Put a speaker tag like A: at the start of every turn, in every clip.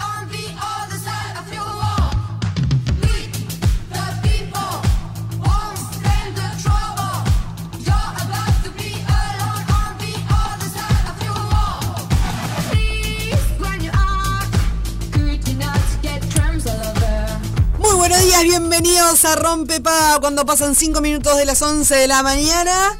A: on the other side of your wall. We, the people, won't stand the trouble. You're about to be alone on the other side of your wall. Please, when you are, could you not get crumbs all over?
B: Muy buenos días, bienvenidos a Rompe Paga cuando pasan 5 minutos de las 11 de la mañana.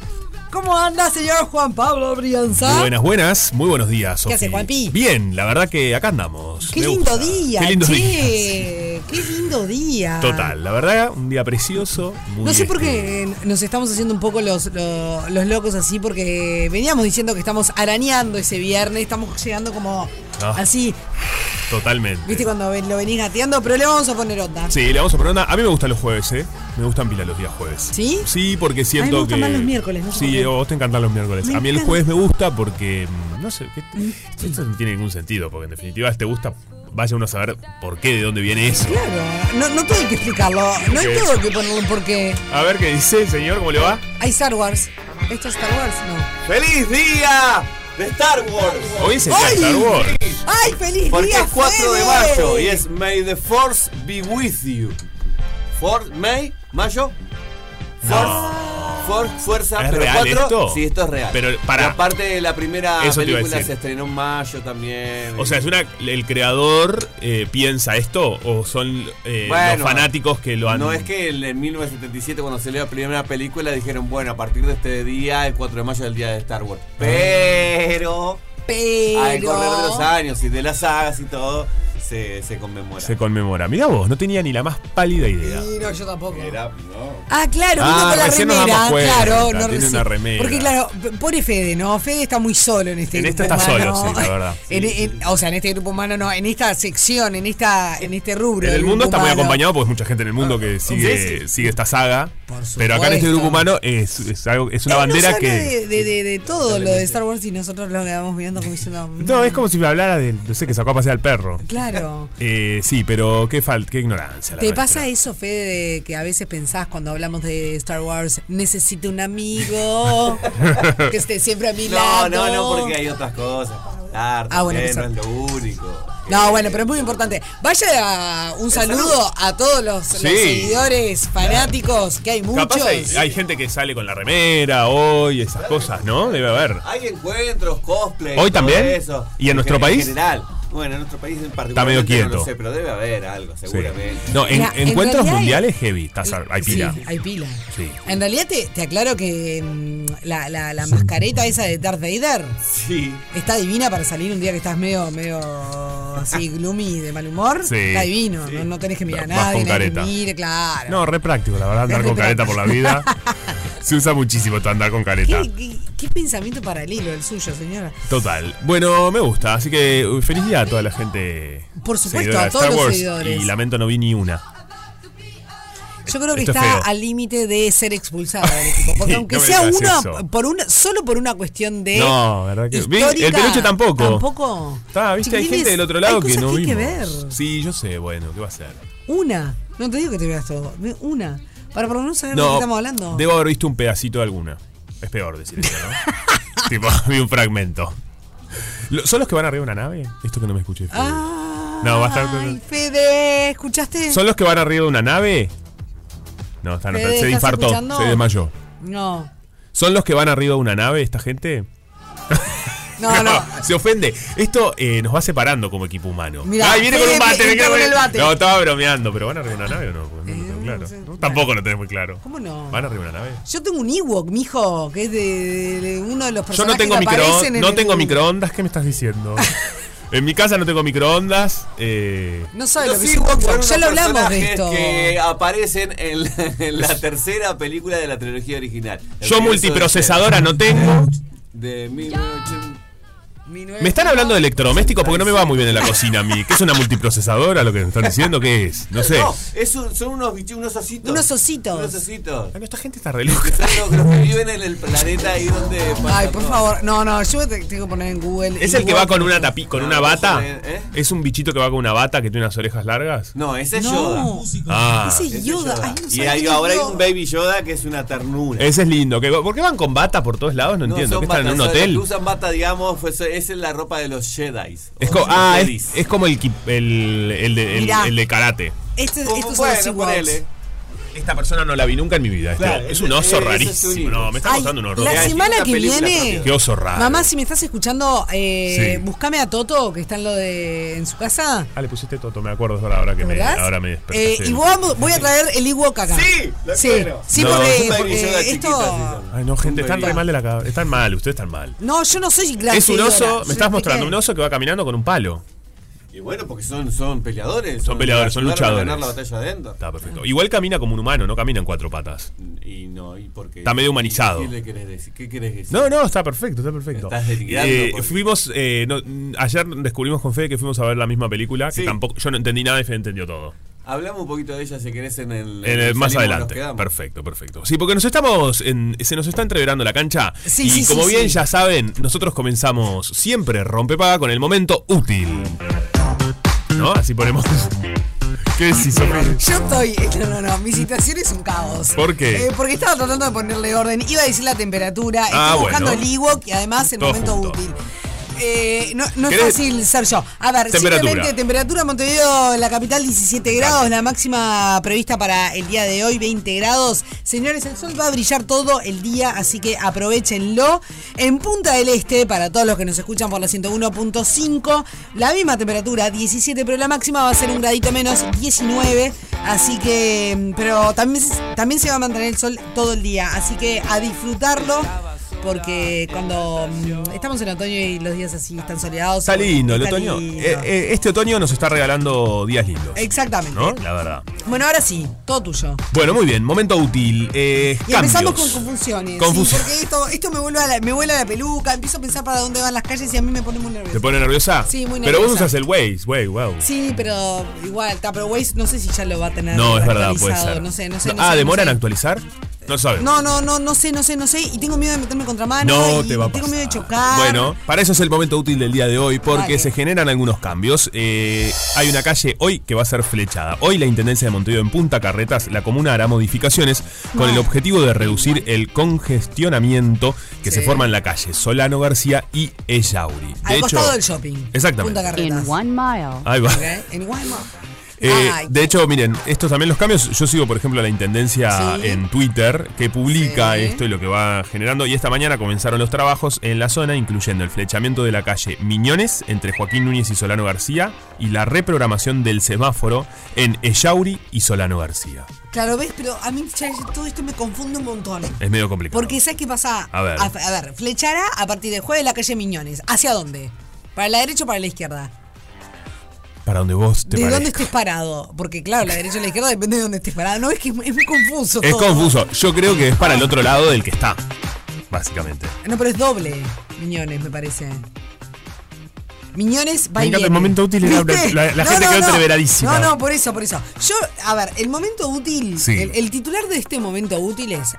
B: ¿Cómo anda, señor Juan Pablo Brianza?
C: Muy buenas, buenas, muy buenos días.
B: ¿Qué
C: Sofi.
B: hace, Juanpi?
C: Bien, la verdad que acá andamos.
B: Qué
C: Me
B: lindo
C: gusta.
B: día,
C: Qué lindo
B: che.
C: día.
B: Qué lindo día.
C: Total, la verdad, un día precioso. muy
B: No sé por
C: este,
B: qué eh, nos estamos haciendo un poco los, lo- los locos así, porque veníamos diciendo que estamos arañando ese viernes, estamos llegando como
C: Ah.
B: así,
C: Totalmente.
B: viste cuando ven- lo venís gateando, pero le vamos a poner onda.
C: Sí, le vamos a poner onda. A mí me gustan los jueves, ¿eh? Me gustan pila los días jueves.
B: ¿Sí?
C: Sí, porque siento
B: gustan
C: que.
B: más los miércoles, no sé por
C: Sí,
B: qué.
C: a vos te encantan los miércoles.
B: Me
C: a mí el
B: encanta.
C: jueves me gusta porque. mm, No sé, que- esto no tiene ningún sentido, porque en definitiva, si te gusta, vaya uno a saber por qué, de dónde viene eso.
B: Claro, no, no todo hay que explicarlo, no hay
C: Ok.
B: todo que ponerlo porque
C: A ver qué dice el señor, ¿cómo le va?
B: hay Star Wars. ¿Esto es Star Wars? No.
D: ¡Feliz día de Star Wars!
C: Hoy es el día de Star Wars.
B: ¡Ay, feliz
D: Porque
B: día!
D: es 4 de
B: Fede!
D: mayo y es May the Force be with you. For, May, mayo, Force, Force, fuerza,
C: ¿Es
D: pero
C: real
D: cuatro-
C: esto?
D: Sí, esto es real.
C: Pero, pará.
D: Y aparte, la primera
C: Eso te iba a
D: película
C: decir.
D: se estrenó en mayo también.
C: O sea, eh, es una, el creador eh, piensa esto o son eh,
D: Bueno,
C: los fanáticos que lo han.
D: No es que el- en 1977 cuando salió la primera película dijeron, bueno, a partir de este día, el 4 de mayo es el día de Star Wars. Pero...
B: Pero...
D: Al correr de los años y de las sagas y todo, se, se conmemora.
C: se conmemora. Mirá vos, no tenía ni la más pálida idea.
B: Y no, yo tampoco.
D: Era, no.
B: Ah, claro, vino
C: Ah,
B: con la
C: recién nos
B: remera.
C: damos cuenta,
B: claro, no
C: tiene
B: sí.
C: una remera.
B: Porque, claro, p- pobre Fede, ¿no? Fede está muy solo en este
C: En
B: grupo.
C: esta está
B: humano.
C: solo, sí, la verdad.
B: En- en- o sea, en este grupo humano no, en esta sección, en esta en este rubro.
C: En el
B: del
C: mundo
B: grupo
C: está muy
B: humano.
C: acompañado porque es mucha gente en el mundo que sigue,
D: Ah, sí, sí.
C: sigue esta saga.
B: Por
C: Pero acá en este
B: supuesto. Eh,
C: grupo humano es, es algo, es una
B: Él nos
C: bandera
B: habla
C: que.
B: De, de- de- de todo lo de Star Wars y nosotros lo quedamos mirando como diciendo. "Mm,
C: No, es como si me hablara de. No sé, que sacó a pasear al perro.
B: Claro.
C: Eh, sí, pero qué falta, qué ignorancia. la
B: ¿Te
C: nuestra.
B: pasa eso, Fede, de que a veces pensás cuando hablamos de Star Wars, necesito un amigo que esté siempre a mi
D: No,
B: lado?
D: no, no, porque hay otras cosas. Tarde,
B: Ah, bueno,
D: eh,
B: eso.
D: no es lo único.
B: No, bueno, pero es muy importante. Vaya un saludo a todos los, los
C: Sí.
B: seguidores fanáticos, que hay muchos.
C: Capaz hay, hay gente que sale con la remera hoy, esas cosas, ¿no? Debe haber.
D: Hay encuentros, cosplay.
C: ¿Hoy
D: todo
C: también?
D: Eso.
C: ¿Y en nuestro
D: gen-
C: país?
D: general. Bueno, en nuestro país en particular.
C: medio
D: No lo
C: quieto.
D: sé, pero debe haber algo,
C: Sí.
D: seguramente.
C: No, en-
B: Mira, en
C: encuentros
B: realidad hay-
C: mundiales heavy. estás- hay pila.
B: Sí, hay pila.
C: Sí.
B: En realidad te, te aclaro que mm, la, la- la mascareta esa de Darth Vader
D: Sí.
B: está divina para salir un día que estás medio, medio así gloomy de mal humor.
C: Sí.
B: Está divino, no, no tenés que mirar a
C: Vas
B: nadie,
C: con
B: nadie te
C: careta.
B: mire, claro.
C: No, re práctico, la verdad, andar
B: re
C: con careta por
B: práctico.
C: la vida. Se usa muchísimo esto, andar con careta.
B: ¿Qué, qué- qué pensamiento paralelo el suyo, señora?
C: Total. Bueno, me gusta, así que uh, feliz día a toda la gente.
B: Por supuesto,
C: seguidora
B: a
C: de
B: todos
C: Star
B: los
C: Wars,
B: seguidores.
C: Y lamento no vi ni una.
B: Yo creo que
C: Esto es
B: está
C: feo.
B: al límite de ser expulsado del equipo. Porque
C: No
B: aunque
C: me
B: sea
C: digas
B: uno,
C: eso.
B: por una, solo por una cuestión de.
C: No, ¿verdad que- ¿Viste?
B: ¿Eh? histórica,
C: El peluche tampoco.
B: Tampoco.
C: Está, viste, hay
B: Chiquilines,
C: gente del otro lado
B: hay
C: que
B: cosas
C: no
B: hay
C: vimos.
B: que ver.
C: Sí, yo sé, bueno, ¿qué va a ser?
B: Una. No te digo que te veas todo. ve Una. Para por lo menos saber de qué
C: No,
B: estamos hablando.
C: debo haber visto un pedacito de alguna. Es peor decir eso, ¿no? tipo, vi un fragmento. Lo- ¿Son los que van arriba de una nave? Esto que no me escuché. Fede.
B: Ah,
C: No, va a estar-
B: Ay, Fede, ¿escuchaste?
C: ¿Son los que van arriba de una nave? No, están,
B: Fede,
C: se
B: ¿estás
C: infartó,
B: escuchando?
C: se desmayó.
B: No.
C: ¿Son los que van arriba de una nave esta gente?
B: No, no.
C: Se ofende. Esto eh, nos va separando como equipo humano.
B: Mirá,
C: Ay, viene con un
B: Fede
C: bate.
B: entra
C: me quedo
B: con el bate.
C: No, estaba bromeando, pero ¿van a arriba una nave o no? Porque no lo tengo
B: Eh,
C: claro.
B: no sé.
C: Tampoco lo tenés muy claro.
B: ¿Cómo no?
C: ¿Van arriba una nave?
B: Yo tengo un Ewok, mijo, que es de, de uno de los
C: Yo
B: personajes
C: no tengo,
B: que
C: micro,
B: aparecen en
C: no
B: el-
C: tengo microondas. ¿Qué me estás diciendo? en mi casa no tengo microondas. Eh,
B: No sabe lo que
D: Los
B: es
D: Ewoks
B: un Ewok.
D: son
B: Ya lo
D: unos
B: hablamos de
D: personajes
B: esto.
D: Que aparecen en la, en la tercera película de la trilogía original. El
C: yo
D: universo
C: multiprocesadora no tengo.
D: De 1980.
C: Me están hablando de electrodomésticos porque no me va muy bien en la cocina a mí. ¿Qué es una multiprocesadora lo que me están diciendo? ¿Qué es? No sé.
D: No, es un- son unos bichos, unos ositos.
B: Unos ositos.
D: Unos ositos.
C: Bueno, esta gente está re loca.
D: Que son los, los que viven en el planeta ahí donde. pasa
B: Ay, por
D: todo.
B: favor. No, no, yo te- tengo que poner en Google.
C: ¿Es el que va
B: Ewok.
C: con una tapi con
D: No,
C: una
D: no
C: bata?
D: sé, ¿eh?
C: ¿Es un bichito que va con una bata que tiene unas orejas largas?
D: No, eh. ese es Yoda.
B: No.
C: Ah,
B: Ese
D: Ese
B: es
D: es
B: Yoda.
D: Yoda.
B: Ay, no
D: y
B: sabía
D: hay-
B: que
D: ahora hay
B: Yoda.
D: un baby Yoda que es una ternura.
C: ese es lindo. que- ¿Por qué van con bata por todos lados? No, entiendo.
D: son
C: ¿Que están en un
D: batas,
C: hotel?
D: los que usan bata, digamos, pues, esa es la ropa de los Jedi.
C: Es
D: o
C: como,
D: los
C: ah,
D: Jedis.
C: es, es como el, ki- el, el de, el-
B: Mirá.
C: el de karate.
B: Este,
D: Como,
B: estos
D: bueno,
B: son los
D: ponele.
B: Ewoks.
C: Esta persona no la vi nunca en mi vida. este-
D: Claro,
C: es un
D: ese-
C: oso
D: ese es un
C: rarísimo.
D: libro.
C: No, me está
B: Ay,
C: mostrando un horror.
B: La
D: Hay
B: semana
D: una
B: que
D: película
B: viene.
D: propia.
C: Qué oso raro.
B: Mamá, si me estás escuchando, eh,
C: Sí.
B: buscame a Toto, que está en lo de en su casa.
C: Ah, le pusiste Toto, me acuerdo, es verdad, ahora que me,
B: ¿Verdad?
C: ahora me desperté.
B: Eh, y vos voy a traer el Ewok acá.
D: Sí, lo
B: sí,
D: espero.
B: sí,
C: No,
B: porque,
C: es
D: un baby
B: porque
D: Yoda chiquito,
B: esto.
D: así son.
C: Ay, no, gente,
D: Un
C: están
D: baby.
C: re mal de la cabeza. Están mal, ustedes están mal.
B: No, yo no soy graciosa.
C: Es un oso, me
B: Yo
C: estás
B: no
C: mostrando
B: sé
C: un oso que va caminando con un palo.
D: Y bueno, porque son, son peleadores.
C: Son peleadores, son
D: ayudaron a ganar la
C: luchadores.
D: batalla adentro.
C: Está perfecto. Igual camina como un humano, no camina en cuatro patas.
D: Y no, y porque.
C: Está medio humanizado.
D: ¿Qué le querés decir? ¿Qué querés decir?
C: No, no, está perfecto, está perfecto.
D: Estás delirando,
C: Eh,
D: porque-
C: fuimos, eh, no, mm, ayer descubrimos con Fede que fuimos a ver la misma película,
D: Sí.
C: que tampoco, yo no entendí nada y Fede entendió todo.
D: Hablamos un poquito de ella si querés en el.
C: En el-
D: salimos,
C: más
D: nos
C: adelante.
D: quedamos.
C: Perfecto, perfecto. Sí, porque nos estamos en- se nos está entreverando la cancha.
B: Sí,
C: y
B: sí, sí,
C: como bien
B: sí.
C: ya saben, nosotros comenzamos siempre rompepaga con el momento útil. ¿No? Así ponemos. ¿Qué decís, Sofía?
B: Yo estoy. No, no, no. Mi situación es un caos.
C: ¿Por qué?
B: Eh, porque estaba tratando de ponerle orden. Iba a decir la temperatura.
C: Ah,
B: estoy buscando
C: bueno.
B: el Ewok y además el
C: Todo
B: momento
C: junto.
B: útil. Eh, no no es
C: ¿Querés?
B: fácil ser yo. A ver,
C: Temperatura.
B: simplemente temperatura Montevideo, en la capital 17 grados, la máxima prevista para el día de hoy 20 grados. Señores, el sol va a brillar todo el día, así que aprovechenlo. En Punta del Este, para todos los que nos escuchan por la 101.5, la misma temperatura 17, pero la máxima va a ser un gradito menos 19. Así que, mm, pero también, también se va a mantener el sol todo el día, así que a disfrutarlo. Porque cuando mm, estamos en otoño y los días así están soleados.
C: Está lindo el
B: está
C: otoño.
B: lindo.
C: eh, eh, este otoño nos está regalando días lindos.
B: Exactamente.
C: ¿No? La verdad.
B: Bueno, ahora sí, todo tuyo.
C: Bueno, muy bien. Momento útil. eh,
B: Y empezamos con
C: cambios.
B: confusiones.
C: Confus-
B: sí, porque esto, esto me, vuelve a la, me vuela la peluca, empiezo a pensar para dónde van las calles y a mí me pone muy
C: ¿Te
B: nervioso.
C: pone nerviosa?
B: Sí, muy
C: Pero vos
B: nerviosa.
C: usas el Waze, Waze, wow.
B: Sí, pero igual, está, pero Waze no sé si ya lo va a tener.
C: No, es verdad, puede
B: actualizado,
C: ser.
B: No sé, no sé. no
C: ah,
B: sé,
C: ¿demoran
B: no
C: a
B: sé.
C: actualizar? No sabes.
B: No, no, no, no sé, no sé, no sé. Y tengo miedo de meterme contra mano.
C: No
B: y
C: te va a
B: Tengo
C: pasar.
B: miedo de chocar.
C: Bueno, para eso es el momento útil del día de hoy, porque
B: Vale.
C: se generan algunos cambios. Eh, hay una calle hoy que va a ser flechada. Hoy la Intendencia de Montevideo en Punta Carretas, la comuna hará modificaciones con el objetivo de reducir el congestionamiento que se forma en la calle Solano García y Ellauri. De
B: Al
C: hecho-
B: costado del shopping.
C: Exactamente.
B: Punta Carretas.
E: In one mile.
C: Ahí va.
B: Ok, En One Mall.
C: Eh,
B: Ay,
C: de hecho, miren, estos también los cambios. Yo sigo, por ejemplo, a la intendencia
B: Sí.
C: en Twitter que publica
B: Sí.
C: esto y lo que va generando. Y esta mañana comenzaron los trabajos en la zona, incluyendo el flechamiento de la calle Miñones entre Joaquín Núñez y Solano García y la reprogramación del semáforo en Ellauri y Solano García.
B: Claro, ves, pero a mí ya todo esto me confunde un montón.
C: Es medio complicado.
B: Porque ¿sabes qué pasa?
C: A ver.
B: A, a ver, flechará a partir del jueves la calle Miñones. ¿Hacia dónde? ¿Para la derecha o para la izquierda?
C: Para donde vos
B: ¿De
C: te parezca.
B: dónde estés parado? Porque claro, la derecha o la izquierda depende de dónde estés parado. No, es que es, muy- es muy confuso.
C: Es
B: todo.
C: confuso. Yo creo que es para el otro lado del que está, básicamente.
B: No, pero es doble Miñones, me parece. Miñones va
C: Me
B: y
C: encanta,
B: viene.
C: el momento útil era-
B: ¿Viste?
C: la- la gente quedó entreveradísima.
B: No, no, por eso, por eso. Yo, a ver, el momento útil,
C: Sí.
B: el, el titular de este momento útil es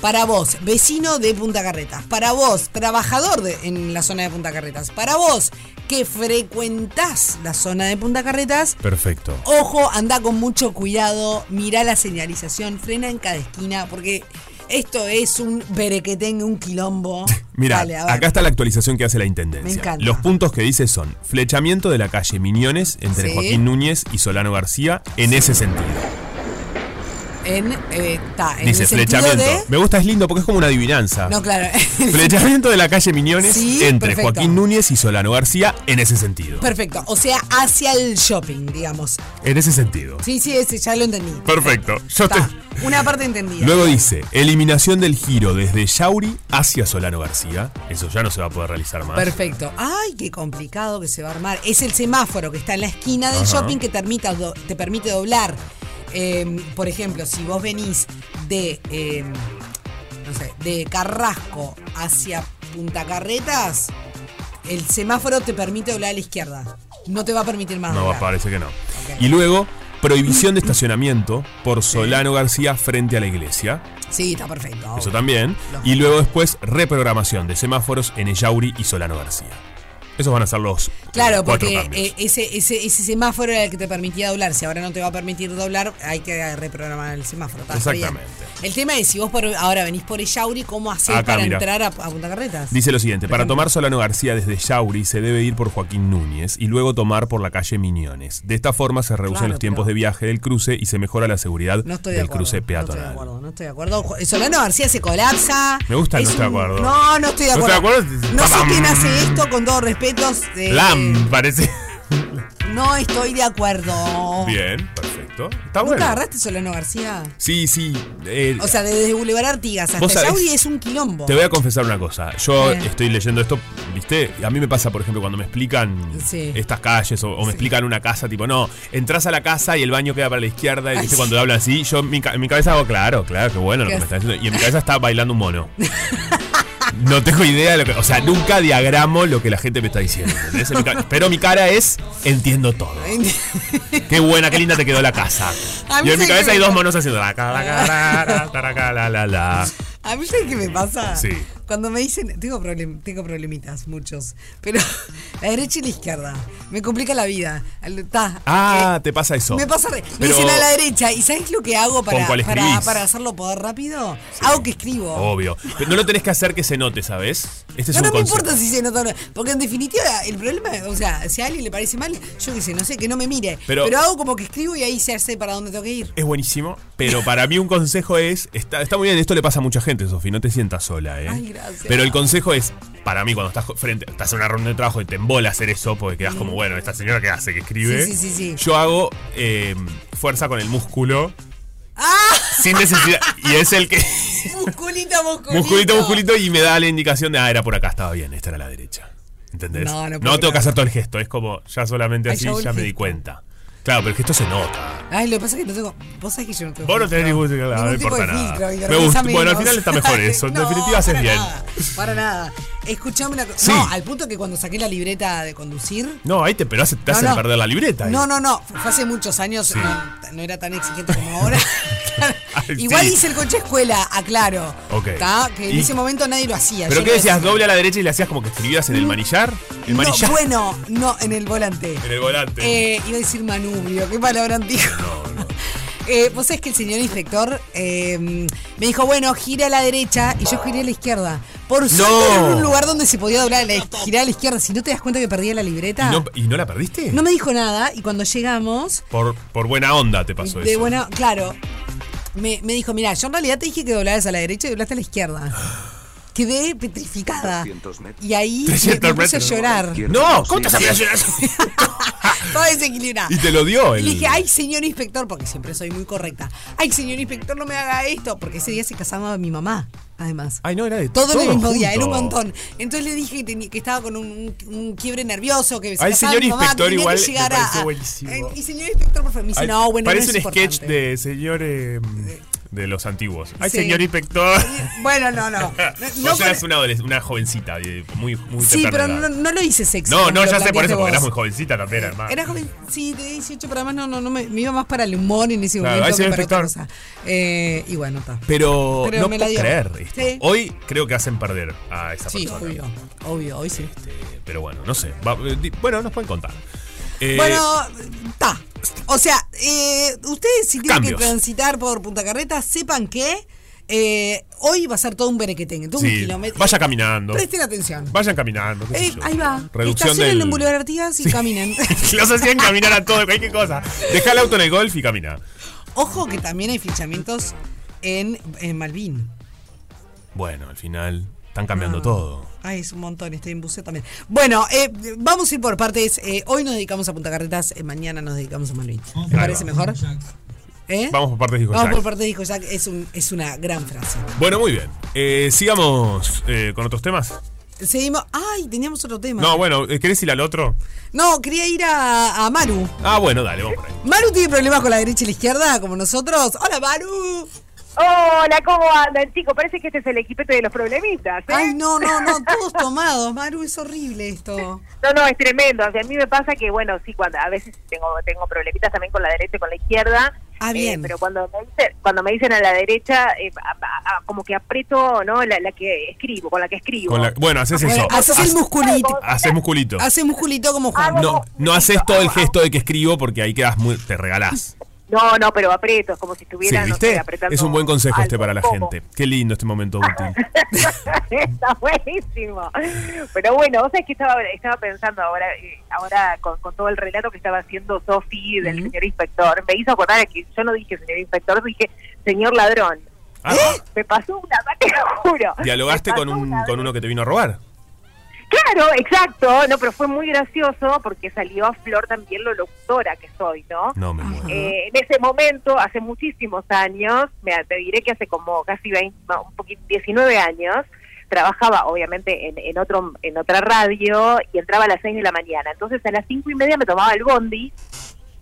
B: para vos, vecino de Punta Carretas, para vos, trabajador de- en la zona de Punta Carretas, para vos que frecuentás la zona de Punta Carretas,
C: Perfecto.
B: Ojo, anda con mucho cuidado, mirá la señalización, frena en cada esquina, porque esto es un berequetengue, un quilombo.
C: Mira,
B: Dale, a ver.
C: acá está la actualización que hace la Intendencia.
B: Me encanta.
C: Los puntos que dice son flechamiento de la calle Miñones entre
B: Sí.
C: Joaquín Núñez y Solano García en ese sentido.
B: en, eh, ta, en
C: Dice
B: el sentido
C: flechamiento. Ah.
B: de-
C: Me gusta, es lindo porque es como una adivinanza.
B: No, claro.
C: Flechamiento de la calle Miñones
B: Sí,
C: entre
B: perfecto.
C: Joaquín Núñez y Solano García en ese sentido.
B: Perfecto. O sea, hacia el shopping, digamos.
C: En ese sentido.
B: Sí, sí, ese ya lo entendí.
C: Perfecto. Yo te-
B: Ta, una parte entendida.
C: Luego dice, eliminación del giro desde Yauri hacia Solano García. Eso ya no se va a poder realizar más.
B: Perfecto. Ay, qué complicado que se va a armar. Es el semáforo que está en la esquina del
C: Ajá.
B: shopping que te, permita do- te permite doblar. Eh, por ejemplo, si vos venís de, eh, no sé, de Carrasco hacia Punta Carretas, el semáforo te permite doblar a la izquierda. No te va a permitir más.
C: No,
B: doblar.
C: parece que no. Y luego, prohibición
B: Mm.
C: de estacionamiento por Solano García frente a la iglesia.
B: Sí, está perfecto.
C: Eso también. Y luego después, reprogramación de semáforos en Ellauri y Solano García. Esos van a ser los eh,
B: Claro,
C: cuatro
B: porque
C: cambios.
B: eh, ese, ese, ese semáforo era el que te permitía doblar. Si ahora no te va a permitir doblar, hay que reprogramar el semáforo. Está, está bien.
C: Exactamente.
B: El tema es si vos por- ahora venís por Echauri, ¿cómo hacés
C: Acá,
B: para
C: mira.
B: entrar a, a Punta Carretas?
C: Dice lo siguiente, para tomar Solano García desde Yauri se debe ir por Joaquín Núñez y luego tomar por la calle Miñones. De esta forma se reducen
B: Claro,
C: los tiempos
B: pero-
C: de viaje del cruce y se mejora la seguridad
B: no estoy de
C: del
B: acuerdo.
C: cruce
B: No estoy de
C: peatonal.
B: acuerdo, no estoy de acuerdo. Jo- Solano García se colapsa.
C: Me gusta el
B: Es
C: no estoy de
B: un-
C: acuerdo.
B: No, no estoy de
C: ¿No
B: acuerdo.
C: estoy de acuerdo?
B: No sé
C: Pam.
B: quién hace esto, con todos respetos. eh,
C: Lam, parece.
B: No estoy de acuerdo.
C: Bien, perfecto. Está
B: ¿Nunca
C: bueno.
B: agarraste Solano García?
C: Sí, sí. eh,
B: O sea, desde Boulevard Artigas
C: Vos
B: hasta
C: sabés-
B: Yauri es un quilombo.
C: te voy a confesar una cosa. Yo
B: Bien.
C: estoy leyendo esto, ¿viste? A mí me pasa, por ejemplo, cuando me explican
B: Sí.
C: estas calles o, o me explican una casa, tipo, no, entras a la casa y el baño queda para la izquierda. Y
B: Ay,
C: ¿viste?
B: sí.
C: cuando habla así, yo en mi, ca- en mi cabeza hago, claro, claro, qué bueno lo que me está diciendo. Y en mi cabeza está bailando un mono. No tengo idea de lo que. O sea, nunca diagramo lo que la gente me está diciendo. ¿entendés? En mi ca- Pero mi cara es, entiendo todo. Qué buena, qué linda te quedó la casa.
B: A mí
C: Y en mi
B: sí que
C: cabeza
B: me-
C: hay dos monos haciendo la ca, la ca, la, la, ta, la, ca, la, la, la.
B: A mí sabes qué me pasa.
C: Sí.
B: Cuando me dicen, tengo, problem- tengo problemitas, muchos, pero la derecha y la izquierda, me complica la vida. Al- ta,
C: Ah,
B: eh,
C: te pasa eso.
B: me pasa, re- me
C: Pero-
B: dicen a la derecha, ¿y sabes lo que hago para,
C: cuál
B: para,
C: escribís?
B: para hacerlo poder rápido? Hago que escribo.
C: Obvio. Pero no lo tenés que hacer que se note, ¿sabes? Este
B: No,
C: es un
B: no me
C: concepto.
B: importa si se nota o no, porque en definitiva el problema, o sea, si a alguien le parece mal, yo qué sé, no sé, que no me mire,
C: Pero-
B: pero, hago como que escribo y ahí se hace para dónde tengo que ir.
C: Es buenísimo, pero para mí un consejo es. Está, está muy bien, esto le pasa a mucha gente, Sofi, no te sientas sola, ¿eh?
B: Ay, gracias.
C: Pero el consejo es, para mí, cuando estás jo- frente, estás en una reunión de trabajo y te embola hacer eso, porque quedas como, bueno, esta señora que hace, que escribe.
B: Sí, sí, sí, sí.
C: Yo hago eh, fuerza con el músculo. Sin necesidad. Y es el que.
B: Ah. Musculito, musculito.
C: Musculito, musculito, y me da la indicación de, ah, era por acá, estaba bien, esta era la derecha. ¿Entendés?
B: No, no puedo
C: tengo que
B: creer.
C: hacer todo el gesto, es como, ya solamente
B: Ay,
C: así,
B: ya
C: ya, me
B: volviste.
C: di cuenta. Claro, pero el gesto se nota.
B: Ay, lo que pasa es que no tengo. Vos sabés que yo no tengo.
C: Vos no tenés ningún,
B: filtro,
C: claro, no
B: ningún tipo
C: importa
B: de
C: nada.
B: filtro, y
C: Me
B: vergüenza
C: gusta- bueno, al
B: menos.
C: final está mejor eso, en definitiva haces
B: para
C: bien.
B: nada, para nada. Escuchame una cosa.
C: Sí.
B: No, al punto que cuando saqué la libreta de conducir.
C: No, ahí te, pero hace- te
B: no,
C: hacen
B: no.
C: perder la libreta. ahí.
B: No, no, no. Fue hace muchos años. No, no era tan exigente como ahora.
C: Ay,
B: Igual
C: Ah, sí.
B: hice el coche escuela, aclaro.
C: Ok.
B: ¿Tá? Que en
C: Y-
B: ese momento nadie lo hacía.
C: ¿Pero
B: yo
C: qué
B: lo
C: decías?
B: hacía.
C: ¿Doble a la derecha y le hacías como que escribías en el manillar? El
B: No,
C: manillar.
B: bueno, no, en el volante.
C: En el volante.
B: Eh, iba a decir manubrio, qué palabra antigua. Eh, Vos sabés que el señor inspector eh, me dijo, bueno, gira a la derecha y yo giré a la izquierda. Por suerte era un lugar donde se podía doblar, a la, girar a la izquierda. Si no te das cuenta que perdía la libreta,
C: ¿Y, no,
B: no,
C: y no la perdiste?
B: me dijo nada y cuando llegamos,
C: por, por buena onda te pasó
B: de
C: eso.
B: bueno, claro, me, me dijo, mira, yo en realidad te dije que doblaras a la derecha y doblaste a la izquada. Quedé petrificada.
E: 300 metros.
B: Y ahí me-
C: 300
B: me puse a
C: metros.
B: llorar.
C: No, ¿cómo te sabías
B: Estaba desequilibrada.
C: Y te lo dio el.
B: Y le dije, ay, señor inspector, porque siempre soy muy correcta. Ay, señor inspector, no me haga esto, porque ese día se casaba mi mamá, además.
C: Ay, no, era de
B: Todo, en el mismo
C: junto.
B: día, era un montón. Entonces le dije que, tenía- que estaba con un, un- un quiebre nervioso, que se
C: Ay,
B: casaba
C: señor
B: mi mamá, que
C: inspector,
B: tenía que
C: igual me
B: llegar a-
C: pareció
B: a-
C: buenísimo.
B: Ay, Y señor inspector, por favor, me dice,
C: Ay,
B: no, bueno,
C: Parece
B: no
C: un
B: es
C: sketch
B: importante".
C: de señor. eh, de los antiguos. Ay,
B: Sí.
C: señor inspector.
B: Bueno, no, no. No, no
C: Vos eras
B: con-
C: una, adoles- una jovencita, de- muy, muy
B: Sí,
C: temprana
B: pero
C: edad.
B: no, no lo hice sexy.
C: No,
B: como
C: no,
B: lo
C: ya sé por
B: planteaste
C: eso, porque eras
B: vos.
C: muy jovencita también, hermano.
B: Era joven, sí, de 18, pero además no, no, no me, me iba más para el humor en ese
C: Claro, ahí
B: momento
C: se
B: que
C: ve
B: para otra
C: inspector.
B: cosa. Eh, y bueno, está.
C: Pero,
B: Pero
C: no
B: me la
C: puedo
B: dio.
C: creer esto.
B: Sí.
C: Hoy creo que hacen perder a esa
B: Sí,
C: persona.
B: obvio, obvio, hoy sí.
C: Este, pero bueno, no sé. Va- eh, di- bueno, nos pueden contar. Eh,
B: bueno, está. O sea, eh, ustedes si tienen
C: Cambios.
B: que transitar por Punta Carreta, sepan que eh, hoy va a ser todo un berequetengue, todo un
C: sí,
B: kilómetro. este
C: vaya caminando.
B: Presten atención.
C: Vayan caminando. qué sé
B: Eh,
C: yo.
B: ahí va.
C: Reducción
B: Estacionen
C: del...
B: en Boulevard Artigas y caminen.
C: Los hacían caminar a todo, cualquier cosa. Deja el auto en el golf y camina.
B: Ojo que también hay fichamientos en, en Malvin.
C: Bueno, al final están
B: Ah.
C: cambiando todo.
B: Ay, es un montón, estoy en buceo también. Bueno, eh, vamos a ir por partes. Eh, hoy nos dedicamos a Punta Carretas, eh, mañana nos dedicamos a Malvin. ¿Te
C: va.
B: parece mejor? ¿Eh?
C: Vamos por partes, dijo
B: Vamos
C: Jack.
B: por partes, dijo Jack. Es, un- es una gran frase.
C: Bueno, muy bien. Eh, sigamos eh, con otros temas.
B: Seguimos. Ay, teníamos otro tema.
C: No, bueno, eh, ¿querés ir al otro?
B: No, quería ir a, a Maru.
C: Ah, bueno, dale, vamos por ahí.
B: Maru tiene problemas con la derecha y la izquierda, como nosotros. Hola, Maru.
E: Hola, ¿cómo andan, chicos? Parece que este es el equipete de los problemitas. ¿eh?
B: Ay, no, no, no, todos tomados. Maru, es horrible esto.
E: No, no, es tremendo. O sea, a mí me pasa que, bueno, sí, cuando a veces tengo tengo problemitas también con la derecha y con la izquierda.
B: Ah,
E: eh,
B: bien.
E: pero cuando me, dicen, cuando me dicen a la derecha, eh, a- a- a- como que aprieto, ¿no? La, la que escribo, con la que escribo.
C: Con la- bueno, haces eso.
B: Bueno, Eh, haces el musculito.
C: Haces musculito.
B: Haces musculito como Juan.
C: No, no haces todo el gesto de que escribo porque ahí quedas muy. te regalás.
E: No, no, pero aprieto, es como si
C: Sí,
E: estuviera, no sé,
C: ¿viste?
E: apretando
C: Es un buen consejo este
E: algo,
C: para la
E: como.
C: gente. Qué lindo este momento útil.
E: Está buenísimo. Pero bueno, vos sabés que estaba, estaba pensando ahora, eh, ahora con, con todo el relato que estaba haciendo Sofi del señor inspector. Me hizo acordar que yo no dije señor inspector, dije señor ladrón.
C: Ah,
E: Me pasó una, te lo juro.
C: ¿Dialogaste
E: Me
C: con,
E: pasó
C: un,
E: una
C: con uno que te vino a robar?
E: Claro, exacto. No, pero fue muy gracioso porque salió a flor también lo locutora que soy, ¿no?
C: No, me muero.
E: Eh, en ese momento, hace muchísimos años, me, te diré que hace como casi 20, no, un poquito, 19 años, trabajaba obviamente en, en, otro, en otra radio y entraba a las 6 de la mañana. Entonces a las 5 y media me tomaba el bondi.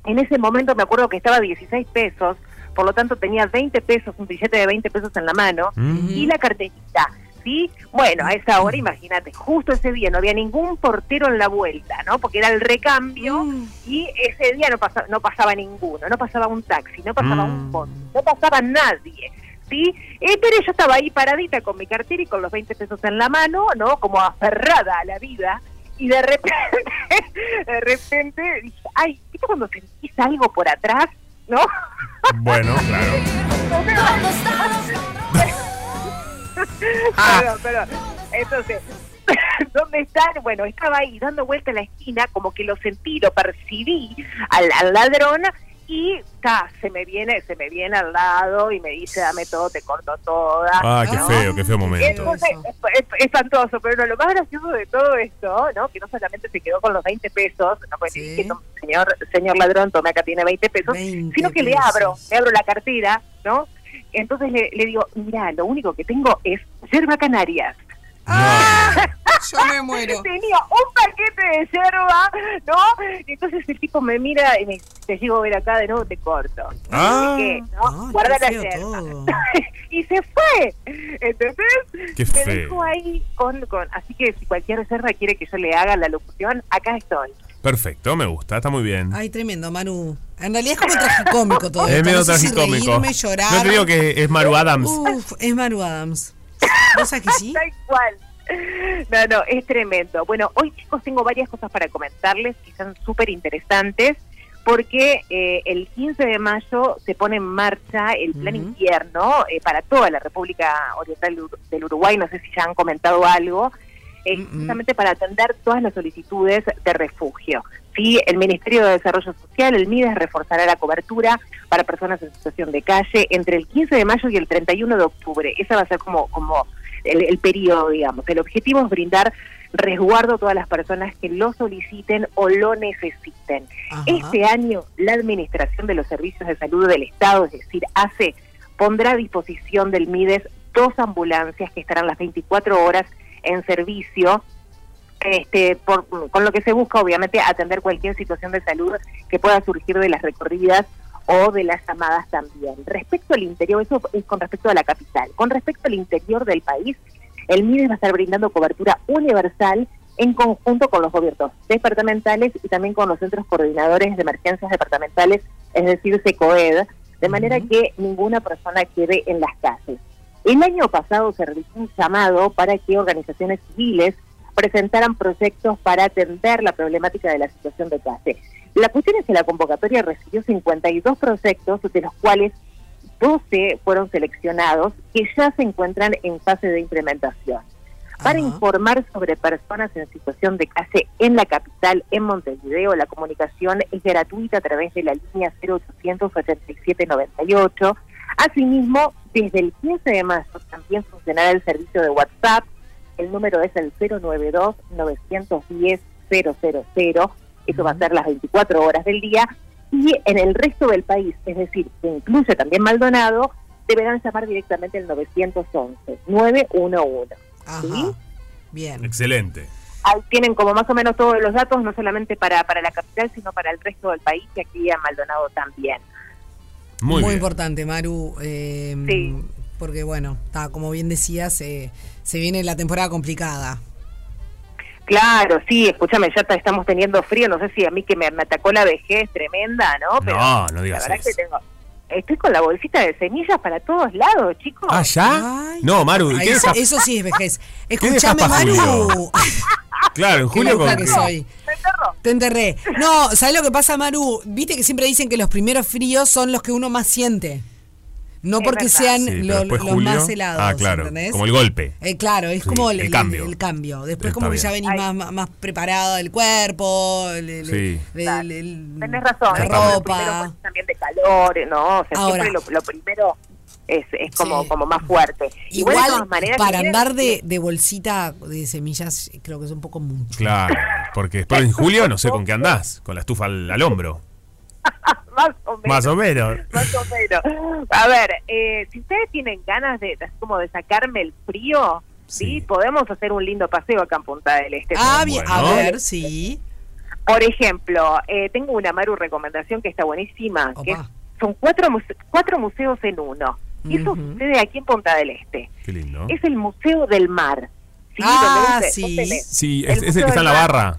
E: En ese momento me acuerdo que estaba a 16 pesos, por lo tanto tenía 20 pesos, un billete de 20 pesos en la mano y la carterita. ¿Sí? Bueno, a esa hora, imagínate, justo ese día no había ningún portero en la vuelta, ¿no? Porque era el recambio y ese día no, pasa- no pasaba ninguno, no pasaba un taxi, no pasaba un bondi, no pasaba nadie. ¿Sí? Eh, Pero yo estaba ahí paradita con mi cartera y con los 20 pesos en la mano, ¿no? Como aferrada a la vida. Y de repente, de repente dije, ay, ¿viste cuando sentís algo por atrás? ¿No?
C: Bueno, claro. Ah.
E: Perdón, perdón. Entonces, ¿dónde están? Bueno, estaba ahí dando vuelta en la esquina, como que lo sentí, lo percibí al, al ladrón y ta, se me viene, se me viene al lado y me dice, dame todo, te corto toda.
C: Ah, qué
B: Ah.
C: feo, qué feo momento.
E: Entonces, es- es- es espantoso, pero no, lo más gracioso de todo esto, ¿no? Que no solamente se quedó con los 20 pesos, no puede
B: Sí.
E: decir que no, señor, señor ladrón, tome acá tiene 20 pesos,
B: 20
E: sino que le
B: pesos.
E: abro, le abro la cartera, ¿no? Entonces le, le digo, mira, lo único que tengo es yerba canarias.
B: Yo me muero.
E: Tenía un paquete de yerba, ¿no? Y entonces el tipo me mira y me dice, te llego a ver acá de nuevo, te corto.
C: Ah.
E: ¿Qué? ¿no?
B: Ay,
E: Guarda
B: qué
E: la
B: feo
E: yerba.
B: todo.
E: y se fue. ¿Entendés? me
C: Qué feo.
E: dejó ahí con, con. Así que si cualquier reserva quiere que yo le haga la locución, acá estoy.
C: Perfecto, me gusta, está muy bien.
B: Ay, tremendo, Manu. En realidad es como tragicómico todo
C: Es
B: esto.
C: medio
B: no sé si
C: tragicómico.
B: reírme, llorar. Uh,
C: No te digo que es Maru Adams.
B: Uf, es Maru Adams. ¿Vos sabés que sí?
E: Tal cual. No, no, es tremendo. Bueno, hoy chicos tengo varias cosas para comentarles que son súper interesantes porque eh, el 15 de mayo se pone en marcha el plan
B: Ujú.
E: invierno eh, para toda la República Oriental del Ur- del Uruguay. No sé si ya han comentado algo. eh,
B: Mm, mm.
E: justamente para atender todas las solicitudes de refugio. Sí, el Ministerio de Desarrollo Social, el MIDES, reforzará la cobertura para personas en situación de calle entre el 15 de mayo y el 31 de octubre. Esa va a ser como, como el, el periodo, digamos. El objetivo es brindar resguardo a todas las personas que lo soliciten o lo necesiten.
B: Ajá.
E: Este año, la Administración de los Servicios de Salud del Estado, es decir, ACE, pondrá a disposición del MIDES dos ambulancias que estarán las 24 horas en servicio, este, por- con lo que se busca, obviamente, atender cualquier situación de salud que pueda surgir de las recorridas o de las llamadas también. Respecto al interior, eso es con respecto a la capital. Con respecto al interior del país, el MIDES va a estar brindando cobertura universal en conjunto con los gobiernos departamentales y también con los centros coordinadores de emergencias departamentales, es decir, SECOED, de manera que ninguna persona quede en las calles. El año pasado se realizó un llamado para que organizaciones civiles presentaran proyectos para atender la problemática de la situación de calle. La cuestión es que la convocatoria recibió 52 proyectos, de los cuales 12 fueron seleccionados, que ya se encuentran en fase de implementación. para
B: Ajá.
E: informar sobre personas en situación de calle en la capital, en Montevideo. La comunicación es gratuita a través de la línea 0887-98. Asimismo, desde el 15 de mayo también funcionará el servicio de WhatsApp. El número es el 092-910-000. Eso va a ser las 24 horas del día. Y en el resto del país, es decir, que incluye también Maldonado, deberán llamar directamente al 911 911.
B: Ajá.
E: ¿sí?
B: Bien.
C: Excelente.
E: Ahí tienen como más o menos todos los datos, no solamente para, para la capital, sino para el resto del país y aquí a Maldonado también.
C: Muy, bien.
B: importante, Maru. eh,
E: Sí.
B: Porque, bueno, está, como bien decías, eh, se viene la temporada complicada.
E: Claro, sí, escúchame, ya ta- estamos teniendo frío, no sé si a mí que me, me atacó la vejez tremenda, ¿no?
C: No, no digas
E: la verdad
C: eso.
E: que tengo... Estoy con la bolsita de semillas para todos lados, chicos.
C: ¿Ah, ya?
B: Ay.
C: no, Maru, ¿y
B: Ahí
C: qué
B: eso,
C: dejas?
B: eso sí es vejez.
C: dejas
B: Escúchame,
C: para
B: Maru.
C: Julio? Claro, en
B: Qué
C: julio
B: loca
C: con
B: que
C: qué?
B: soy.
E: Me enterró.
B: Te enterré. No, ¿sabes lo que pasa, Maru? Viste que siempre dicen que los primeros fríos son los que uno más siente. No
E: Es
B: porque
E: verdad.
B: sean
C: Sí, pero
B: lo-
C: después
B: los
C: julio-
B: más helados.
C: Ah, claro,
B: ¿entendés?
C: como el golpe.
B: Eh, claro, es
C: Sí,
B: como
C: el cambio.
B: el cambio. Después,
C: Está
B: como que
C: bien.
B: ya venís
E: Ay.
B: más, más- más preparado del cuerpo, el- el-
C: Sí.
B: el- el- el-
E: Tenés razón,
B: la
E: es como lo primero,
B: ropa.
E: pues, también de calor, ¿no? O sea,
B: Ahora.
E: siempre lo, lo primero es, es como,
B: Sí.
E: como más fuerte.
B: Igual,
E: de todas maneras,
B: para
E: si
B: andar de,
E: quieren-
B: de bolsita de semillas, creo que es un poco mucho.
C: Claro, porque después en julio no sé con qué andás, con la estufa al, al hombro.
E: Más o menos.
C: Más o menos.
E: más o menos. A ver, eh, si ustedes tienen ganas de, de- como de sacarme el frío, sí.
C: Sí.
E: podemos hacer un lindo paseo acá en Punta del Este.
B: Ah, bien, a
C: Bueno.
B: ver, sí.
E: Por ejemplo, eh, tengo una Maru recomendación que está buenísima,
B: Opa.
E: que es- son cuatro, muse- cuatro museos en uno. Y eso
B: Ujú.
E: sucede aquí en Punta del Este.
C: Qué lindo.
E: Es el Museo del Mar. ¿sí?
B: Ah,
E: Donde vos te- vos
B: sí.
E: tenés
C: Sí,
E: el
C: es, es el
E: Museo
C: que está
E: del
C: en la
E: Mar.
C: barra.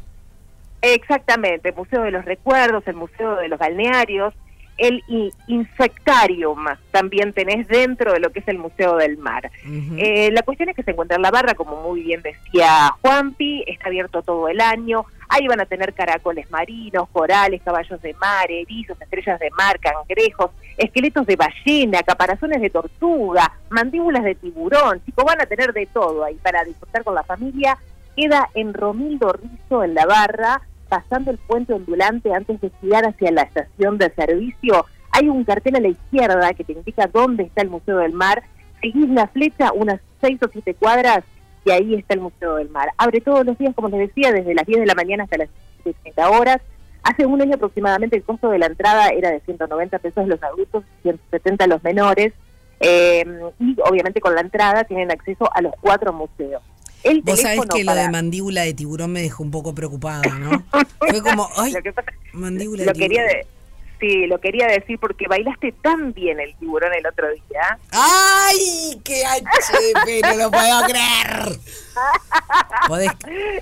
E: Exactamente, el Museo de los Recuerdos, el Museo de los Balnearios, el i- Insectarium también tenés dentro de lo que es el Museo del Mar.
B: Ujú.
E: Eh, la cuestión es que se encuentra en la barra, como muy bien decía Juanpi, está abierto todo el año, ahí van a tener caracoles marinos, corales, caballos de mar, erizos, estrellas de mar, cangrejos, esqueletos de ballena, caparazones de tortuga, mandíbulas de tiburón, chicos, van a tener de todo ahí para disfrutar con la familia. Queda en Romildo Rizo, en la barra, pasando el puente ondulante antes de girar hacia la estación de servicio. Hay un cartel a la izquierda que te indica dónde está el Museo del Mar seguís la flecha unas seis o siete cuadras y ahí está el Museo del Mar. Abre todos los días, como les decía, desde las 10 de la mañana hasta las 60 horas. Hace un año aproximadamente el costo de la entrada era de 190 pesos los adultos, 170 los menores. Eh, y obviamente con la entrada tienen acceso a los cuatro museos. El
B: Vos sabés
E: teléfono
B: que lo de
E: para-
B: mandíbula de tiburón me dejó un poco preocupada, ¿no? Fue como, ay,
E: Lo que pasa-
B: mandíbula de
E: lo
B: tiburón.
E: quería de- sí, lo quería decir porque bailaste tan bien el tiburón el otro día.
B: ¡Ay! ¡Qué HP! No lo puedo creer. Podés-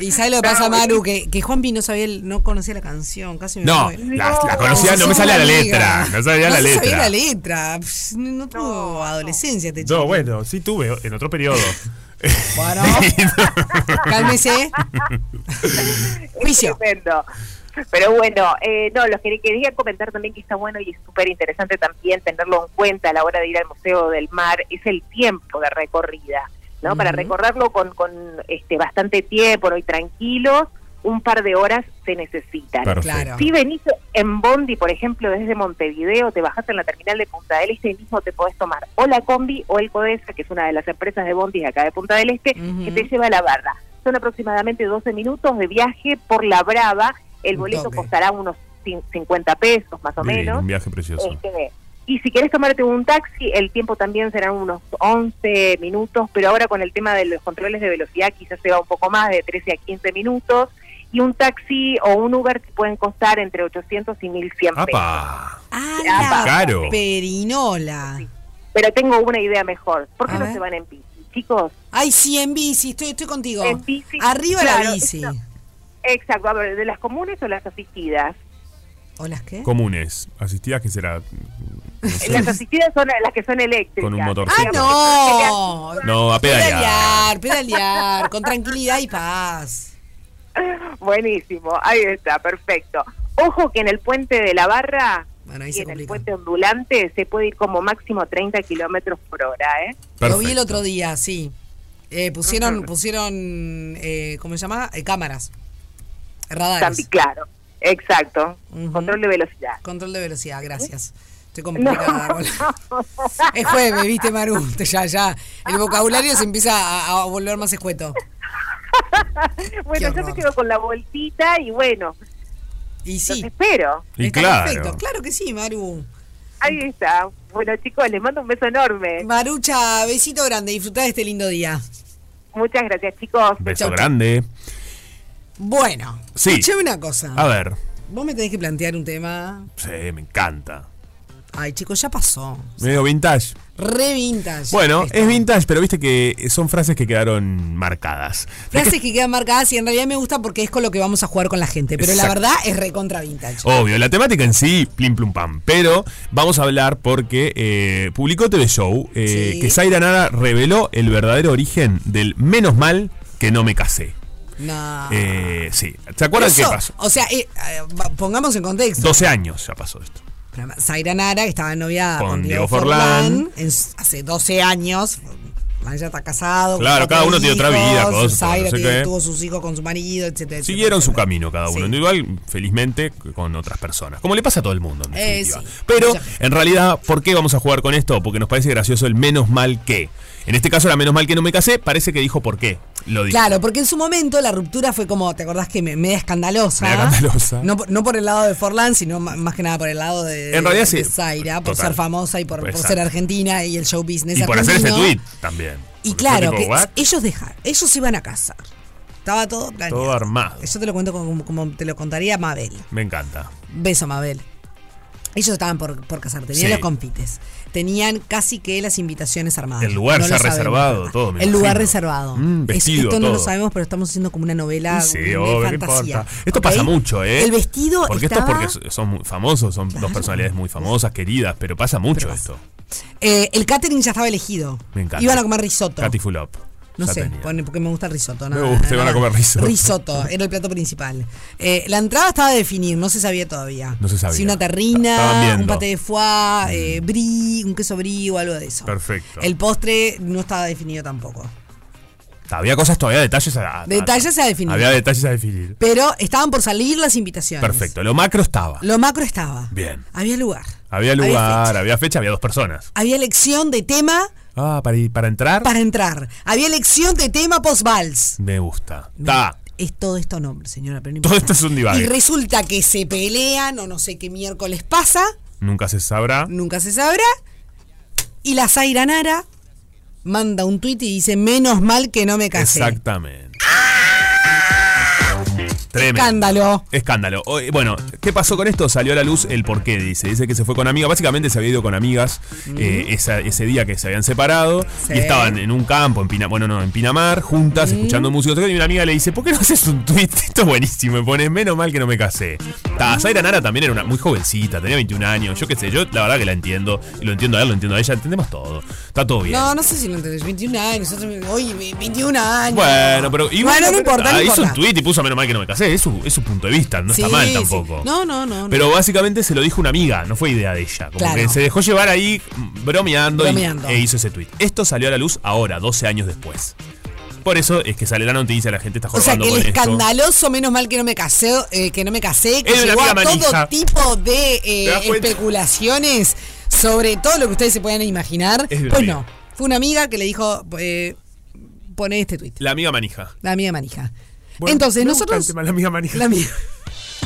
B: Y sabes lo que pasa, Maru, que, que Juanpi no sabía, el- no conocía la canción, casi me
C: No,
B: muero.
C: la, la
E: No.
C: conocía, no me
B: Somos
C: sale la
B: amigas.
C: letra. No sabía
B: No
C: la
B: se
C: letra.
B: sabía la letra. Pss, No, no tuvo adolescencia este chico.
C: No, bueno, sí tuve en otro periodo.
B: Bueno, cálmese. Juicio.
E: Es tremendo. Pero bueno, eh, no, los que quería comentar también que está bueno y es súper interesante también tenerlo en cuenta a la hora de ir al Museo del Mar es el tiempo de recorrida, ¿no? Para
B: Ujú.
E: recorrerlo con, con este bastante tiempo ¿no? y tranquilos, un par de horas se necesitan.
B: Claro.
E: Si venís en Bondi, por ejemplo, desde Montevideo, te bajaste en la terminal de Punta del Este y mismo te podés tomar o la Combi o el Codesa, que es una de las empresas de Bondi acá de Punta del Este,
B: Ujú.
E: que te lleva a la barra. Son aproximadamente 12 minutos de viaje por la Brava. El
B: Un
E: boleto
B: toque.
E: costará unos cin- 50 pesos más o
C: Divino,
E: menos.
C: un viaje precioso.
E: Este, y si quieres tomarte un taxi, el tiempo también serán unos 11 minutos, pero ahora con el tema de los controles de velocidad quizás se va un poco más, de 13 a 15 minutos. Y un taxi o un Uber te pueden costar entre 800 y 1100 pesos.
C: ¡Apa!
B: Ah,
E: Apa.
C: Caro.
B: perinola.
E: Pero tengo una idea mejor. ¿Por qué
B: A
E: no
B: ver.
E: se van en bici? Chicos,
B: Ay, sí, en bici, estoy, estoy contigo.
E: En bici,
B: Arriba la
E: claro,
B: bici.
E: eso. exacto, a ver, ¿de las comunes o las asistidas?
B: ¿O las qué?
C: Comunes. Asistidas que será. No
E: Las
C: sé,
E: asistidas son las que son eléctricas.
C: con un
B: ¡Ah,
C: motorcito.
B: no!
C: No, a pedalear.
B: Pedalear, pedalear, con tranquilidad y paz.
E: Buenísimo, ahí está, perfecto. Ojo que en el puente de la barra
B: Bueno, ahí
E: y
B: se
E: en el
B: complica.
E: puente ondulante se puede ir como máximo 30 kilómetros por hora, ¿eh?
B: Lo vi el
C: Perfecto.
B: otro día, sí. Eh, pusieron, pusieron eh, ¿cómo se llama? Eh, cámaras. Radares.
E: También, claro, exacto.
B: Ujú.
E: Control de velocidad.
B: Control de velocidad, gracias. Estoy complicada. con la- Es jueves, viste, Maru. Ya, ya. El vocabulario se empieza a, a volver más escueto. Qué
E: bueno, yo
B: horror.
E: me quedo con la vueltita y bueno,
B: Y
E: los
B: sí.
E: espero.
C: Y
B: está
C: claro.
B: Perfecto. Claro que sí, Maru.
E: Ahí está. Bueno, chicos, les mando un beso enorme.
B: Marucha, besito grande. Disfrutá de este lindo día.
E: Muchas gracias, chicos.
C: Beso
B: Chau, chau.
C: grande.
B: Bueno,
C: Sí.
B: escuchame una cosa.
C: A ver.
B: Vos me tenés que plantear un tema.
C: Sí, me encanta.
B: Ay, chicos, ya pasó.
C: Medio vintage.
B: Re vintage.
C: Bueno,
B: Esto.
C: es vintage, pero viste que son frases que quedaron marcadas.
B: Frases que quedan marcadas y en realidad me gusta porque es con lo que vamos a jugar con la gente. Pero la
C: Exacto. Oh,
B: verdad es recontra vintage.
C: Obvio, la temática en sí, plim plum pam. Pero vamos a hablar porque eh, publicó TV Show eh,
B: Sí.
C: que Zaira Nara reveló el verdadero origen del menos mal que no me casé.
B: No.
C: Eh, sí. ¿Se acuerdan
B: Ah. Eso,
C: qué pasó?
B: O sea, eh, eh, va- pongamos en contexto.
C: 12 años ya pasó esto.
B: Programa- Zaira Nara, que estaba noviada
C: Con
B: con,
C: Diego
B: Diego
C: Forlán.
B: Forlán, en s- hace 12 años. Forlán ya está casado. con
C: Claro,
B: cuatro
C: cada uno tiene otra vida,
B: hijos,
C: cosas,
B: Zaira
C: no sé
B: tiene-
C: qué.
B: tuvo sus hijos con su marido, etcétera.
C: Siguieron su camino cada
B: Sí.
C: uno individual, felizmente con otras personas, como le pasa a todo el mundo en
B: Eh,
C: definitiva.
B: sí.
C: Pero
B: Mucha gente.
C: en realidad, ¿por qué vamos a jugar con esto? Porque nos parece gracioso el menos mal que. En este caso era menos mal que no me casé, parece que dijo por qué. Lo dijo.
B: Claro, porque en su momento la ruptura fue como, ¿te acordás que me- media escandalosa?
C: Media escandalosa.
B: No, por- no por el lado de Forlán, sino ma- más que nada por el lado de,
C: En realidad
B: de- de
C: sí.
B: Zaira, por
C: Total.
B: ser famosa y por, por
C: Exacto.
B: ser argentina y el show business
C: y por hacer ese
B: argentino.
C: tweet también.
B: Y
C: Porque fue
B: claro,
C: tipo,
B: que
C: "What?".
B: ellos dejaron, ellos se iban a casar. Estaba todo planeado.
C: Todo armado.
B: Eso te lo cuento como, como te lo contaría Mabel.
C: Me encanta.
B: Beso, Mabel. Ellos estaban por, por casar, tenían
C: Sí.
B: los compites. Tenían casi que las invitaciones armadas.
C: El lugar ya
B: lo sabemos,
C: reservado,
B: ¿verdad?
C: todo, me
B: El lugar
C: imagino.
B: reservado.
C: Mm,
B: Es-
C: vestido,
B: esto no lo
C: todo.
B: sabemos, pero estamos haciendo como una novela
C: Sí,
B: de
C: obvio, ¿qué
B: fantasía.
C: importa? Esto
B: ¿ok?
C: pasa mucho, ¿eh?
B: El vestido
C: Porque
B: estaba...
C: esto es porque son muy famosos, son dos personalidades muy famosas, queridas, pero pasa mucho
B: Pero pasa.
C: esto.
B: Eh, el catering ya estaba elegido.
C: Me encanta.
B: Iban a comer risotto.
C: Katy Fulop.
B: No
C: Ya
B: sé,
C: tenía.
B: pone- porque me gusta el risotto.
C: Me
B: nada,
C: gusta,
B: nada,
C: van a
B: nada.
C: comer risotto.
B: Risotto, era el plato principal. Eh, la entrada estaba a definir, no se sabía todavía.
C: No se sabía.
B: Si una
C: Estaban
B: terrina,
C: viendo. Mm.
B: un pate de foie, eh, brie, un queso brie o algo de eso.
C: Perfecto.
B: El postre no estaba definido tampoco.
C: Había cosas todavía, detalles a, a-
B: Detalles a definir.
C: Había detalles a definir.
B: Pero estaban por salir las invitaciones.
C: Perfecto, lo macro estaba.
B: Lo macro estaba.
C: Bien.
B: Había lugar.
C: Había lugar, había
B: fecha.
C: fecha, había, dos personas.
B: Había elección de tema
C: Ah, para, ir- para entrar,
B: para entrar. Había elección de tema post-vals.
C: me gusta. Ta.
B: Es todo esto nombre, señora. Pero no
C: Todo
B: importa.
C: esto es un divague.
B: Y resulta que se pelean o no sé qué miércoles pasa,
C: Nunca se sabrá.
B: nunca se sabrá. Y la Zaira Nara manda un tuit y dice, menos mal que no me casé.
C: Exactamente. Tremendo.
B: ¡Ah! Escándalo.
C: Escándalo. O- eh, Bueno, ¿qué pasó con esto? Salió a la luz el porqué, dice. Dice que se fue con amigas. Básicamente se había ido con amigas eh, esa- ese día que se habían separado.
B: Sí.
C: Y estaban en un campo, en Pina, bueno, no, en Pinamar, juntas, escuchando música. Y una amiga le dice, ¿por qué no haces un tweet? Esto es buenísimo. Me pone, menos mal que no me casé. Ta, Zaira Nara también era una muy jovencita, tenía 21 años. Yo qué sé, yo la verdad que la entiendo. Y Lo entiendo a él, lo entiendo a ella. Entendemos todo. Está todo bien.
B: No, no sé si lo entendés. 21 años. nosotros- Oye, ve- 21 años.
C: Bueno, pero igual-
B: Bueno, no importa.
C: Ah,
B: no
C: hizo
B: importa.
C: un tweet y puso menos mal que no me casé. Es su, es su punto de vista, no
B: Sí,
C: está mal
B: sí.
C: tampoco.
B: No, no, no. no.
C: Pero básicamente se lo dijo una amiga, no fue idea de ella. Como
B: Claro.
C: que se dejó llevar ahí mm, bromeando, y-
B: Bromeando.
C: e hizo ese tweet. Esto salió a la luz ahora, 12 años después. Por eso es que sale la noticia, la gente está
B: o sea,
C: jorobando
B: que el
C: con esto.
B: escandaloso, menos mal que no me casé, eh, que no me casé, que
C: Era una
B: llegó a
C: amiga manija.
B: todo tipo de eh,
C: ¿Te das cuenta?
B: especulaciones sobre todo lo que ustedes se puedan imaginar.
C: Es de una
B: Pues
C: amiga.
B: no, fue una amiga que le dijo, eh, poné este tuit,
C: La amiga manija.
B: la amiga manija.
C: Bueno,
B: Entonces,
C: me gusta el
B: nosotros...
C: tema, la amiga manija.
B: La amiga.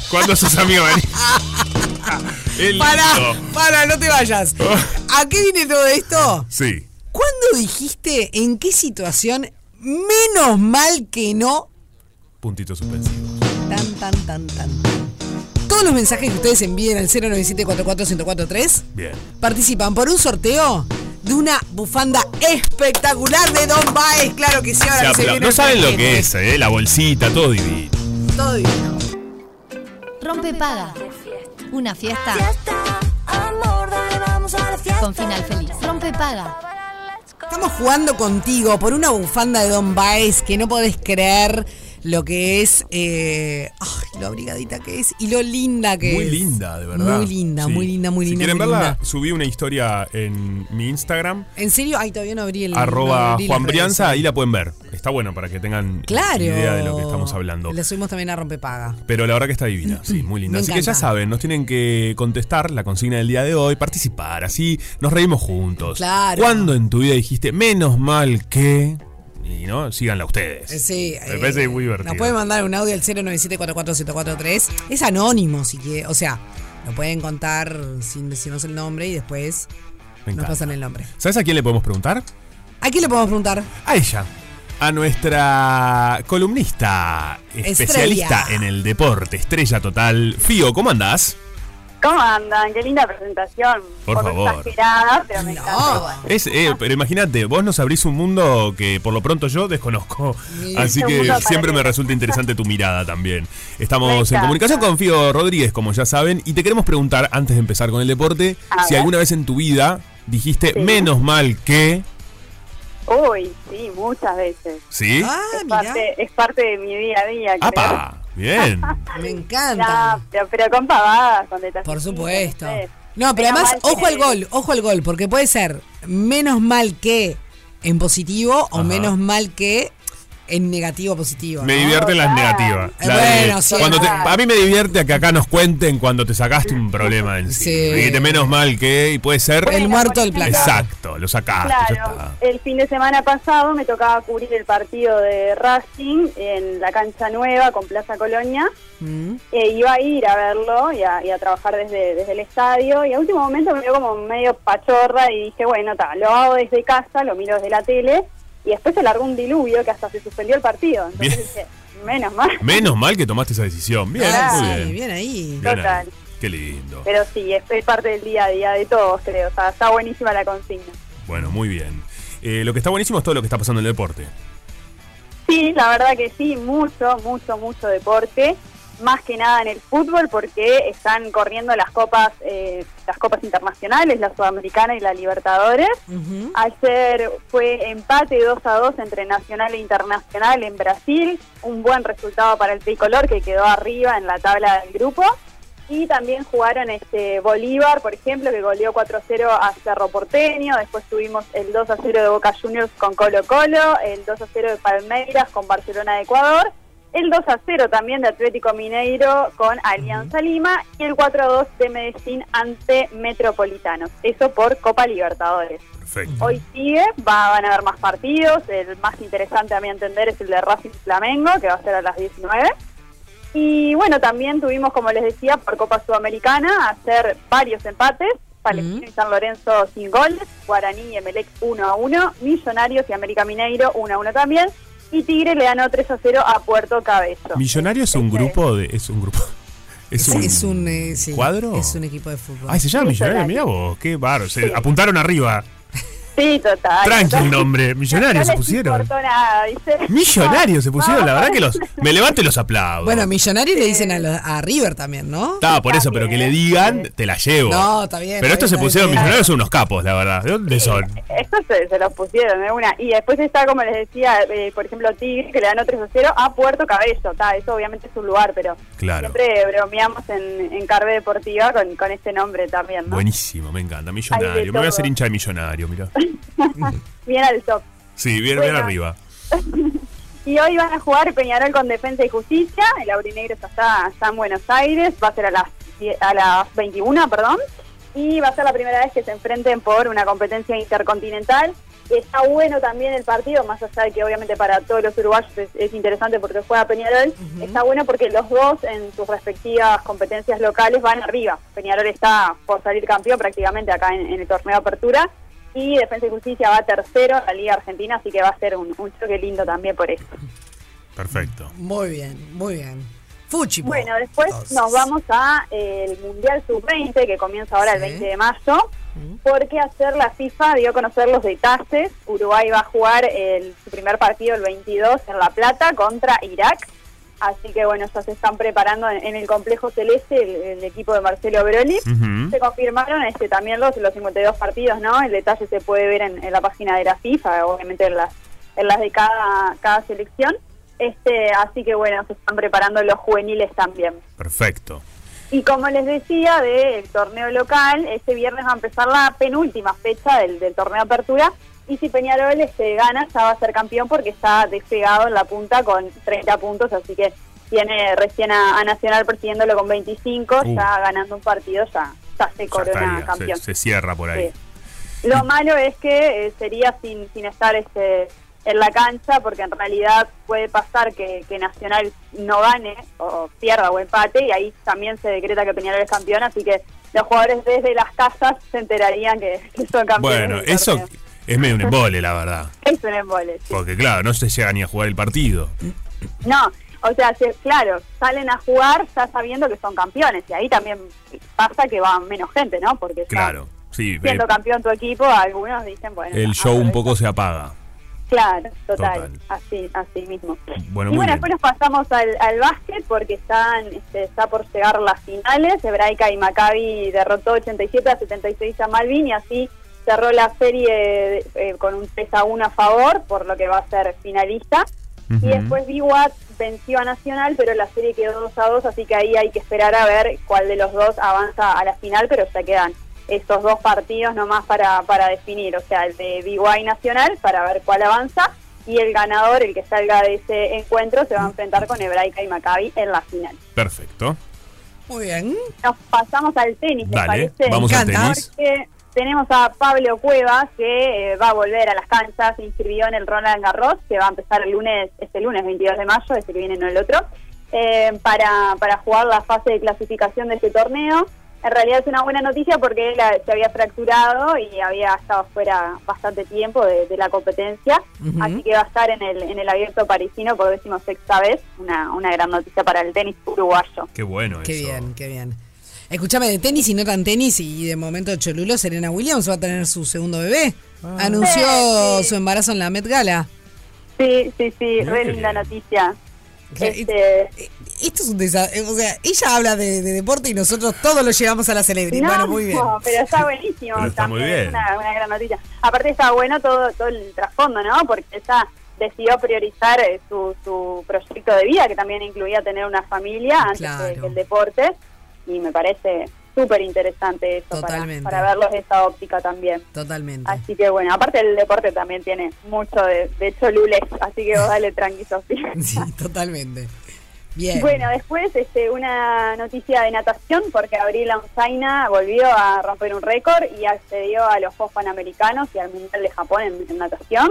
C: ¿Cuándo sos amiga manija? El
B: Para,
C: lindo.
B: para, no te vayas. ¿A qué viene todo esto?
C: Sí.
B: ¿Cuándo dijiste en qué situación menos mal que no
C: Puntito suspensivo.
B: Tan, tan, tan, tan. Todos los mensajes que ustedes envíen al 097-44-1043
C: Bien.
B: participan por un sorteo de una bufanda espectacular de Don Baez. Claro que sí, ahora
C: Se
B: que se
C: apla-
B: viene
C: no
B: el
C: saben lo
B: paquete.
C: que es, eh, la bolsita, todo divino.
B: Todo divino.
F: Rompe paga. Una fiesta
G: Fiesta, amor, dale, vamos a la fiesta.
F: con final feliz. Rompe paga.
B: Estamos jugando contigo por una bufanda de Don Baez que no podés creer lo que es eh, ay, lo abrigadita que es y lo linda que
C: Muy
B: es.
C: linda, de verdad.
B: Muy linda,
C: Sí.
B: muy linda, muy
C: si
B: linda.
C: quieren
B: muy
C: verla,
B: linda.
C: subí una historia en mi Instagram,
B: ¿En serio? Ay, todavía no abrí el. no
C: arroba
B: abrí las
C: Juan
B: redes.
C: Brianza, ahí la pueden ver. Está bueno para que tengan
B: Claro.
C: idea de lo que estamos hablando.
B: Le subimos también a Rompepaga.
C: Pero la verdad que está divina, sí, muy linda.
B: Me
C: Así que ya
B: encanta.
C: saben, nos tienen que contestar la consigna del día de hoy, participar, así nos reímos juntos.
B: Claro.
C: ¿Cuándo en tu vida dijiste, menos mal que... Y no, síganla ustedes.
B: Eh, Sí,
C: Me
B: eh,
C: parece muy divertido.
B: Nos puede mandar un audio al 097447143. Es anónimo, si quiere. O sea, lo pueden contar sin decirnos el nombre y después nos
C: Me encanta.
B: pasan el nombre.
C: ¿Sabes a quién le podemos preguntar?
B: ¿A quién le podemos preguntar?
C: A ella. A nuestra columnista, especialista
B: Estrella.
C: en el deporte, estrella total. Fío, ¿cómo andás?
H: ¿Cómo andan? Qué linda presentación.
C: Por
H: Un poco
C: favor.
H: Exagerada, pero me
B: No.
H: encanta. igual.
C: Es, eh, pero imagínate, vos nos abrís un mundo que por lo pronto yo desconozco. Así
H: un
C: que
H: mundo
C: siempre me
H: paralelo.
C: resulta interesante tu mirada también.
H: Me
C: Estamos en
H: encanta.
C: comunicación con Fío Rodríguez, como ya saben, y te queremos preguntar, antes de empezar con el deporte,
H: A
C: si
H: ver.
C: alguna vez en tu vida dijiste,
H: Sí.
C: menos mal que...
H: Uy, sí, muchas veces.
C: ¿Sí?
B: Ah,
H: es,
B: mira.
H: parte, es parte de mi día a día. creo.
C: ¡Apa! Bien.
B: Me
H: Ya,
B: encanta.
H: pero, pero con pavadas, con detalles.
B: Por supuesto.
H: no sé.
B: No, pero
H: Menos
B: además,
H: mal que-
B: ojo al gol, ojo al gol, porque puede ser menos mal que en positivo o
C: Ajá.
B: menos mal que en negativo positivo.
C: Me
B: ¿no?
C: divierten las negativas.
B: Eh,
C: La de-
B: bueno, sí,
C: cuando te-
H: claro.
C: a mí me divierte que acá nos cuenten cuando te sacaste un problema en sí.
B: Sí.
C: Dijiste, menos mal que, y puede ser...
B: El
H: Bueno,
B: muerto del
H: por
B: plato.
C: Exacto, lo sacaste. Ah, ya
H: Claro,
C: está.
H: el fin de semana pasado me tocaba cubrir el partido de Racing en la cancha nueva con Plaza Colonia.
B: Mm.
H: Eh, iba a ir a verlo y a, y a trabajar desde, desde el estadio y a último momento me dio como medio pachorra y dije, bueno, ta, lo hago desde casa, lo miro desde la tele y después se largó un diluvio que hasta se suspendió el partido. Entonces
C: Bien.
H: dije, menos mal.
C: Menos mal que tomaste esa decisión. Bien,
B: Ah,
C: muy
B: sí,
C: bien.
B: bien ahí.
C: Bien
H: Total.
C: ahí. Qué lindo.
H: Pero sí, es, es parte del día a día de todos, creo. O sea, está buenísima la consigna.
C: Bueno, muy bien. Eh, lo que está buenísimo es todo lo que está pasando en el deporte.
H: Sí, la verdad que sí, mucho, mucho, mucho deporte. Más que nada en el fútbol porque están corriendo las copas, eh, las copas internacionales, la sudamericana y la Libertadores.
B: Ujú.
H: Ayer fue empate 2 a 2 entre Nacional e Internacional en Brasil, un buen resultado para el tricolor que quedó arriba en la tabla del grupo. Y también jugaron este Bolívar, por ejemplo, que goleó 4-0 a Cerro Porteño. Después tuvimos el 2-0 de Boca Juniors con Colo Colo, el 2-0 de Palmeiras con Barcelona de Ecuador, el 2-0 también de Atlético Mineiro con Alianza Lima y el 4-2 de Medellín ante Metropolitanos. Eso por Copa Libertadores.
C: Perfecto.
H: Hoy sigue, va- van a haber más partidos. El más interesante, a mi entender, es el de Racing Flamengo, que va a ser a las 19. Y bueno, también tuvimos, como les decía, por Copa Sudamericana, hacer varios empates. Palestino y San Lorenzo sin goles, Guaraní y Emelec 1 a 1, Millonarios y América Mineiro 1 a 1 también, y Tigre le ganó 3 a 0 a Puerto Cabello.
C: Millonario es un
H: Este,
C: grupo de. Es un grupo. Es
B: Es,
C: un,
B: es un eh, sí,
C: cuadro.
B: Es un equipo de fútbol.
C: Ay, se llama
H: Sí,
C: Millonario,
H: Solari.
C: mira vos, qué barro. Se apuntaron arriba.
H: Sí, total.
C: Tranqui el
H: Total.
C: nombre. Millonario
H: No
C: se
H: les
C: pusieron.
H: importó nada, ¿viste?
C: Millonario se pusieron, la verdad que los. Me levanto y los aplaudo.
B: bueno, millonarios le
H: Eh,
B: dicen a, los- a River también, ¿no?
C: Está, por eso, pero que le digan, te la llevo.
B: No, está bien,
C: Pero
B: está
C: estos se
B: bien, está
C: pusieron
B: bien.
C: millonarios, son unos capos, la verdad. ¿De dónde son?
H: Esto se, se los pusieron de una. Y después está, como les decía, eh, por ejemplo, Tigre, que le ganó 3 a 0 a Puerto Cabello. Ta, eso obviamente es un lugar, pero
C: Claro.
H: siempre bromeamos en, en Carve Deportiva con, con este nombre también. ¿no?
C: Buenísimo, me encanta. Millonario. Me voy a
H: todo.
C: hacer hincha de millonario, mira.
H: Bien al top.
C: Sí, bien, bien
H: Bueno.
C: arriba.
H: Y hoy van a jugar Peñarol con Defensa y Justicia. El Aurinegro ya está, está en Buenos Aires. Va a ser a las, die- a las 21, perdón. Y va a ser la primera vez que se enfrenten por una competencia intercontinental. Está bueno también el partido, más allá de que obviamente para todos los uruguayos es, es interesante porque juega Peñarol. Está bueno porque los dos en sus respectivas competencias locales van arriba. Peñarol está por salir campeón prácticamente acá en, en el torneo de apertura. Y Defensa y Justicia va tercero en la Liga Argentina, así que va a ser un, un choque lindo también por eso.
C: Perfecto.
B: Muy bien, muy bien. Fuchi. po.
H: Bueno, después
B: Entonces,
H: nos vamos a eh, el Mundial Sub-20 que comienza ahora el
B: Sí.
H: 20 de mayo, porque hacer la FIFA dio a conocer los detalles. Uruguay va a jugar el, su primer partido el 22 en La Plata contra Irak. Así que bueno, ya se están preparando en, en el complejo celeste el, el equipo de Marcelo Broli.
C: Ujú.
H: Se confirmaron este, también los, los 52 partidos, ¿no? El detalle se puede ver en, en la página de la FIFA, obviamente en las, en las de cada, cada selección. Este, así que bueno, se están preparando los juveniles también.
C: Perfecto.
H: Y como les decía, del torneo local, este viernes va a empezar la penúltima fecha del, del torneo Apertura. Y si Peñarol este, gana, ya va a ser campeón porque está despegado en la punta con 30 puntos. Así que tiene recién a, a Nacional presidiéndolo con 25.
C: Uh.
H: Ya ganando un partido, ya, ya se
C: Ya
H: corona
C: estaría,
H: campeón.
C: se, se cierra por ahí.
H: Sí. Lo malo es que eh, sería sin, sin estar este, en la cancha, porque en realidad puede pasar que, que Nacional no gane o pierda o empate, y ahí también se decreta que Peñarol es campeón, así que los jugadores desde las casas se enterarían que, que son campeones.
C: Bueno,
H: del
C: eso
H: torneo.
C: es medio un embole, la verdad.
H: Es un embole, sí.
C: Porque claro, no se llega ni a jugar el partido.
H: No, o sea, sí, claro, salen a jugar ya sabiendo que son campeones, y ahí también pasa que va menos gente, ¿no? Porque ya
C: Claro, sí. eh,
H: siendo campeón tu equipo, algunos dicen, bueno...
C: el
H: no,
C: show un
H: aprovecho.
C: poco se apaga.
H: Claro, total,
C: Total.
H: Así, así mismo.
C: Bueno,
H: y
C: muy
H: bueno,
C: bien.
H: después nos pasamos al, al básquet porque están, este, está por llegar las finales. Hebraica y Maccabi derrotó 87 a 76 a Malvin y así cerró la serie eh, con un 3 a 1 a favor, por lo que va a ser finalista. Y
C: Ujú.
H: después Biwat venció a Nacional, pero la serie quedó 2 a 2, así que ahí hay que esperar a ver cuál de los dos avanza a la final, pero ya quedan estos dos partidos nomás para, para definir, o sea, el de Biwat y Nacional para ver cuál avanza, y el ganador, el que salga de ese encuentro, se va a enfrentar con Hebraica y Maccabi en la final.
C: Perfecto.
B: Muy bien.
H: Nos pasamos al tenis, ¿les
C: Dale,
H: parece?
C: vamos
B: Me
C: al
B: encanta.
C: tenis.
H: Porque tenemos a Pablo Cuevas que eh, va a volver a las canchas, se inscribió en el Ronald Garros, que va a empezar el lunes, este lunes 22 de mayo, este que viene no el otro, eh, para, para jugar la fase de clasificación de este torneo. En realidad es una buena noticia porque él eh, se había fracturado y había estado fuera bastante tiempo de, de la competencia,
B: Ujú.
H: así que va a estar en el, en el abierto parisino por decimosexta vez, una, una gran noticia para el tenis uruguayo.
C: Qué bueno
B: Qué
C: eso.
B: bien, qué bien. Escúchame, de tenis y no tan tenis, y de momento Cholulo, Serena Williams va a tener su segundo bebé.
C: Ah.
B: Anunció
H: Sí.
B: su embarazo en la Met Gala.
H: Sí, sí, sí,
C: Mirá
H: re
C: qué
H: linda
C: bien.
H: noticia.
B: Claro, y-
H: Este,
B: Eh, Esto es un desastre. O sea, ella habla de, de deporte y nosotros todos lo llevamos a la celebridad. bueno, muy bien.
H: no, pero está buenísimo.
C: Pero está muy
H: también,
C: bien.
H: Una, una gran noticia. Aparte está bueno todo, todo el trasfondo, ¿no? Porque ella decidió priorizar eh, su, su proyecto de vida, que también incluía tener una familia antes de-
B: Claro.
H: del deporte. Y me parece súper interesante eso para,
B: Totalmente.
H: para verlos de esa óptica también.
B: Totalmente.
H: Así que bueno, aparte el deporte también tiene mucho de, de cholules, así que vos dale tranqui, Sofía.
B: Sí, totalmente. Bien.
H: Bueno, después este, una noticia de natación, porque Abril Onzaina volvió a romper un récord y accedió a los Juegos Panamericanos y al Mundial de Japón en, en natación.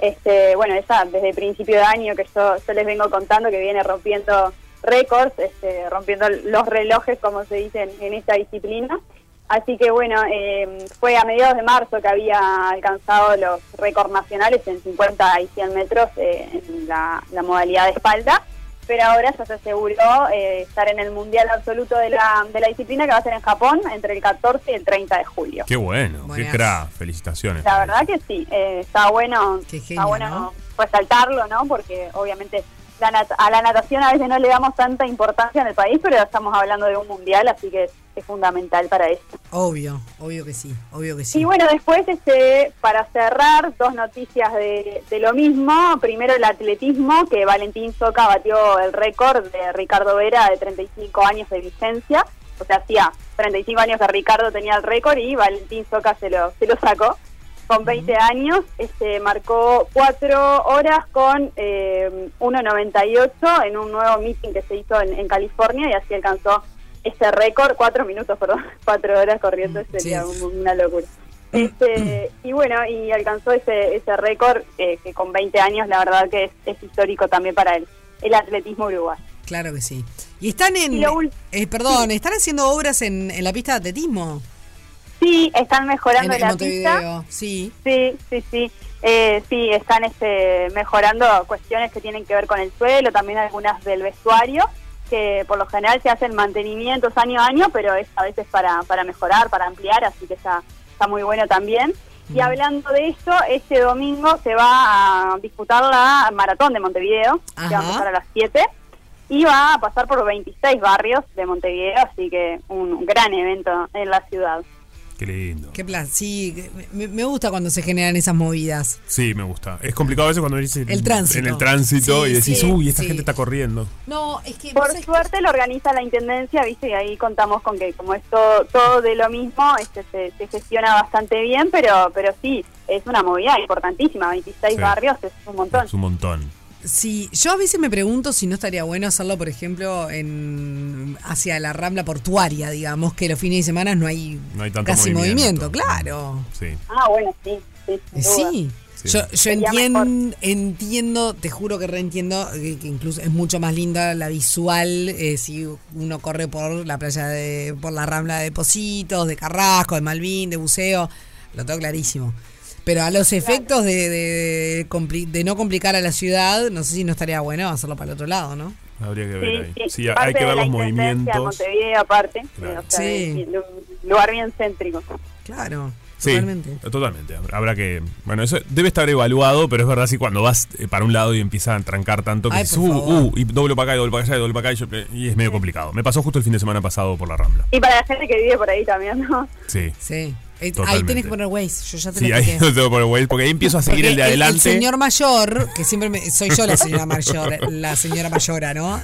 H: Este, bueno, ella desde principio de año que yo, yo les vengo contando que viene rompiendo récords, este, rompiendo los relojes, como se dice en, en esta disciplina. Así que bueno, eh, fue a mediados de marzo que había alcanzado los récords nacionales en 50 y 100 metros eh, en la, la modalidad de espalda pero ahora ya se aseguró eh, estar en el Mundial Absoluto de la, de la disciplina que va a ser en Japón entre el 14 y el 30 de julio.
C: Qué bueno,
B: Buenas.
C: qué crack. Felicitaciones.
H: La verdad que sí, eh, está bueno,
B: Qué
H: está
B: genio,
H: bueno
B: ¿no?
H: resaltarlo, ¿no? Porque obviamente la nat- a la natación a veces no le damos tanta importancia en el país, pero ya estamos hablando de un Mundial, así que es, es fundamental para esto.
B: Obvio, obvio que sí, obvio que sí.
H: Y bueno, después, este, para cerrar, dos noticias de, de lo mismo. Primero, el atletismo, que Valentín Soca batió el récord de Ricardo Vera de 35 años de licencia. O sea, hacía 35 años que Ricardo tenía el récord y Valentín Soca se lo, se lo sacó. Con 20 años, este, marcó 4 horas con eh, 1.98 en un nuevo meeting que se hizo en, en California y así alcanzó ese récord, 4 minutos, perdón, 4 horas corriendo,
B: Mm,
H: sería
B: sí.
H: un- una locura. Este, y bueno, y alcanzó ese, ese récord eh, que con 20 años la verdad que es, es histórico también para el, el atletismo uruguayo.
B: Claro que sí. Y están en.
H: Y lo ul-
B: eh, perdón, ¿están haciendo obras en, en la pista de atletismo?
H: Sí, están mejorando
B: en, en
H: la pista.
B: Montevideo. Sí.
H: Sí, sí, sí. Eh, sí, están este, mejorando cuestiones que tienen que ver con el suelo, también algunas del vestuario, que por lo general se hacen mantenimientos año a año, pero es a veces para, para mejorar, para ampliar, así que está, está muy bueno también.
B: Mm.
H: Y hablando de esto, este domingo se va a disputar la maratón de Montevideo, que va a
B: Ajá.
H: empezar a las 7, y va a pasar por 26 barrios de Montevideo, así que un gran evento en la ciudad.
C: Qué lindo.
B: Qué plan, sí, me, me gusta cuando se generan esas movidas.
C: Sí, me gusta. Es complicado a veces cuando venís en-
B: El tránsito.
C: en el tránsito
B: Sí,
C: y decís,
B: sí,
C: uy, esta
B: sí.
C: gente está corriendo.
B: No, es que
H: Por suerte lo organiza la intendencia, ¿viste? Y ahí contamos con que, como es todo, todo de lo mismo, este, se, se gestiona bastante bien, pero pero sí, es una movida importantísima. 26
C: Sí.
H: barrios es un montón.
C: Es un montón.
B: Sí, yo a veces me pregunto si no estaría bueno hacerlo, por ejemplo, en hacia la rambla portuaria, digamos, que los fines de semana no hay,
C: No hay tanto
B: casi movimiento,
C: movimiento.
B: claro.
C: Sí.
H: Ah, bueno, sí. Sí,
B: Eh,
H: sin duda.
B: Sí.
C: Sí.
B: Yo, yo
H: Sería
B: entien- entiendo, te juro que reentiendo, eh, que, que incluso es mucho más linda la visual eh, si uno corre por la playa de, por la rambla de Positos, de Carrasco, de Malvin, de Buceo, lo tengo clarísimo. Pero a los efectos de, de- de compli- de no complicar a la ciudad, no sé si no estaría bueno hacerlo para el otro lado, ¿no?
C: Habría que ver
H: Sí,
C: ahí.
H: sí,
C: Sí, hay
H: parte
C: que
H: de
C: ver
H: la
C: los
H: Intendencia de
C: movimientos.
H: Montevideo, aparte.
C: Claro.
H: eh, o sea,
B: Sí.
H: es un lugar bien céntrico.
B: Claro,
C: Sí,
B: totalmente.
C: totalmente. Habrá que. Bueno, eso debe estar evaluado, pero es verdad, si cuando vas eh, para un lado y empiezan a trancar tanto que
B: Ay,
C: dices,
B: por
C: uh,
B: favor.
C: uh, y doblo para acá, y doblo para allá, y doblo para acá, y, yo- eh, y es medio complicado. Me pasó justo el fin de semana pasado por la Rambla.
H: Y para la gente que vive por ahí también, ¿no?
C: Sí.
B: Sí. Eh, Ahí
C: Totalmente.
B: tenés que poner Waze, yo ya te
C: Sí,
B: lo
C: ahí
B: expliqué.
C: lo tengo por el Waze, porque ahí empiezo a seguir
B: Porque
C: el de
B: el- el
C: adelante.
B: señor mayor, que siempre me- soy yo la señora mayor, la señora mayora, ¿no?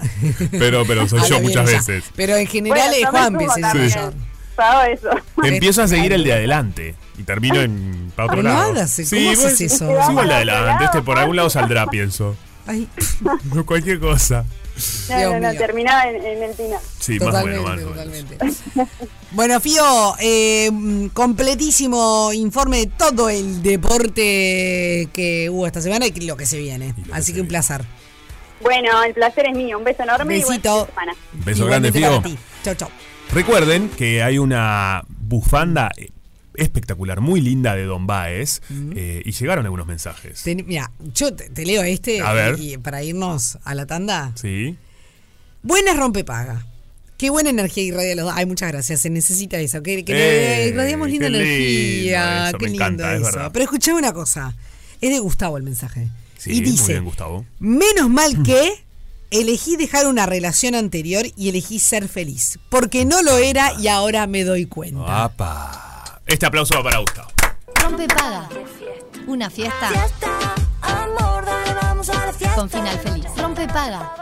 C: Pero, pero soy
B: Ahora
C: yo
B: viene
C: muchas
B: ya.
C: veces.
B: Pero en general
H: Bueno,
B: es
H: yo me
B: Juanpi,
H: subo
B: señora
H: también.
C: Sí.
B: mayor.
H: Sabe eso.
C: Empiezo a seguir el de adelante y termino en para otro
B: Pero no hagas-
C: lado.
B: ¿cómo haces
C: bueno,
B: eso?
C: Sigo el de
H: Vamos al otro
C: adelante,
H: lado,
C: este por algún lado saldrá, pienso.
B: Ay,
C: Cualquier cosa.
H: No,
B: Dios
H: no, no,
B: mío.
H: terminaba en, en el final.
C: Sí, más o
B: totalmente,
C: menos, más o menos.
B: totalmente. Bueno, Fío, eh, completísimo informe de todo el deporte que hubo esta semana y lo que se viene.
C: Y lo que
B: Así
C: se
B: que un
C: viene.
B: placer.
H: Bueno, el placer es mío. Un beso enorme y
B: Besito.
H: buena semana.
C: Beso grande, Figo.
B: Igualmente para ti. Chau, chau.
C: Recuerden que hay una bufanda eh, espectacular, muy linda de Don Baez,
B: Mm.
C: eh, y llegaron algunos mensajes. Sí.
B: Ten- mira, yo te, te leo este
C: A ver.
B: y- y para irnos a la tanda. Buenas rompepaga. Qué buena energía irradia los dos. Ay, muchas gracias. Se necesita eso. Que, que
C: Eh,
B: irradiamos linda
C: qué lindo
B: energía.
C: eso,
B: qué
C: me
B: lindo
C: encanta, es
B: eso.
C: verdad.
B: Pero escuchame una cosa. Es de Gustavo el mensaje.
C: Sí,
B: y
C: muy
B: dice,
C: bien, Mm. Gustavo.
B: menos mal que elegí dejar una relación anterior y elegí ser feliz. Porque no lo era y ahora me doy cuenta.
C: Apa. Este aplauso va para Gustavo.
F: Rompe paga. Una fiesta
G: Fiesta, amor, dale, vamos a la fiesta.
F: con final feliz. Rompe paga.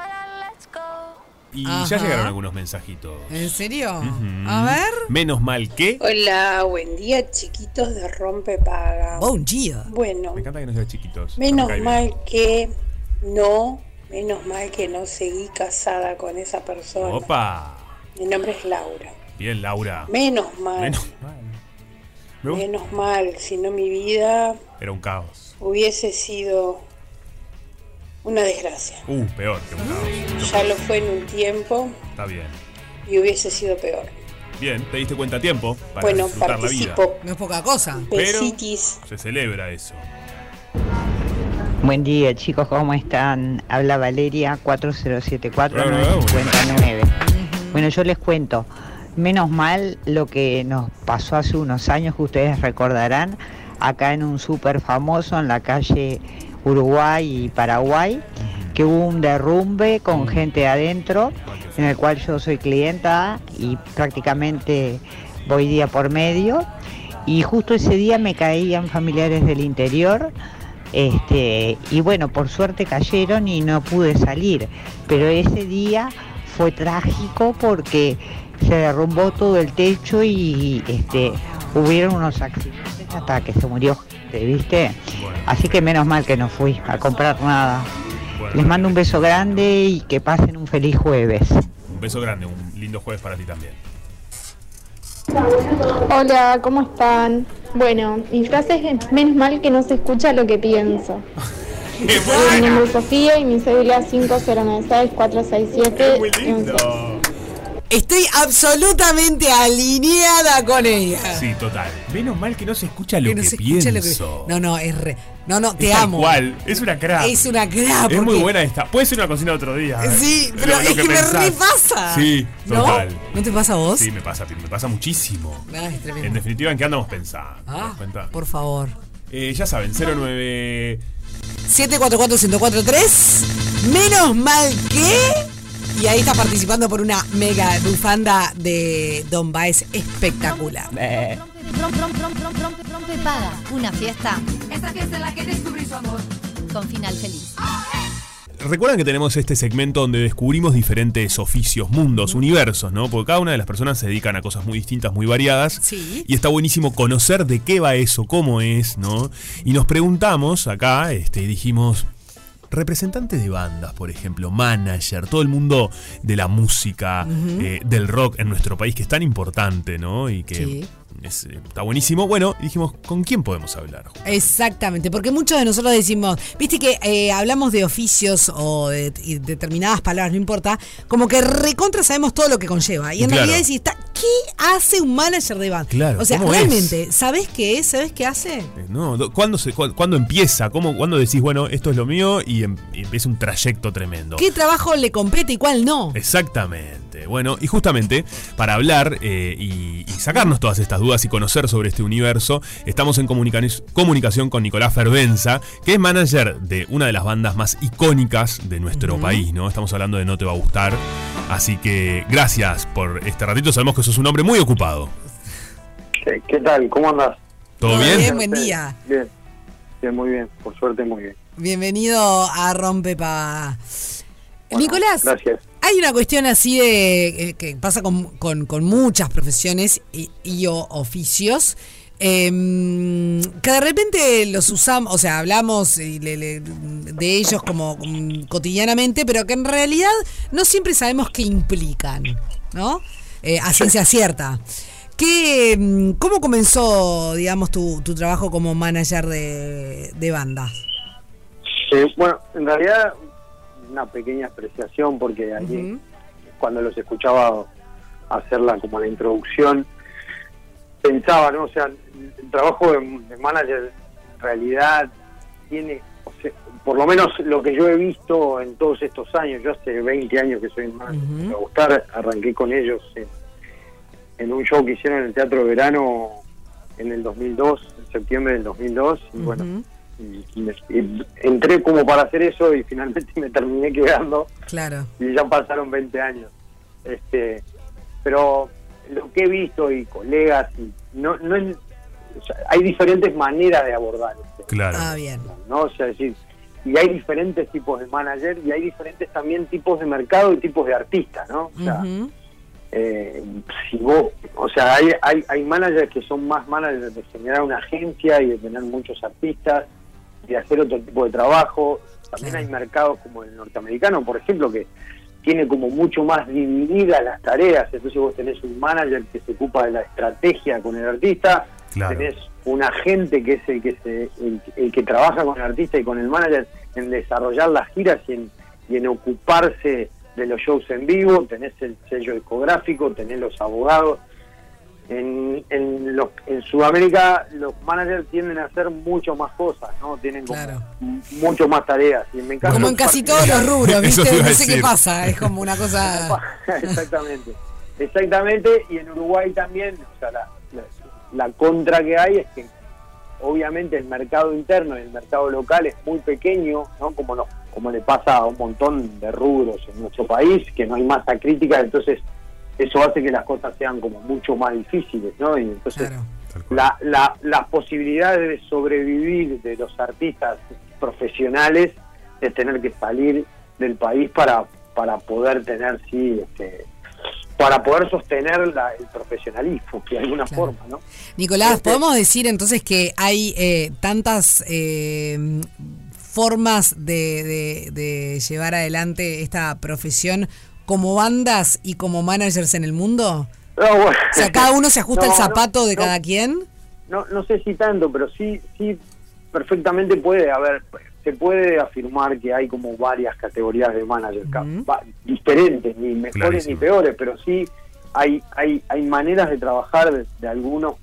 C: Y
B: Ajá.
C: ya llegaron algunos mensajitos.
B: ¿En serio? A ver.
C: Menos mal que.
I: Hola, buen día chiquitos de Rompe Paga.
B: Buen día.
I: Bueno,
C: Me encanta que no sea chiquitos. ya me
I: menos
C: cae bien.
I: mal que no, menos mal que no seguí casada con esa persona.
C: Opa.
I: Mi nombre es Laura.
C: Bien, Laura.
I: Menos mal, menos,
C: Menos mal. Me gusta.
I: mal, si no mi vida
C: Era un caos.
I: hubiese sido una desgracia.
C: Uh, peor que un caos.
I: Ya lo fue en un tiempo
C: Está bien.
I: y hubiese sido peor.
C: Bien, te diste cuenta a tiempo para
I: bueno,
C: disfrutar la vida.
I: participo.
B: No es poca cosa.
C: Pero-
I: Besitis.
C: Se celebra eso.
J: Buen día chicos, ¿cómo están? Habla Valeria 4074-959. Bueno, yo les cuento, menos mal lo que nos pasó hace unos años que ustedes recordarán, acá en un súper famoso en la calle Uruguay y Paraguay, que hubo un derrumbe con gente de adentro, en el cual yo soy clienta y prácticamente voy día por medio. Y justo ese día me caían familiares del interior. Este, y bueno, por suerte cayeron y no pude salir. Pero ese día fue trágico porque se derrumbó todo el techo y este, hubieron unos accidentes hasta que se murió gente, ¿viste? Así que menos mal que no fui a comprar nada.
C: Bueno.
J: Les mando un beso grande y que pasen un feliz jueves.
C: Un beso grande, un lindo jueves para ti también.
I: Hola, ¿cómo están? Bueno, mi frase es menos mal que no se escucha lo que pienso.
C: ¡Qué
I: Mi nombre
C: bueno!
I: es Sofía y mi cédula es 5096467.
C: ¡Es muy lindo!
B: Estoy absolutamente alineada con ella.
C: Sí, total. Menos mal que no se escucha
B: Ah.
C: lo
B: Que
C: que,
B: no se escucha lo que-
C: pienso.
B: No, no, es re. No, no, te
C: Es tal
B: amo.
C: cual. Es una crack.
B: Es una crack,
C: Es muy
B: porque-
C: buena esta. Puede ser una cocina otro día.
B: Sí,
C: Lo-
B: pero
C: lo
B: es que, me
C: pensás.
B: repasa.
C: Sí, total.
B: ¿No? ¿No te pasa a vos?
C: Sí, me pasa, me pasa muchísimo.
B: Ah, es tremendo.
C: En definitiva, ¿en qué andamos pensando? ¿Te das
B: Ah,
C: cuenta?
B: por favor.
C: Eh, ya saben, 09.
B: 744-1043. Menos mal que. Y ahí estás participando por una mega bufanda de Don Baez espectacular.
I: Eh,
F: Rompe, rompe, rompe, rompe, rompe, rompe, paga. Una fiesta. Esta fiesta en la que descubrí su amor. Con final feliz.
C: Recuerdan que tenemos este segmento donde descubrimos diferentes oficios, mundos, universos, ¿no? Porque cada una de las personas se dedican a cosas muy distintas, muy variadas.
B: Sí.
C: Y está buenísimo conocer de qué va eso, cómo es, ¿no? Y nos preguntamos acá, este, y dijimos, representantes de bandas, por ejemplo, manager, todo el mundo de la música,
K: Ujú.
C: eh, del rock en nuestro país, que es tan importante, ¿no? Y que
B: Sí.
C: es, eh, está buenísimo. Bueno, y dijimos, ¿con quién podemos hablar?
B: Exactamente, porque muchos de nosotros decimos, viste que eh, hablamos de oficios o de, y determinadas palabras, no importa, como que recontra sabemos todo lo que conlleva. Y en
C: Claro.
B: realidad decís, "Ta- ¿qué hace un manager de banda?
C: Claro,
B: o sea,
C: ¿cómo es?
B: realmente, ¿sabés qué es? ¿Sabés qué hace?
C: Eh, No, do- ¿cuándo, se, cu- cuándo empieza? ¿Cómo, ¿Cuándo decís, bueno, esto es lo mío y, em- y empieza un trayecto tremendo?
B: ¿Qué trabajo le compete y cuál no?
C: Exactamente. Bueno, y justamente para hablar eh, y, y sacarnos todas estas dudas y conocer sobre este universo, estamos en comunica- comunicación con Nicolás Fervenza, que es manager de una de las bandas más icónicas de nuestro país, ¿no? Estamos hablando de No Te Va a Gustar. Así que gracias por este ratito. Sabemos que sos un hombre muy ocupado.
L: ¿Qué, qué tal? ¿Cómo andas?
C: ¿Todo bien?
B: Bien, buen día.
L: Bien. Bien, muy bien. Por suerte, muy bien.
B: Bienvenido a Rompepa. Nicolás,
L: Gracias.
B: Hay una cuestión así de eh, que pasa con, con- con muchas profesiones y, y o- oficios. em, que de repente los usamos, o sea, hablamos y le- le- de ellos como mm, cotidianamente, pero que en realidad no siempre sabemos qué implican, ¿no? Eh, a ciencia cierta. ¿Qué, em, ¿Cómo comenzó, digamos, tu, tu trabajo como manager de, de banda?
L: Eh, bueno, en realidad, una pequeña apreciación, porque allí, cuando los escuchaba hacerla como la introducción, pensaba, ¿no? O sea, el trabajo de, de manager en realidad tiene, o sea, por lo menos lo que yo he visto en todos estos años, yo hace 20 años que soy manager,
M: Ujú.
L: me gustar, arranqué con ellos en, en un show que hicieron en el Teatro Verano en el 2002, en septiembre del 2002, y bueno, y- y me- y entré como para hacer eso y finalmente me terminé quedando
B: Claro.
L: y ya pasaron 20 años. Este, pero lo que he visto y colegas, y no, no es- o sea, hay diferentes maneras de abordar esto,
C: Claro.
B: Ah, bien.
L: ¿no? O sea, es decir, y hay diferentes tipos de manager y hay diferentes también tipos de mercado y tipos de artistas, ¿no? O sea,
B: Ujú.
L: eh, si vos, o sea, hay, hay, hay managers que son más managers de generar una agencia y de tener muchos artistas, de hacer otro tipo de trabajo. También hay mercados como el norteamericano, por ejemplo, que tiene como mucho más divididas las tareas. Entonces vos tenés un manager que se ocupa de la estrategia con el artista,
C: Claro.
L: tenés un agente que es el que, se, el, el que trabaja con el artista y con el manager en desarrollar las giras y en, y en ocuparse de los shows en vivo, tenés el sello discográfico, tenés los abogados. En, en, los- en Sudamérica los managers tienden a hacer mucho más cosas, ¿no? Tienen como mucho más tareas. Y me
B: Como en casi todos los rubros, ¿viste? No sé qué pasa, es
L: como
B: como una cosa...
L: Exactamente. Exactamente, y en Uruguay también, o sea, la, la- la contra que hay es que obviamente el mercado interno y el mercado local es muy pequeño, ¿no? Como nos, como le pasa a un montón de rubros en nuestro país, que no hay masa crítica, entonces eso hace que las cosas sean como mucho más difíciles, ¿no? Y entonces la- la- las posibilidades de sobrevivir de los artistas profesionales es tener que salir del país para para poder tener sí este, para poder sostener la- el profesionalismo de alguna forma, ¿no?
B: Nicolás,
L: Este
B: ¿podemos decir entonces que hay eh, tantas eh, formas de, de- de llevar adelante esta profesión como bandas y como managers en el mundo? O sea, cada uno se ajusta
L: No,
B: el
L: no,
B: zapato de
L: no.
B: cada quien.
L: no, no sé si tanto, pero sí, sí perfectamente puede haber, se puede afirmar que hay como varias categorías de manager, ca- va- diferentes, ni mejores
C: Clarísimo.
L: ni peores, pero sí hay, hay, hay maneras de trabajar de, de algunos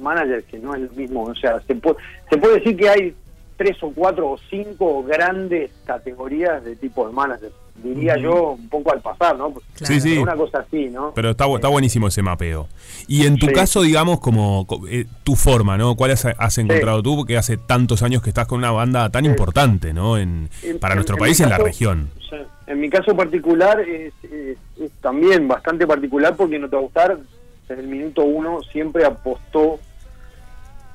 L: managers que no es lo mismo, o sea, se puede, se puede decir que hay tres o cuatro o cinco grandes categorías de tipo de manager, diría
C: Ujú.
L: yo un poco al pasar, ¿no?
C: Sí, sí.
L: Pero Una cosa así, ¿no?
C: Pero está, bu- está buenísimo ese mapeo. Y en tu
L: Sí.
C: caso, digamos, como co- eh, tu forma, ¿no? ¿Cuál has, has encontrado tú? Porque hace tantos años que estás con una banda tan importante, ¿no? En,
L: En-
C: para
L: en-
C: nuestro
L: en
C: país
L: mi
C: y en la
L: caso,
C: región.
L: sí. En mi caso particular es, es- es también bastante particular porque no te gustar desde el minuto uno siempre apostó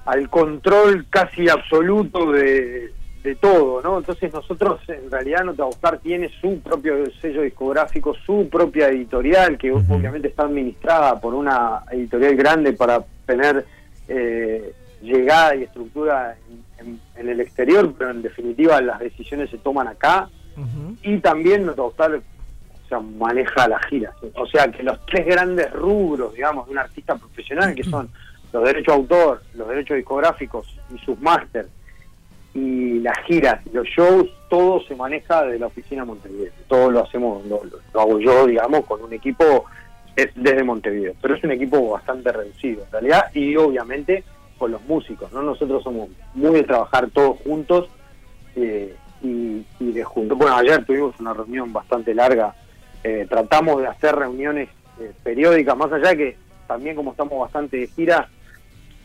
L: al control casi absoluto de, de todo, ¿no? Entonces nosotros en realidad no te gustar tiene su propio sello discográfico, su propia editorial que obviamente está administrada por una editorial grande para tener eh, llegada y estructura en, en- en el exterior, pero en definitiva las decisiones se toman acá y también Nota Hostal o sea, maneja la gira. O sea, que los tres grandes rubros, digamos, de un artista profesional, que son los derechos de autor, los derechos discográficos y sus máster, y las giras, y los shows, todo se maneja desde la oficina de Montevideo. Todo lo hacemos, lo, lo- lo hago yo, digamos, con un equipo eh, desde Montevideo. Pero es un equipo bastante reducido, en realidad, y obviamente con los músicos, ¿no? Nosotros somos muy de trabajar todos juntos eh, y, y de juntos. Bueno, ayer tuvimos una reunión bastante larga. eh, tratamos de hacer reuniones eh, periódicas, más allá de que también como estamos bastante de gira,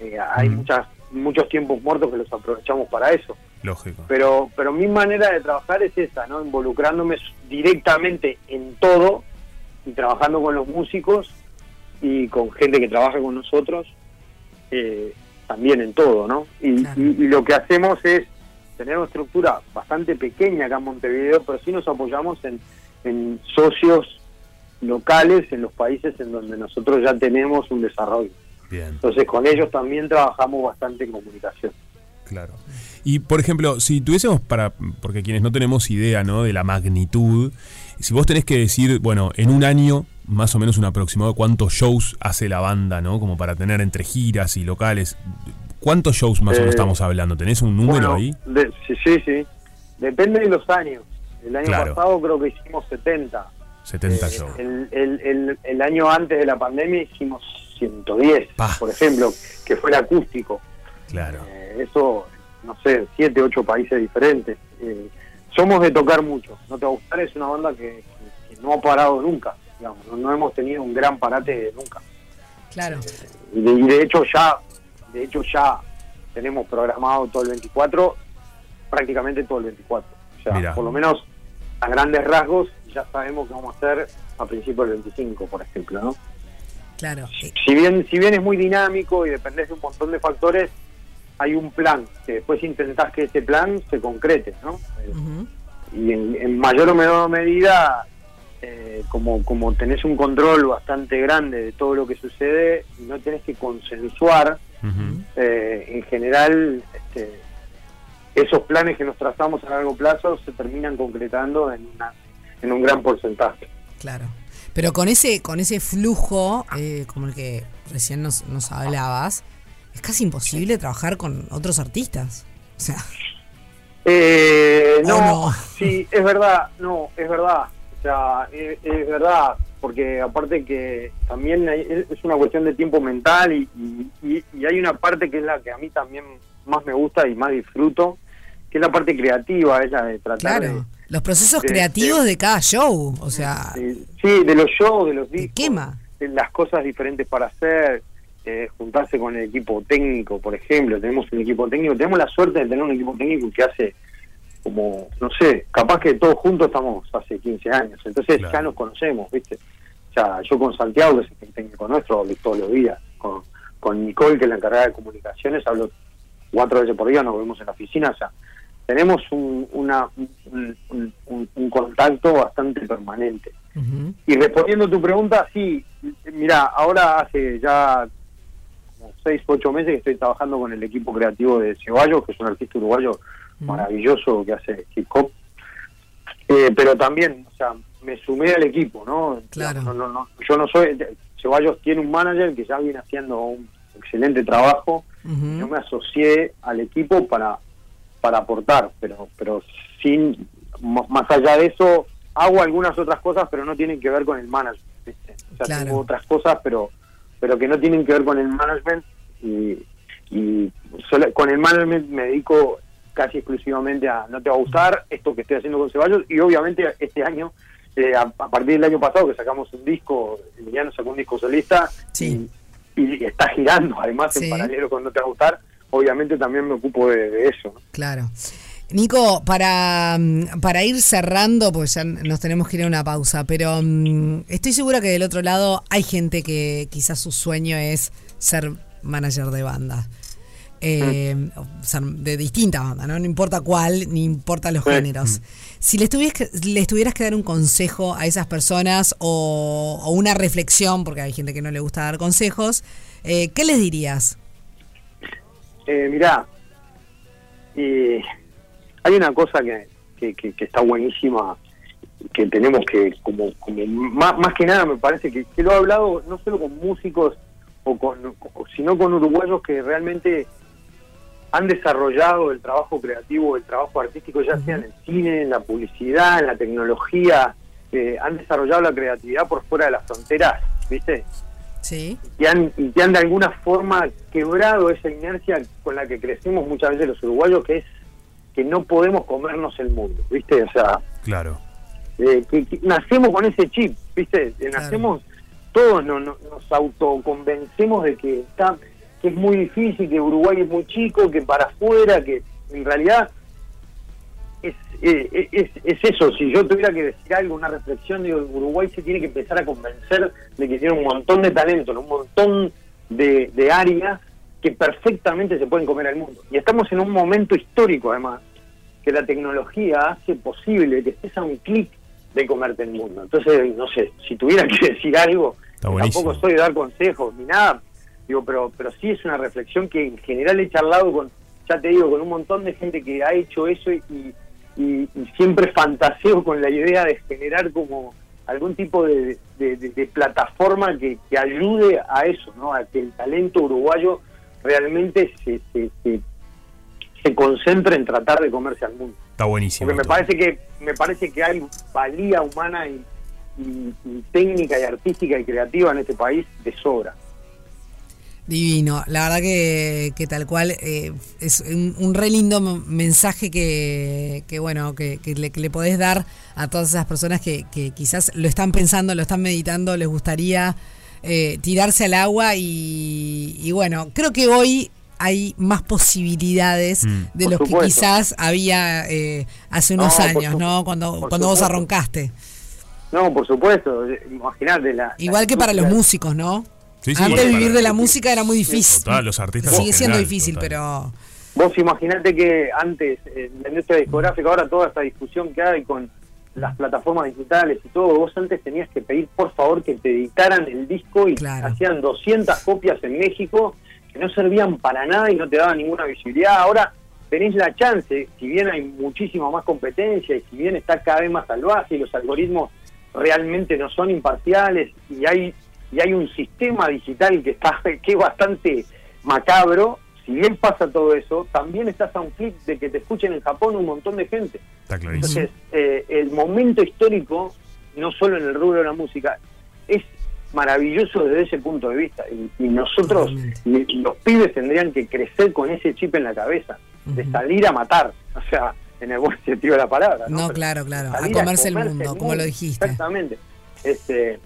L: eh, hay muchas muchos tiempos muertos que los aprovechamos para eso.
C: Lógico.
L: Pero, pero mi manera de trabajar es esa, ¿no? Involucrándome s- directamente en todo y trabajando con los músicos y con gente que trabaja con nosotros eh, también en todo, ¿no? Y, y- y lo que hacemos es tener una estructura bastante pequeña acá en Montevideo, pero sí nos apoyamos en, en socios locales en los países en donde nosotros ya tenemos un desarrollo.
C: Bien.
L: Entonces con ellos también trabajamos bastante en comunicación.
C: Claro. Y por ejemplo, si tuviésemos para, porque quienes no tenemos idea ¿no? de la magnitud, si vos tenés que decir, bueno, en un año más o menos un aproximado de cuántos shows hace la banda, ¿no? Como para tener entre giras y locales, ¿cuántos shows más o menos
L: Eh,
C: estamos hablando? ¿Tenés un número
L: Bueno,
C: ahí?
L: de- sí, sí, sí. Depende de los años. El año
C: Claro.
L: pasado creo que hicimos 70. eh,
C: 70 shows.
L: El, el- el- el año antes de la pandemia hicimos 110, por ejemplo, que fue el acústico.
C: Claro.
L: Eh, eso, no sé, 7, 8 países diferentes. Eh, somos de tocar mucho. No te va a gustar, es una banda que, que- que no ha parado nunca. Digamos. No, no hemos tenido un gran parate nunca.
B: Claro.
L: Y de, y de hecho ya de hecho ya tenemos programado todo el 24 prácticamente todo el 24 o sea
C: Mirá.
L: por lo menos a grandes rasgos ya sabemos que vamos a hacer a principios del 25 por ejemplo no
B: Claro.
L: si bien si bien es muy dinámico y dependés de un montón de factores hay un plan que después intentás que ese plan se concrete no y en, en mayor o menor medida, eh, como, como tenés un control bastante grande de todo lo que sucede, no tenés que consensuar eh, en general este, esos planes que nos trazamos a largo plazo se terminan concretando en, una- en un gran porcentaje.
B: Claro. Pero con ese, con ese flujo, eh, como el que recién nos, nos hablabas, es casi imposible trabajar con otros artistas. O sea,
L: Eh,
B: ¿O
L: no,
B: no?
L: sí, es verdad, no, es verdad. O sea, es, es verdad, porque aparte que también hay- es una cuestión de tiempo mental y, y- y- y hay una parte que es la que a mí también más me gusta y más disfruto, que es la parte creativa, es la de tratar de-
B: claro. Los procesos
L: de-
B: creativos de cada show. O sea,
L: de- sí, de los shows, de los discos, de las cosas diferentes para hacer, eh, juntarse con el equipo técnico, por ejemplo, tenemos un equipo técnico, tenemos la suerte de tener un equipo técnico que hace como, no sé, capaz que todos juntos estamos hace 15 años, entonces ya nos conocemos, ¿viste? O sea, yo con Santiago, que es el técnico nuestro, hablo todos los días, con, con Nicole, que es la encargada de comunicaciones, hablo cuatro veces por día, nos vemos en la oficina, o sea, tenemos un, una, un- un- un- un contacto bastante permanente. Y respondiendo a tu pregunta, sí, mira, ahora hace ya como seis o ocho meses que estoy trabajando con el equipo creativo de Ceballos, que es un artista uruguayo maravilloso que hace hip hop. Eh, pero también, o sea, me sumé al equipo, ¿no?
B: Claro.
L: No, no, no, yo no soy. Ceballos tiene un manager que ya viene haciendo un excelente trabajo. Yo me asocié al equipo para, para aportar, pero, pero sin mo- más allá de eso, hago algunas otras cosas, pero no tienen que ver con el management. ¿viste? O sea,
B: Claro.
L: tengo otras cosas, pero, pero que no tienen que ver con el management. Y, y solo- con el management me dedico casi exclusivamente a no te va a gustar esto que estoy haciendo con Ceballos y obviamente este año eh, a, a partir del año pasado que sacamos un disco Emiliano sacó un disco solista
B: sí.
L: y está girando además
B: Sí.
L: en paralelo con no te va a gustar obviamente también me ocupo de, de eso ¿no?
B: Claro. Nico, para, mm, para ir cerrando, pues ya nos tenemos que ir a una pausa, pero mm, estoy segura que del otro lado hay gente que quizás su sueño es ser manager de banda. Eh, o sea, de distinta banda, ¿no? No importa cuál, ni importa los
K: Sí.
B: géneros. Si les tuvieras, que- les tuvieras que dar un consejo a esas personas o, o una reflexión, porque hay gente que no le gusta dar consejos, eh, ¿qué les dirías?
L: Eh, mirá, eh, hay una cosa que, que- que- que está buenísima, que tenemos que, como, como más, más que nada me parece que, que lo he hablado no solo con músicos, o con, o- sino con uruguayos que realmente han desarrollado el trabajo creativo, el trabajo artístico, ya sea en el cine, en la publicidad, en la tecnología, eh, han desarrollado la creatividad por fuera de las fronteras, ¿viste?
B: Sí.
L: que han, y que han de alguna forma quebrado esa inercia con la que crecemos muchas veces los uruguayos, que es que no podemos comernos el mundo, ¿viste? O sea,
C: Claro.
L: eh, que, que nacemos con ese chip, ¿viste? Eh, Nacemos, todos no- no- nos autoconvencemos de que está que es muy difícil, que Uruguay es muy chico, que para afuera, que en realidad es, eh, es, es eso. Si yo tuviera que decir algo, una reflexión, digo, Uruguay se tiene que empezar a convencer de que tiene un montón de talento, ¿no? un montón de, de áreas que perfectamente se pueden comer al mundo. Y estamos en un momento histórico, además, que la tecnología hace posible que estés a un clic de comerte el mundo. Entonces, no sé, si tuviera que decir algo,
C: Está buenísimo.
L: tampoco soy de dar consejos ni nada, digo, pero, pero sí es una reflexión que en general he charlado con, ya te digo, con un montón de gente que ha hecho eso y, y- y siempre fantaseo con la idea de generar como algún tipo de, de- de- de plataforma que, que ayude a eso, ¿no? A que el talento uruguayo realmente se, se, se- se concentre en tratar de comerse al mundo.
C: Está buenísimo.
L: Porque me parece que me parece que hay valía humana y, y- y técnica y artística y creativa en este país de sobra.
B: Divino, la verdad que, que tal cual eh, es un, un re lindo m- mensaje que, que, bueno que, que le, que le podés dar a todas esas personas que, que quizás lo están pensando, lo están meditando, les gustaría eh, tirarse al agua y, y bueno, creo que hoy hay más posibilidades
C: Mm.
B: de
C: Por
B: los que
C: supuesto.
B: quizás había eh, hace unos
L: No, por
B: años,
L: su-
B: ¿no? Cuando,
L: por
B: cuando vos
L: supuesto.
B: arrancaste.
L: No, por supuesto, eh, imaginate la
B: Igual que para los músicos,
L: músicos
B: ¿no?
C: Sí, sí,
B: Antes
C: para-
B: vivir de la música era muy difícil.
C: Total, los artistas
B: Sigue
C: en
B: siendo
C: general,
B: difícil,
C: total.
B: pero...
L: Vos imaginate que antes, eh, la industria discográfica, ahora toda esta discusión que hay con las plataformas digitales y todo, vos antes tenías que pedir por favor que te editaran el disco y hacían 200 copias en México que no servían para nada y no te daban ninguna visibilidad. Ahora tenés la chance, si bien hay muchísima más competencia y si bien está cada vez más salvaje y los algoritmos realmente no son imparciales y hay y hay un sistema digital que está que es bastante macabro, si bien pasa todo eso, también estás a un clic de que te escuchen en Japón un montón de gente.
C: Está clarísimo.
L: Entonces, eh, el momento histórico, no solo en el rubro de la música, es maravilloso desde ese punto de vista. Y, y nosotros, y- y los pibes tendrían que crecer con ese chip en la cabeza, de salir a matar, o sea, en el buen sentido de la palabra.
B: No,
L: Pero
B: claro, claro, a
L: salir
B: comerse el mundo, como lo dijiste.
L: Exactamente. Este,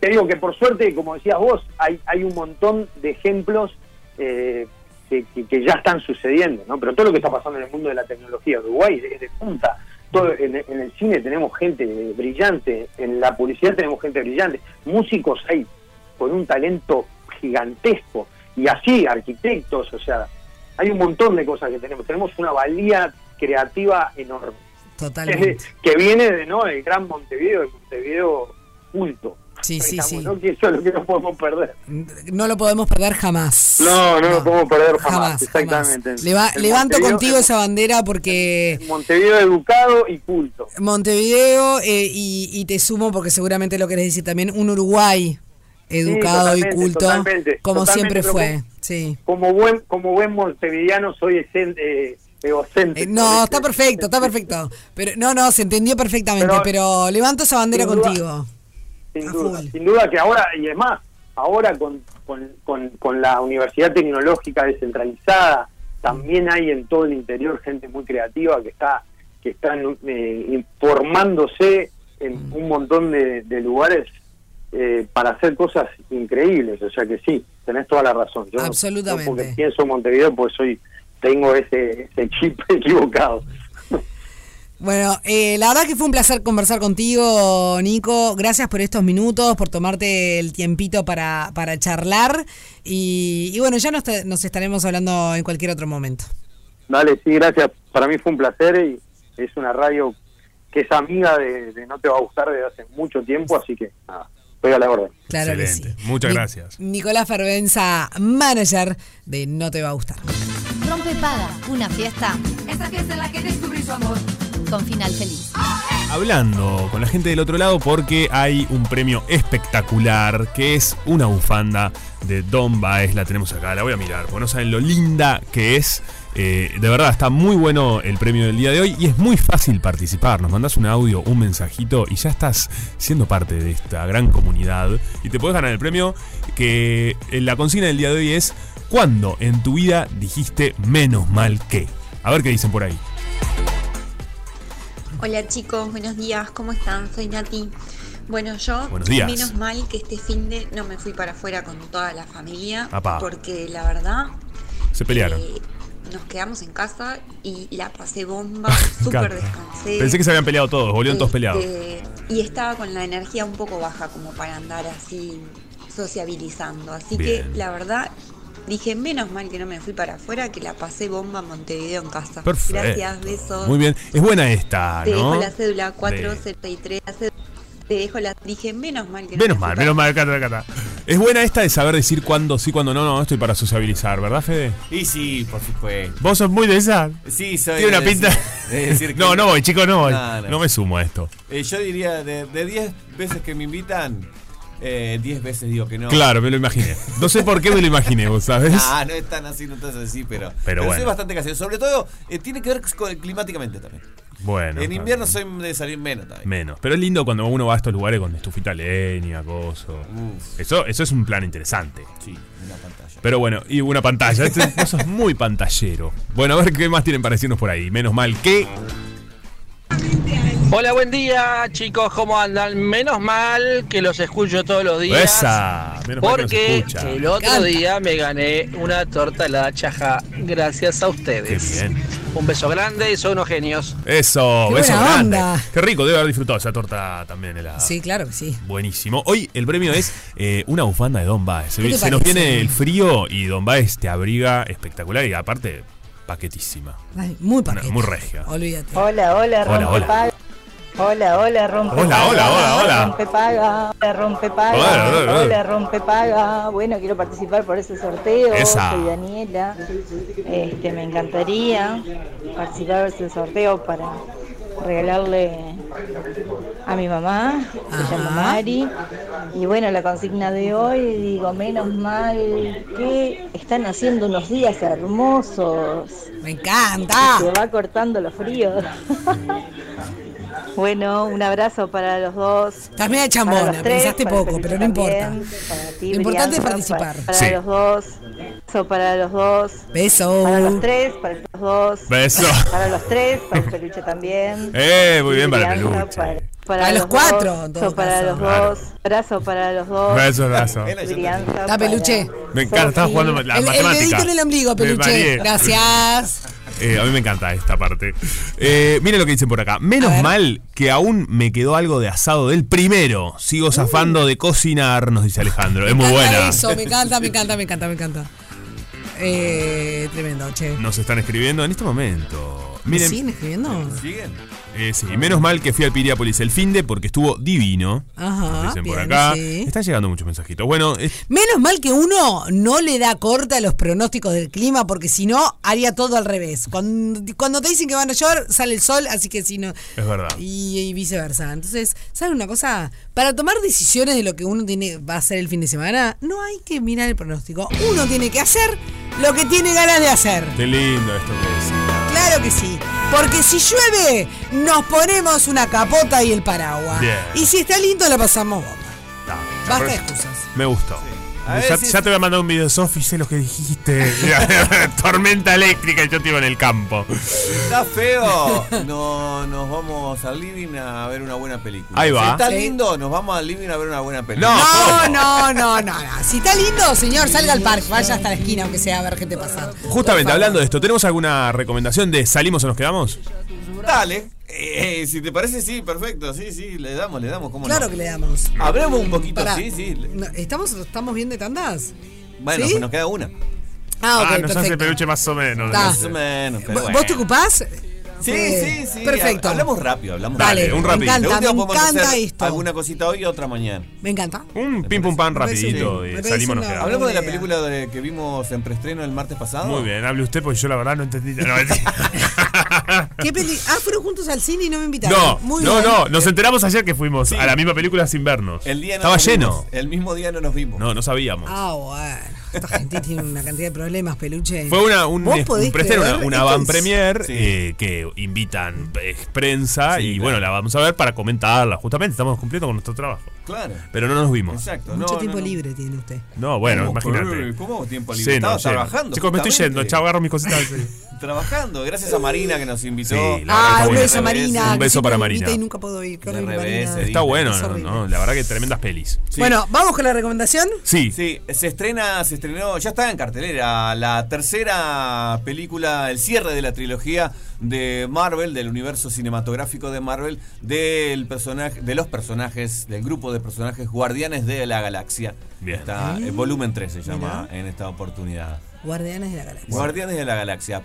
L: te digo que por suerte, como decías vos, hay, hay un montón de ejemplos eh, que, que- que ya están sucediendo, ¿no? Pero todo lo que está pasando en el mundo de la tecnología, Uruguay es de punta. Todo, en, en el cine tenemos gente brillante, en la publicidad tenemos gente brillante, músicos hay con un talento gigantesco, y así, arquitectos, o sea, hay un montón de cosas que tenemos, tenemos una valía creativa enorme,
B: Totalmente.
L: que viene de, ¿no? El gran Montevideo, el Montevideo culto.
B: Sí, sí, sí. Mm,
L: ¿no? Que eso es lo que no podemos perder.
B: No lo podemos perder jamás.
L: No, no, lo podemos perder jamás,
B: jamás,
L: exactamente.
B: Leva-
L: El
B: levanto
L: Montevideo-
B: contigo esa bandera porque...
L: Montevideo educado y culto.
B: Montevideo, eh, y, y te sumo porque seguramente lo querés decir también, un Uruguay educado y
L: totalmente,
B: culto,
L: totalmente,
B: como
L: totalmente,
B: siempre
L: pero
B: fue.
L: como-
B: Sí.
L: Como buen, como buen montevideano soy esen- eh, egocéntrico.
B: Eh, no, está perfecto, está perfecto. Pero no, no, se entendió perfectamente, pero,
L: Pero-
B: levanto esa bandera
L: Sin duda.
B: contigo.
L: sin duda, sin duda que ahora, y es más, ahora con, con, con- con la universidad tecnológica descentralizada, también hay en todo el interior gente muy creativa que está que están eh, formándose en un montón de, de lugares eh, para hacer cosas increíbles. O sea que sí, tenés toda la razón. Yo no-
B: Absolutamente.
L: no porque pienso en Montevideo, pues soy tengo ese, ese chip equivocado.
B: Bueno, eh, la verdad que fue un placer conversar contigo, Nico. Gracias por estos minutos, por tomarte el tiempito para, para charlar. Y, y bueno, ya nos, te- nos estaremos hablando en cualquier otro momento.
L: Dale, sí, gracias. Para mí fue un placer y es una radio que es amiga de, de No Te Va a Gustar desde hace mucho tiempo, así que nada, estoy a la orden.
B: Claro que
C: Excelente. Muchas gracias.
B: Nicolás Fervenza, manager de No Te Va a Gustar.
F: Rompe Paga, una fiesta. Esta fiesta en la que descubrí su amor. Con final feliz.
C: hablando con la gente del otro lado porque hay un premio espectacular que es una bufanda de Don Baez. La tenemos acá, la voy a mirar porque no saben lo linda que es. Eh, de verdad, está muy bueno el premio del día de hoy y es muy fácil participar. Nos mandás un audio, un mensajito y ya estás siendo parte de esta gran comunidad y te podés ganar el premio que eh, la consigna del día de hoy es ¿Cuándo en tu vida dijiste menos mal que? A ver qué dicen por ahí.
K: Hola chicos, buenos días, ¿cómo están? Soy Nati. Bueno, yo
C: Buenos días.
K: menos mal que este fin de no me fui para afuera con toda la familia,
C: Apá.
K: porque la verdad
C: Se pelearon.
K: eh, nos quedamos en casa y la pasé bomba, súper
C: encanta.
K: descansé.
C: Pensé que se habían peleado todos, volvieron todos peleados.
K: Este, Y estaba con la energía un poco baja como para andar así sociabilizando. Así
C: Bien.
K: que la verdad dije, menos mal que no me fui para afuera, que la pasé bomba en Montevideo en casa.
C: Perfecto.
K: Gracias, besos.
C: Muy bien, es buena esta,
K: Te
C: ¿no?
K: dejo la cédula 473. la cédula- Te dejo la. Dije, menos mal que no
C: Menos
K: me
C: mal,
K: fui
C: menos mal, acá, acá, acá. Es buena esta de saber decir cuándo sí, cuándo no, no, estoy para sociabilizar, ¿verdad, Fede?
D: Y sí, por supuesto.
C: Vos sos muy de esa.
D: Sí, soy
C: Tiene una
D: de
C: pinta.
D: decir- de decir que-
C: no, no voy, chicos, no voy.
D: No,
C: No,
D: no.
C: me sumo a esto.
D: Eh, yo diría, de de 10 veces que me invitan, eh, 10 veces digo que no.
C: Claro, me lo imaginé. No sé por qué me lo imaginé, vos sabés.
D: Ah, no es tan así, no estás así, pero.
C: Pero
D: soy
C: bueno.
D: bastante casero. Sobre todo, eh, tiene que ver con- climáticamente también.
C: Bueno.
D: en invierno soy de salir menos también.
C: Menos. Pero es lindo cuando uno va a estos lugares con estufita leña, coso. Eso, eso es un plan interesante.
D: Sí, una pantalla.
C: Pero bueno, y una pantalla. Este- Vos sos muy pantallero. Bueno, a ver qué más tienen para decirnos por ahí. Menos mal que.
M: Hola, buen día, chicos, ¿cómo andan? Menos mal que los escucho todos los días.
C: Esa, menos mal que nos
M: porque
C: escucha.
M: el otro
C: Canta.
M: día me gané una torta helada chaja gracias a ustedes.
C: Qué
M: Un beso grande y son unos genios.
C: Eso,
M: Qué
C: beso
M: buena
C: grande.
M: onda.
C: Qué rico, debe haber disfrutado esa torta también helada.
B: Sí, claro que sí.
C: Buenísimo. Hoy el premio es eh, una bufanda de Don Baez.
B: ¿Qué
C: Se,
B: te
C: se nos
B: parece?
C: viene el frío y Don Baez te abriga espectacular y aparte paquetísima.
B: Ay, muy
C: Una-
B: paquete.
C: muy regia.
B: Olvídate.
N: Hola, hola,
C: Hola,
N: rompe
C: hola.
N: paga. Hola, hola, rompe
C: Hola,
N: paga.
C: hola, hola, hola.
N: Rompe paga, hola, rompe paga.
C: Hola, hola, hola.
N: rompe paga. Bueno, quiero participar por ese sorteo.
C: Esa.
N: Soy Daniela. Este, me encantaría participar por ese sorteo para regalarle a mi mamá, que se llama Mari. Y bueno, la consigna de hoy, digo, menos mal que están haciendo unos días hermosos.
B: Me encanta.
N: Se va cortando los fríos. bueno, un abrazo para los dos.
B: Estás media
N: Para los
B: chambona,
N: tres,
B: pensaste
N: para
B: poco,
N: Felipe
B: pero no importa.
N: también, para ti,
B: Lo importante es
N: Brianza,
B: participar.
N: Para, para
C: Sí.
N: los dos. Beso para los dos.
B: Beso.
N: Para los tres, para los dos.
C: Beso.
N: Para los tres, para el peluche también.
C: Eh, muy bien para el
N: Brianza,
C: peluche.
N: Para,
B: Para los cuatro,
N: dos,
B: en todo
N: beso para
B: caso.
N: los
C: Claro.
N: dos. Abrazo para los dos.
C: Beso, abrazo.
N: Brianza
B: Está peluche.
C: Me encanta, estás jugando a la
B: el, el
C: matemática.
B: dedito en el ombligo,
C: Me
B: peluche.
C: mareé.
B: Gracias.
C: Eh, a mí me encanta esta parte. Eh, miren lo que dicen por acá. Menos mal que aún me quedó algo de asado del primero. Sigo zafando de cocinar, nos dice Alejandro. Es muy
B: encanta
C: buena.
B: Eso, Uh. me encanta, me encanta, me encanta, me encanta. Eh, tremendo, che.
C: Nos están escribiendo en este momento. Miren,
B: ¿Siguen escribiendo?
D: ¿Siguen?
C: Eh, sí, menos mal que fui al Piriápolis el fin de porque estuvo divino.
B: Ajá,
C: Nos dicen por
B: bien,
C: acá.
B: sí.
C: Están llegando muchos mensajitos. Bueno, es-
B: Menos mal que uno no le da corta a los pronósticos del clima, porque si no, haría todo al revés. Cuando, cuando te dicen que van a llover, sale el sol, así que si no.
C: es verdad.
B: Y, y viceversa. Entonces, ¿saben una cosa? Para tomar decisiones de lo que uno tiene va a hacer el fin de semana, no hay que mirar el pronóstico. Uno tiene que hacer lo que tiene ganas de hacer.
C: Qué lindo esto que decís.
B: Claro que sí. Porque si llueve, nos ponemos una capota y el paraguas.
C: Bien.
B: Y si está lindo, la pasamos bomba.
C: Está bien.
B: Basta de excusas.
C: Me gustó.
D: A ver
C: ya,
D: si-
C: ya te voy a mandar un video, Sofi, sé lo que dijiste. Tormenta eléctrica y yo te iba en el campo.
D: Está feo. No, nos vamos al living a ver una buena película.
C: Ahí
D: Si
C: va.
D: está
C: Sí.
D: lindo, nos vamos al living a ver una buena película.
B: No, no, no, no, no. Si está lindo, señor, salga al parque, vaya hasta la esquina, aunque sea a ver qué te pasa.
C: Justamente, hablando de esto, ¿tenemos alguna recomendación de salimos o nos quedamos?
D: Dale. Eh, eh, si te parece, sí, perfecto. Sí, sí, le damos, le damos. ¿cómo
B: Claro
D: no?
B: que le damos.
D: Hablemos un poquito,
B: Pará.
D: sí, sí.
B: No, ¿Estamos, estamos bien de tandas?
D: Bueno,
B: ¿Sí?
D: pues nos queda una.
B: Ah, ok, perfecto.
C: peluche más o menos.
B: Ta.
D: Más o menos, pero
B: ¿Vos
D: bueno.
B: te ocupás?
D: Sí,
B: Eh,
D: sí, sí.
B: Perfecto.
D: Hablamos rápido, hablamos
B: Dale,
D: rápido.
B: un rapidito.
D: De última
B: me
D: podemos hacer
B: encanta esto.
D: Alguna cosita hoy y otra mañana.
B: Me encanta.
C: Un pim pum pan rapidito y salimos nos quedamos.
D: Hablamos de la película de- que vimos en preestreno el martes pasado.
C: Muy bien, hable usted porque yo la verdad no entendí. No,
B: ¿Qué peli? Ah, fueron juntos al cine y no me invitaron.
C: no,
B: Muy
C: no,
B: bien.
C: no, nos enteramos ayer que fuimos a la misma película sin vernos.
D: El día no
C: Estaba
D: nos
C: lleno.
D: vimos, El mismo día no nos vimos.
C: No, no sabíamos.
B: Ah, bueno. Esta gente tiene una cantidad de problemas, peluche.
C: Fue una, un,
B: ¿Vos
C: un
B: podés
C: preestreno, una,
B: creer?
C: una
B: Esto
C: van
B: es-
C: premier eh, que invitan eh, prensa y bueno, la vamos a ver para comentarla. Justamente estamos cumpliendo con nuestro trabajo.
D: Claro.
C: Pero no nos vimos.
D: Exacto.
B: Mucho
D: no,
B: tiempo
D: no, no.
B: libre tiene usted.
C: No, bueno,
D: ¿Cómo?
C: imagínate.
D: ¿Cómo tiempo libre?
C: Lleno,
D: Estaba
C: lleno.
D: trabajando,
C: Chicos, me estoy
D: justamente.
C: yendo. Chao, agarro mis cositas.
D: Trabajando. Gracias a Marina que nos invitó.
B: Ah, un
C: bueno.
B: beso, Marina.
C: Un
B: que
C: beso
B: siempre
C: para
B: me
C: Marina.
B: invita Y nunca puedo ir. Corre, Marina.
C: Está bueno, no, no, la verdad que tremendas pelis.
B: Bueno, vamos con la recomendación.
C: Sí.
D: Sí, se estrena, se estrenó, ya está en cartelera, la tercera película, el cierre de la trilogía de Marvel, del universo cinematográfico de Marvel, del personaje, de los personajes, del grupo de personajes Guardianes de la Galaxia.
C: Bien.
D: Está, el volumen 3 se llama en esta oportunidad.
B: Guardianes de la Galaxia.
D: Guardianes de la Galaxia.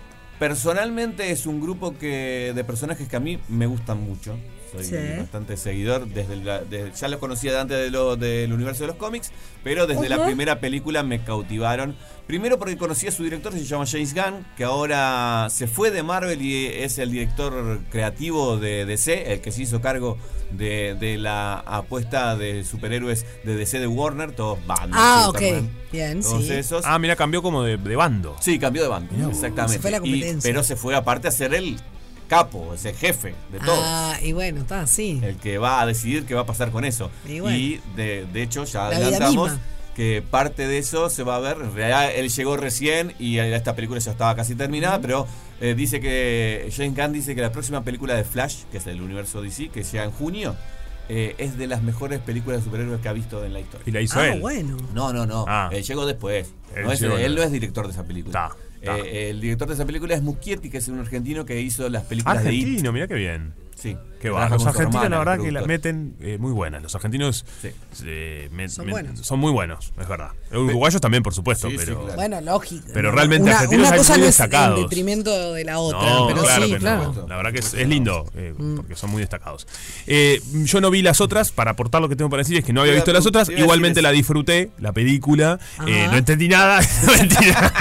D: Personalmente es un grupo que de personajes que a mí me gustan mucho. Soy
B: Sí.
D: bastante seguidor. Desde la- desde- ya los conocía de antes de lo- del universo de los cómics, pero desde la
B: Ujú.
D: primera película me cautivaron. Primero porque conocí a su director, se llama James Gunn, que ahora se fue de Marvel y es el director creativo de DC, el que se hizo cargo de, de la apuesta de superhéroes de DC de Warner, todos Batman.
B: Ah, ok.
D: Superman,
B: Bien,
D: todos
B: sí.
D: esos.
C: Ah, mira, cambió como de, de bando.
D: Sí, cambió de bando. Exactamente.
B: Se fue la
D: Y-
B: competencia.
D: pero se fue aparte a ser el capo, es el jefe de todo.
B: Ah, y bueno, está así.
D: El que va a decidir qué va a pasar con eso.
B: Y
D: Y,
B: bueno.
D: de, de hecho ya
B: La vida
D: adelantamos
B: misma.
D: que parte de eso se va a ver. En realidad él llegó recién y esta película ya estaba casi terminada, pero eh, dice que James Gunn dice que la próxima película de Flash, que es el universo DC, que llega en junio, eh, es de las mejores películas de superhéroes que ha visto en la historia.
C: Y la hizo
B: ah,
C: él.
B: bueno.
D: No, no, no.
C: Ah.
D: Él llegó después.
C: Él
D: No es-
C: llegó
D: él no
C: después.
D: es director de esa película.
C: ta.
D: Eh, el director de esa película es Muschietti, que es un argentino que hizo las películas
C: Ah,
D: de It.
C: Argentino, mira qué bien.
D: Sí.
C: Qué
D: Trabaja
C: va. Los
D: con su
C: argentinos,
D: hermana,
C: la verdad,
D: el
C: que las
D: productor.
C: meten eh, muy buenas. Los argentinos eh, me-
B: Son
C: me-
B: buenos.
C: son muy buenos, es verdad. Los uruguayos también, por supuesto,
D: Sí, sí,
C: pero.
D: claro.
B: Bueno, lógico.
C: Pero realmente
B: una,
C: argentinos
B: una
C: hay
B: cosa
C: muy
B: no es eh, en
C: destacados.
B: detrimento de la otra,
C: No,
B: pero
C: claro
B: sí,
C: que no.
B: claro. Ah, Mm.
C: La verdad que es, es lindo, eh, porque son muy destacados. Eh, yo no vi las otras, para aportar lo que tengo para decir es que no había
D: Iba-
C: visto las otras,
D: iba a decir
C: igualmente
D: eso.
C: la disfruté, la película, eh,
B: Ajá.
C: no entendí nada, mentira.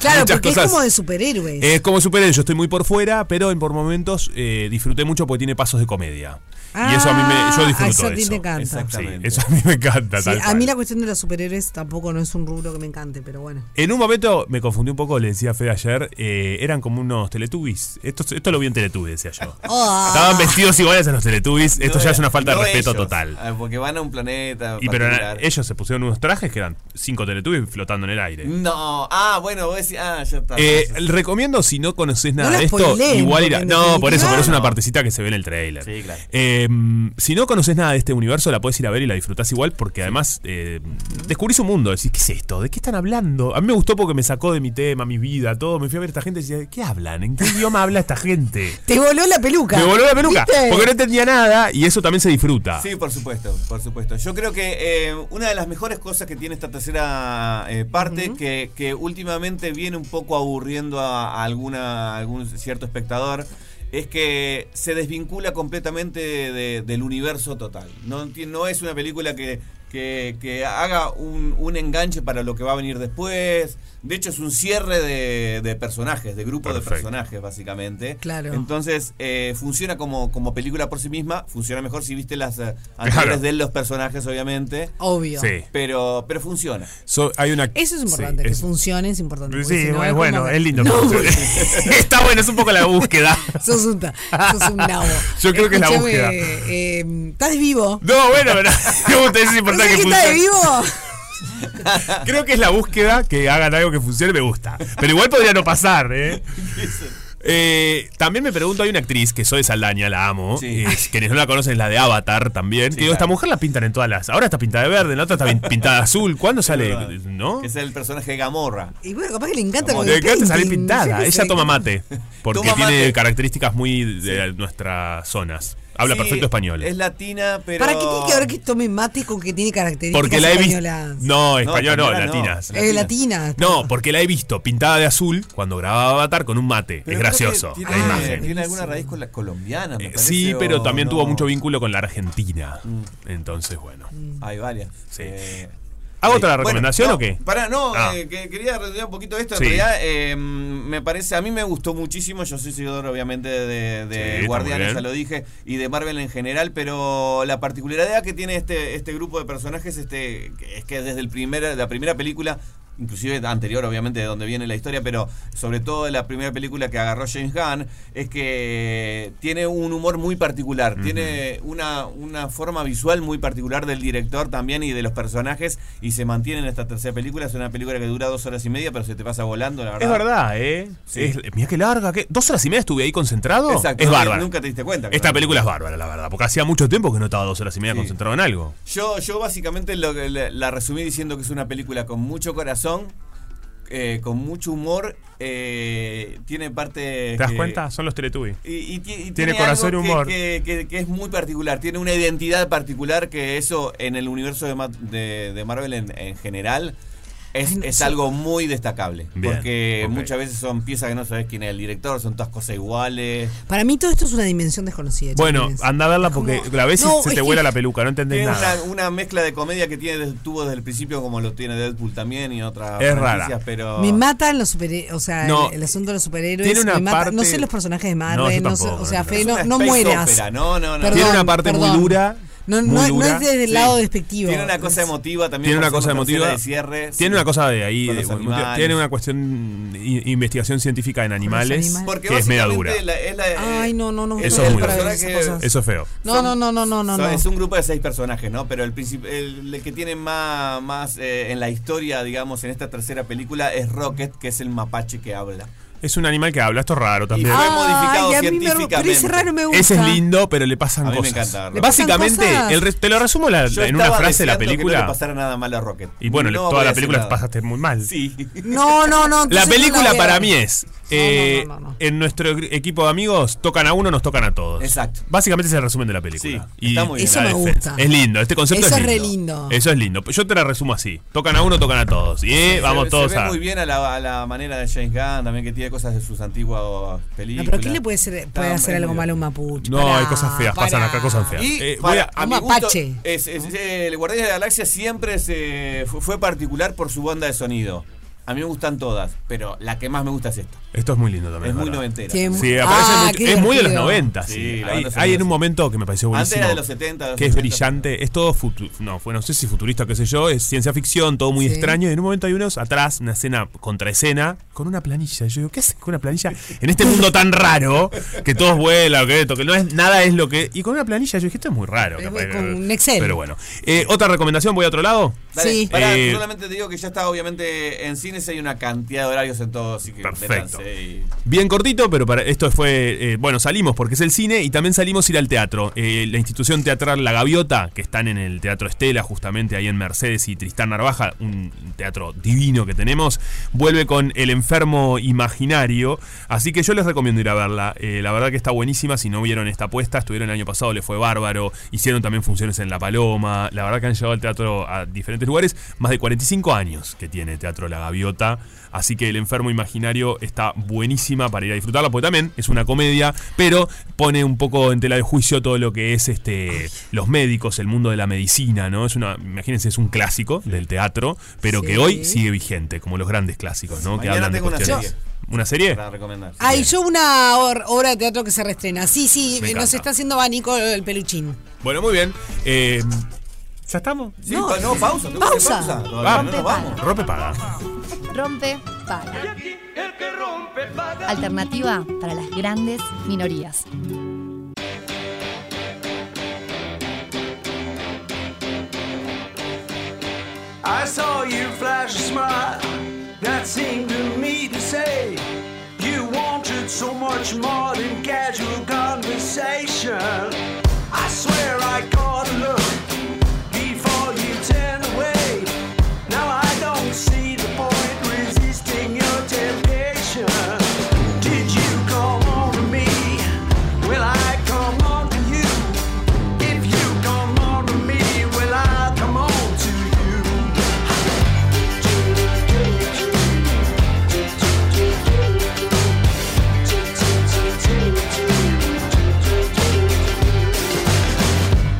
B: Claro,
C: Muchas
B: porque
C: cosas.
B: es como de superhéroes.
C: Es como superhéroe, yo estoy muy por fuera, pero en por momentos eh, disfruté mucho porque tiene pasos de comedia. y eso a mí me,
B: Ah,
C: yo disfruto
B: eso a
C: de
B: ti
C: eso.
B: te encanta.
C: Sí, eso a mí me encanta.
B: Sí,
C: tal
B: a
C: cual.
B: mí la cuestión de los superhéroes tampoco no es un rubro que me encante, pero bueno.
C: En un momento me confundí un poco, le decía a Fede ayer, eh, eran como unos teletubbies. Esto, esto lo vi en Teletubbies, decía yo.
B: Oh.
C: Estaban vestidos iguales a los teletubbies. Esto ya es una falta
D: No
C: de respeto
D: ellos,
C: total.
D: ah, Porque van a un planeta.
C: Y pero
D: particular.
C: ellos se pusieron unos trajes que eran cinco teletubbies flotando en el aire.
D: No. Ah, bueno, vos decís. Ah, ya está.
C: Eh, el recomiendo si no conoces nada
D: No la
C: de esto,
D: spoileen,
C: igual ir
D: porque
C: a-
D: en
C: No, por eso,
D: definitiva-
C: pero es
D: No.
C: una partecita que se ve en el trailer.
D: Sí, claro.
C: Eh, si no conoces nada de este universo, la puedes ir a ver y la disfrutás igual, porque además eh, descubrís un mundo. Decís, ¿qué es esto? ¿De qué están hablando? A mí me gustó porque me sacó de mi tema, mi vida, todo. Me fui a ver a esta gente y decía, ¿qué hablan? ¿En qué idioma habla esta gente?
B: Te voló la peluca.
C: Me voló la peluca,
B: ¿Viste?
C: porque no entendía nada y eso también se disfruta.
D: Sí, por supuesto, por supuesto. Yo creo que eh, una de las mejores cosas que tiene esta tercera eh, parte, que, que últimamente viene un poco aburriendo a, a alguna, a algún cierto espectador, es que se desvincula completamente de- del universo total. No, ti- no es una película que, que, que haga un, un enganche para lo que va a venir después. De hecho, es un cierre de, de personajes, de grupo de
C: Perfecto.
D: personajes, básicamente.
B: Claro.
D: Entonces, eh, funciona como, como película por sí misma. Funciona mejor si viste las eh, anteriores de los personajes, obviamente.
B: Obvio.
C: Sí.
D: Pero, pero funciona.
C: So, hay una,
B: Eso es importante,
C: Sí,
B: que
C: es-
B: funcione es importante. porque
C: Sí,
B: si no,
C: bueno,
B: como
C: bueno,
B: que-
C: es lindo.
B: No,
C: pero- Está bueno, es un poco la búsqueda.
B: sos un, ta- sos un nabo.
C: eh. Yo creo que es la
B: Escuchame,
C: búsqueda.
B: eh, ¿Estás vivo?
C: No, bueno, pero me gusta, eso es importante
B: ¿Sabés
C: que
B: que estás
C: funcione.
B: vivo?
C: Creo que es la búsqueda que hagan algo que funcione, me gusta. Pero igual podría no pasar, ¿eh? Eh, también me pregunto, hay una actriz que soy Saldaña, la amo. eh, quienes no la conocen es la de Avatar también. que digo, esta mujer la pintan en todas las. Ahora está pintada de verde, en la otra está pin- pintada de azul. ¿Cuándo sale? ¿No?
D: Es el personaje de Gamorra. Eh,
B: Y bueno, capaz que le encanta
C: Le
B: lo del
C: encanta salir
B: painting, no
C: pintada.
B: sé qué
C: Ella
B: sé.
C: toma mate. Porque
D: Toma
C: tiene
D: mate.
C: características muy de nuestras zonas. Habla
D: Sí,
C: perfecto español.
D: Es latina, pero.
B: ¿Para qué tiene que ver que tome mate con que tiene características
C: Porque la he visto.
B: españolas?
C: No, español no,
D: española no,
C: latinas.
B: Eh, latinas.
C: No, porque la he visto pintada de azul cuando grababa Avatar con un mate.
D: Pero creo
C: es gracioso
D: que
C: la
D: tiene-
C: imagen.
D: Tiene alguna raíz con la colombiana, me
C: Eh,
D: parece,
C: Sí, pero
D: o
C: también tuvo
D: no. Mm.
C: mucho vínculo con la Argentina. Entonces, bueno.
D: Hay varias.
C: Sí.
D: Eh,
C: ¿Hago otra
D: Bueno,
C: recomendación
D: no,
C: o qué?
D: Pará, no,
C: Ah.
D: eh, que- quería redondear un poquito esto.
C: Sí.
D: En realidad, eh, me parece, a mí me gustó muchísimo. Yo soy seguidor, obviamente, de, de
C: está muy
D: Guardianes,
C: bien.
D: ya lo dije, y de Marvel en general, pero la particularidad que tiene este, este grupo de personajes este, que- es que desde el primer, la primera película. Inclusive anterior, obviamente, de donde viene la historia, pero sobre todo de la primera película que agarró James Gunn, es que tiene un humor muy particular, tiene una, una forma visual muy particular del director también y de los personajes, y se mantiene en esta tercera película. Es una película que dura dos horas y media, pero se te pasa volando, la verdad.
C: Es verdad, ¿eh?
D: Sí.
C: Es- mirá qué larga. ¿qué? ¿Dos horas y media estuve ahí concentrado?
D: Exacto,
C: es
D: no,
C: bárbara.
D: nunca te diste cuenta.
C: Esta
D: claro.
C: película es bárbara, la verdad. Porque hacía mucho tiempo que no estaba dos horas y media concentrado en algo.
D: Yo, yo básicamente lo que le- la resumí diciendo que es una película con mucho corazón, eh, con mucho humor, eh, tiene parte...
C: ¿Te das
D: que-
C: cuenta? Son los Teletubbies.
D: Y, y ti- y tiene,
C: corazón y
D: algo que-
C: humor.
D: Que, que- que es muy particular, tiene una identidad particular que eso en el universo de, Ma- de- de Marvel en, en general es, es algo muy destacable.
C: Bien,
D: porque
C: ok.
D: muchas veces son piezas que no sabes quién es el director, son todas cosas iguales.
B: Para mí todo esto es una dimensión desconocida.
C: Bueno,
B: chiquilines.
C: anda a verla porque la ves y
B: No,
C: se
B: es
C: te
B: que-
C: vuela la peluca, no entendés
D: Tiene
C: nada.
D: una, una mezcla de comedia que tiene desde, tuvo desde el principio, como lo tiene Deadpool también y otras
C: Es
D: franquicias,
C: rara.
D: Pero...
B: Me matan los superhéroes, o sea,
C: No.
B: el, el asunto de los superhéroes.
C: Tiene una
B: me mata-
C: parte-
B: No sé los personajes de
C: No, yo
B: Marvel, no, sé,
C: tampoco,
B: o sea,
C: no
B: Fe,
C: creo.
B: no,
C: Es
B: no
C: una space
B: mueras.
C: opera,
D: no, no, no.
B: Perdón,
C: Tiene una parte muy
B: perdón.
C: dura.
B: No,
C: muy
B: no- no
C: dura.
B: es desde el lado despectivo.
D: Tiene una cosa emotiva también.
C: Tiene una
D: por
C: cosa
D: ser tercera
C: emotiva.
D: De cierre,
C: Tiene una cosa de ahí.
D: Con
C: de-
D: los
C: bueno,
D: animales.
C: tiene una cuestión i- investigación científica en animales
D: Porque
C: que es media dura.
D: básicamente la- es la-
B: Ay, no, no, no.
C: Eso
B: no
C: es muy
B: para
C: duro.
B: ver esas cosas.
C: Eso es feo.
B: No, no, no, no, no, no.
D: son-
B: no.
D: Es un grupo de seis personajes, ¿no? Pero el, princip- el, el que tiene más, más eh, en la historia, digamos, en esta tercera película es Rocket, que es el mapache que habla.
C: Es un animal que habla, esto es raro también.
D: fue modificado
B: Ay, a mí me- pero ese
D: científicamente.
B: raro me gusta.
C: Ese es lindo, pero le pasan
D: A mí me
C: cosas.
D: encanta verlo.
C: Básicamente,
B: Le pasan
C: el re- te lo resumo la-
D: Yo
C: en una
D: estaba
C: frase de la
D: deseando Que no le
C: película.
D: pasara nada malo a Rocket.
C: y bueno, le-
D: No voy
C: toda
D: a
C: la
D: decir
C: película
D: nada.
C: pasaste muy mal.
D: Sí.
B: No, no, no.
C: La
B: entonces no
C: película
B: veo.
C: para mí es. eh, En nuestro gr- equipo de amigos tocan a uno, nos tocan a todos.
D: Exacto.
C: Básicamente es el resumen de la película.
D: Sí, está muy bien. Eso
C: la
D: me
C: defensa.
D: gusta.
C: Es lindo, este concepto
B: Eso
C: es
B: es
C: lindo. Eh,
B: re lindo.
C: Eso es lindo. Yo te la resumo así. Tocan a uno, tocan a todos. Y eh,
D: Se-
C: vamos
D: se
C: todos
D: ve
C: a.
D: muy bien a la, a la manera de James Gunn, también que tiene cosas de sus antiguas
B: No,
D: películas.
B: Ah, pero ¿quién le puede, hacer- puede
D: Está
B: hacer
D: muy
B: algo
D: bien.
B: malo a un mapuche?
C: No,
B: Pará,
C: hay cosas feas,
B: pará.
C: pasan acá cosas feas.
D: Y
C: Eh, voy
D: para,
C: a-
D: mi
B: un
D: gusto,
B: mapache.
D: es- es- es- el Guardián de la Galaxia siempre se, fue, fue particular por su banda de sonido. A mí me gustan todas, pero la que más me gusta es esta.
C: Esto es muy lindo también.
D: Es muy
C: ¿verdad?
D: noventera.
C: Sí,
D: Qué-
C: aparece
D: Ah,
C: mucho-
D: qué
C: es muy de los
D: divertido.
C: 90.
D: Sí,
C: Sí,
D: la
C: Hay,
D: banda
C: hay
D: sonora,
C: en un
D: sí.
C: momento que me pareció
D: Antes
C: buenísimo.
D: era de los 70, de los
C: Que es
D: 80,
C: brillante. Es todo. futu- No, fue, no sé si futurista, qué sé yo. Es ciencia ficción, todo muy
B: Sí.
C: extraño. Y en un momento hay unos atrás, una escena contraescena, con una planilla. Yo digo, ¿qué haces con una planilla? En este mundo tan raro, que todos vuelan, que esto, que no es nada es lo que. Y con una planilla, yo dije, esto es muy raro. capaz que-
B: con un Excel.
C: Pero bueno. Eh, Otra recomendación, voy a otro lado.
D: Dale, pará,
C: Eh,
D: solamente te digo que ya está, obviamente, en cines hay una cantidad de horarios en todo, así que
C: Perfecto.
D: métanse y-
C: Bien cortito, pero para esto fue. eh, bueno, salimos porque es el cine y también salimos a ir al teatro. Eh, la institución teatral La Gaviota, que están en el Teatro Estela, justamente ahí en Mercedes y Tristán Narvaja, un teatro divino que tenemos, vuelve con El Enfermo Imaginario. Así que yo les recomiendo ir a verla. Eh, la verdad que está buenísima. Si no vieron esta apuesta, estuvieron el año pasado, le fue bárbaro. Hicieron también funciones en La Paloma. La verdad que han llevado el teatro a diferentes lugares. Más de 45 años que tiene Teatro La Gaviota. Así que El Enfermo Imaginario está buenísima para ir a disfrutarla, porque también es una comedia, pero pone un poco en tela de juicio todo lo que es este los médicos, el mundo de la medicina, ¿no? Es una, imagínense, es un clásico del teatro, pero que
B: Sí.
C: hoy sigue vigente, como los grandes clásicos, ¿no? Que
D: Mañana
C: hablan de
D: tengo una
C: cuestiones.
D: serie.
C: ¿Una serie?
D: Para recomendar.
B: Hay yo una or- obra de teatro que se reestrena. Sí, sí,
C: Me
B: eh, nos
C: encanta.
B: está haciendo abanico el peluchín.
C: Bueno, muy bien. Eh, ¿Ya estamos?
D: Sí, pa- no, pausa, tengo que hacer
B: pausa.
D: pausa. Todavía
C: Vamos.
D: no nos vamos.
C: Rope paga.
F: Rompe, paga. Alternativa para las grandes minorías.
A: I
O: I saw you flash a smile that seemed to me to say you wanted so much more than casual conversation. I swear I caught a look before you turned away. Now I don't see the point resisting your temptation. Did you come on to me? Will I come on to you? If you come on to me, will I come on to you?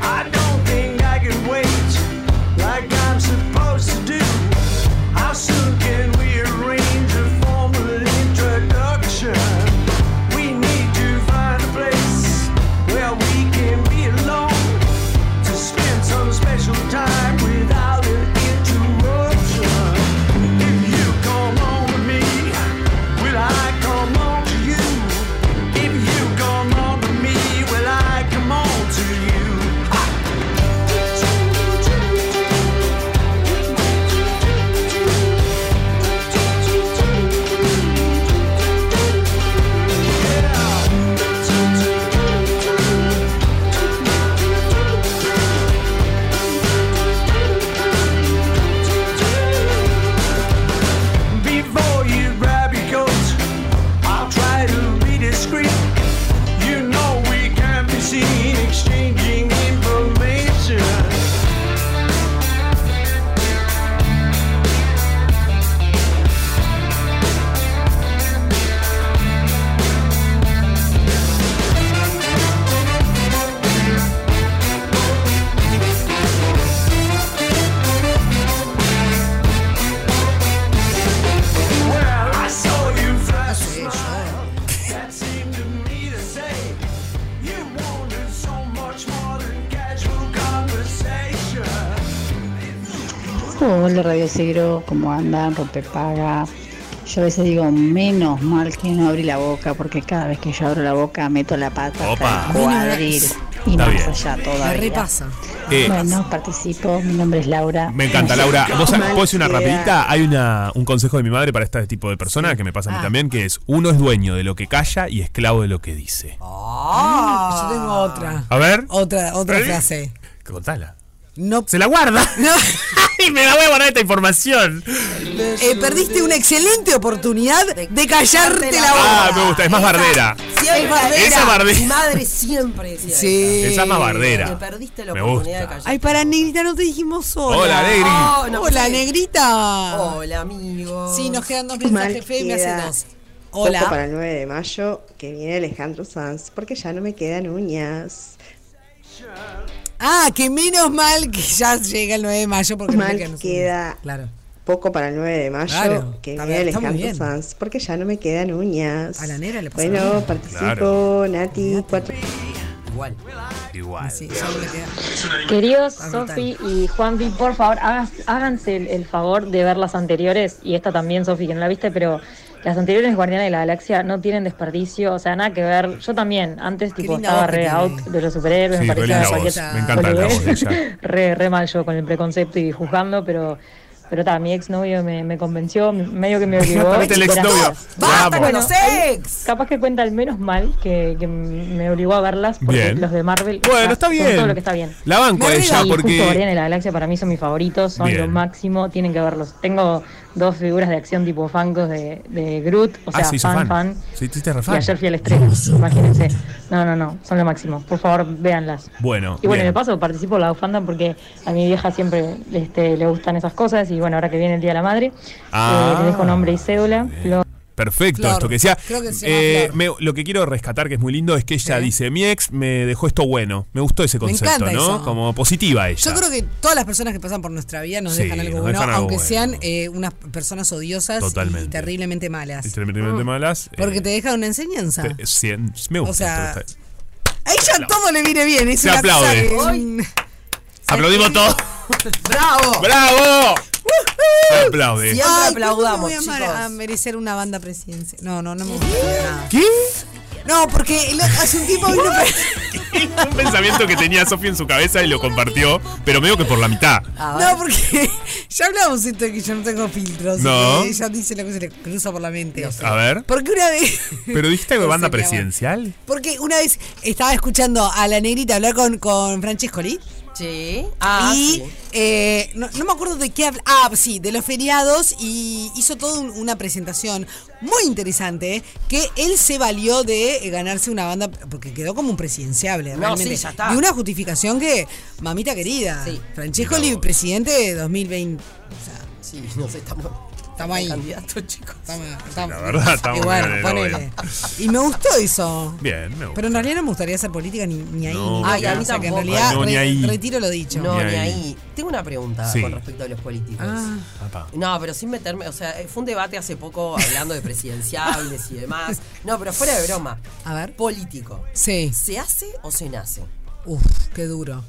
O: I don't think I can wait like I'm supposed to do. How soon can we arrange a formal introduction? We need to find a place where we can be alone to spend some special time without an interruption. If you come on with me, will I come on to you? If you come on to me, will I come on to you? Before you grab your coat, I'll try to be discreet. You know we can't be seen exchanging information. Well, I saw you flash a smile. That seemed to me to say you wanted so much more than casual conversation.
P: Hola Radio Segro, ¿cómo andan? Rompepaga. Yo a veces digo, menos mal que no abrí la boca, porque cada vez que yo abro la boca meto la pata
C: Opa.
P: hasta el abrir y
C: Está
P: más
C: bien.
P: allá todavía.
C: Me repasa. Eh,
P: bueno, participo, mi nombre es Laura.
C: Me encanta,
P: No sé
C: Laura.
P: cómo
C: ¿Vos
P: mal
C: puedes una
P: queda.
C: rapidita? Hay una, un consejo de mi madre para este tipo de persona que me pasa a
Q: Ah.
C: mí también, que es uno es dueño de lo que calla y esclavo de lo que dice.
B: Ah, yo tengo otra.
C: A ver.
B: Otra, otra
C: ¿Eh?
B: frase.
C: Contala.
B: No.
C: Se la guarda. y me la voy a guardar esta información.
B: Eh, perdiste una excelente oportunidad de callarte la boca.
C: Ah, me gusta, es más bardera.
R: Siempre
B: Es bardera.
C: Esa bardera.
R: Mi madre siempre decía
C: Sí.
R: eso.
C: Esa es más bardera.
R: Te perdiste la
C: Me
R: oportunidad de callar.
B: Ay, para negrita, no te dijimos hola.
C: Hola, Negri.
R: Oh, no,
B: hola,
R: sí.
B: negrita.
R: Hola, amigo.
B: Ah. Sí, nos quedan dos
R: Qué mal
B: mensajes, Fe, me hace
R: queda.
B: dos.
S: Hola.
B: Hola.
S: para el 9 de mayo que viene Alejandro Sanz, porque ya no me quedan uñas.
B: Ah, que menos mal que ya llega el 9 de mayo porque
S: Mal
B: no sé qué
S: queda
B: Claro.
S: poco para el 9 de mayo
B: Claro,
S: que
B: está
S: viene
B: bien, está muy
S: Alejandro
B: bien.
S: Sanz, porque ya no me quedan uñas.
B: A la nera le pasa lo
S: Bueno,
B: mismo.
S: participo,
B: Claro.
S: Nati. Cuatro...
B: Igual.
C: Igual.
B: Sí, ya no le queda.
Q: Queridos
B: Está
Q: Sofi y Juanpi, por favor, hagas- háganse el, el favor de ver las anteriores, y esta también, Sofi, que no la viste, pero las anteriores Guardianes de la Galaxia no tienen desperdicio, o sea, nada que ver. Yo también, antes tipo
T: linda
Q: estaba
T: voz que
Q: re
T: tiene.
Q: out de los superhéroes,
T: Sí,
Q: me
T: re
Q: parecía
T: linda
Q: cualquier
T: voz, me encanta la voz de
Q: boludez.
T: ella.
Q: re, re mal yo con el preconcepto y juzgando, pero... Pero ta, mi exnovio me, me convenció, medio que me obligó.
C: Mataste al
Q: Y verás,
C: exnovio. ¡Basta con los
Q: ex! Capaz que cuenta el menos mal que, que me obligó a verlas porque
C: Bien.
Q: los de Marvel
C: Bueno,
Q: ya
C: está
Q: son
C: bien.
Q: todo lo que está bien.
C: La banco a ella
Q: Y
C: porque-
Q: Justo Guardianes de la Galaxia para mí son mis favoritos, son
C: Bien.
Q: lo máximo, tienen que verlos. Tengo dos figuras de acción tipo Funkos de, de Groot, o sea,
C: ah, se hizo
Q: fan, fan.
C: fan. Se hiciste
Q: Y
C: refan.
Q: ayer fui al estreno, imagínense. No, no, no, son lo máximo. Por favor, véanlas.
C: Bueno.
Q: Y bueno,
C: bien.
Q: de paso participo en la bufanda porque a mi vieja siempre este, le gustan esas cosas. Y bueno, ahora que viene el Día de la Madre, eh,
C: Ah.
Q: le dejo nombre y cédula. Lo-
C: Perfecto,
Q: Flor.
C: esto que decía.
Q: Creo que se llama
C: Eh,
Q: Flor.
C: me- lo que quiero rescatar, que es muy lindo, es que ella dice: Mi ex me dejó esto bueno. Me gustó ese
B: Me
C: concepto,
B: encanta
C: ¿no?
B: eso.
C: Como positiva ella.
B: Yo creo que todas las personas que pasan por nuestra vida nos
C: Sí,
B: dejan algo
C: nos
B: bueno,
C: dejan algo
B: aunque
C: bueno.
B: sean eh, unas personas odiosas y
C: Totalmente.
B: terriblemente malas.
C: Y tremendamente malas. eh,
B: Porque te dejan una enseñanza.
C: te- cien- este, me gusta.
B: O sea,
C: esto, está-
B: Ahí ya todo le viene bien. Es
C: Se
B: una
C: aplaude.
B: cosa que-
C: Aplaudimos todos.
B: ¡Bravo!
C: ¡Bravo! Se aplaude.
R: Siempre
B: Ay,
R: aplaudamos,
B: ¿cómo voy a, amar
R: chicos.
B: a merecer una banda presidencia. No, no, no me gusta nada. ¿Qué? No, porque el- hace un tiempo vino.
C: un pensamiento que tenía Sofi en su cabeza y lo compartió, pero medio que por la mitad.
B: No, porque ya hablamos esto de que yo no tengo filtros.
C: No.
B: y que Ella dice lo que se le cruza por la mente.
C: A ver.
B: Porque una vez,
C: ¿Pero dijiste que banda presidencial?
B: porque una vez estaba escuchando a la negrita hablar con, con Francesco Lee.
R: Sí. Ah,
B: y
R: sí.
B: eh, no, no me acuerdo de qué habla. Ah, sí, de los feriados. Y hizo toda un- una presentación muy interesante. eh, Que él se valió de eh, ganarse una banda. Porque quedó como un presidenciable,
R: No,
B: realmente.
R: sí, ya está.
B: Y una justificación que, mamita querida.
R: Sí.
B: Francesco Lee, presidente de 2020. O sea,
R: Sí, no sé, estamos.
B: Estamos ahí.
R: Candidatos, chicos.
B: Estamos, estamos-
C: La verdad, estamos
B: y bueno,
C: medio de
B: ponele.
C: novela.
B: Y me gustó eso.
C: Bien, me gusta.
B: Pero en realidad no me gustaría hacer política ni, ni ahí.
C: No,
B: ni
C: Ay,
B: acá.
C: a mí
B: O sea, que en
C: tampoco.
B: realidad
C: Ay, no, ni
B: re-
C: ahí.
B: retiro lo dicho.
R: No,
C: Ni
R: ni ahí.
C: ahí.
R: Tengo una pregunta
C: Sí.
R: con respecto a los políticos.
B: Ah.
R: No, pero sin meterme, o sea, eh, fue un debate hace poco hablando de presidenciables y demás. No, pero fuera de broma.
B: A ver.
R: Político.
B: Sí.
R: ¿Se hace o se nace?
B: Uf, qué duro.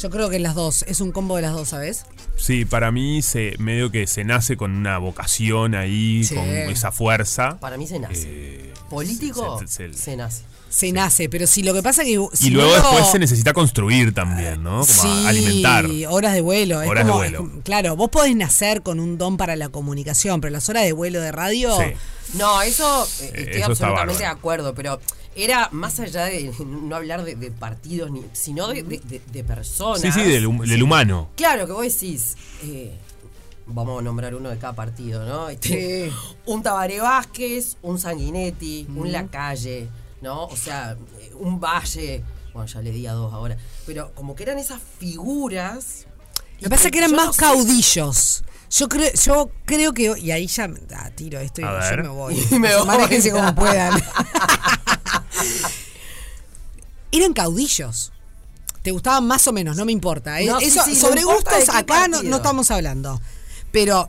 B: Yo creo que las dos. Es un combo de las dos, ¿sabes?
C: Sí, para mí se medio que se nace con una vocación ahí,
B: Sí.
C: con esa fuerza. Eh,
R: Para mí se nace. Político
C: se- se-
R: se,
C: se-
R: nace.
B: Se nace, pero si lo que pasa que.
C: Y luego después se necesita construir también, ¿no? Como a- alimentar.
B: horas de vuelo. es
C: Horas de
B: como-
C: vuelo.
B: es como- claro, vos podés nacer con un don para la comunicación, pero las horas de vuelo de radio.
C: Sí.
R: No, eso eh,
B: Eh,
R: estoy
B: eso está
R: absolutamente de
B: bárbaro.
R: acuerdo, pero era más allá de no hablar de, de partidos, ni, sino de, de- de- de
B: Oh,
R: personas.
C: Sí, sí, del, hum- del humano.
R: Claro, que vos decís, eh, vamos a nombrar uno de cada partido, ¿no? Este, Un Tabaré Vázquez, un Sanguinetti, un Lacalle, ¿no? O sea, eh, un Valle. Bueno, ya le di a dos ahora. Pero como que eran esas figuras.
B: Lo que pasa es que eran
R: Yo
B: más
R: no sé.
B: caudillos. Yo creo, yo creo que. Y ahí ya me- ah, tiro esto y
R: A
B: yo
R: ver.
B: me voy.
R: Y me voy.
B: Manéjense como puedan. eran caudillos. Te gustaban más o menos, no me importa. ¿eh?
R: No, sí,
B: Eso,
R: sí, no
B: sobre
R: importa de
B: gustos,
R: qué
B: acá no,
R: partido.
B: no estamos hablando. Pero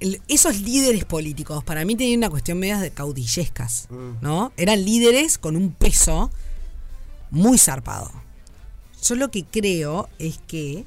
B: el- esos líderes políticos, para mí tenían una cuestión media de caudillescas, ¿no? Eran líderes con un peso muy zarpado. Yo lo que creo es que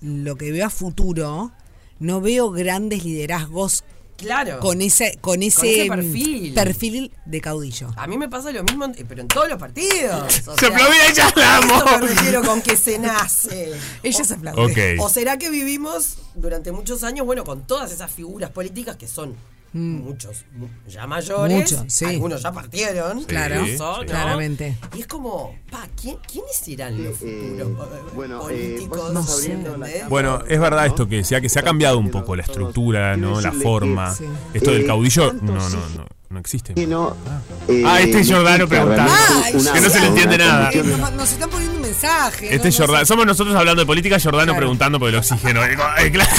B: lo que veo a futuro, no veo grandes liderazgos
R: Claro.
B: con ese, con ese,
R: ese perfil.
B: mm, perfil de caudillo.
R: A mí me pasa lo mismo, eh, pero en todos los partidos.
B: Se aplaudí, ella la
R: a eso
B: amo.
R: me refiero con que se nace.
B: Ella se
C: aplaude. Ok.
R: ¿O será que vivimos durante muchos años, bueno, con todas esas figuras políticas que son muchos mu- ya mayores?
B: Muchos, Mm. sí.
R: Algunos ya partieron.
B: Claro,
R: incluso, ¿no?
B: claramente.
R: Y es como, pa, ¿quién, ¿quiénes serán los futuros eh, políticos?
L: estás No sé. abriendo la
C: Bueno, es verdad esto que decía, que se ha cambiado un poco la estructura, ¿no? La forma.
L: Sí.
C: Esto del
L: Eh,
C: caudillo, no, no, no, no existe.
L: Ah,
C: Ah, este
L: este
C: es
L: Jordano
C: Giordano
L: preguntando.
C: preguntando. Que no se le entiende nada.
B: Eh, nos, nos están poniendo un mensaje.
C: Este es
B: no, no
C: Giordano.
B: sé.
C: Somos nosotros hablando de política, Giordano preguntando por el oxígeno. Ay, claro.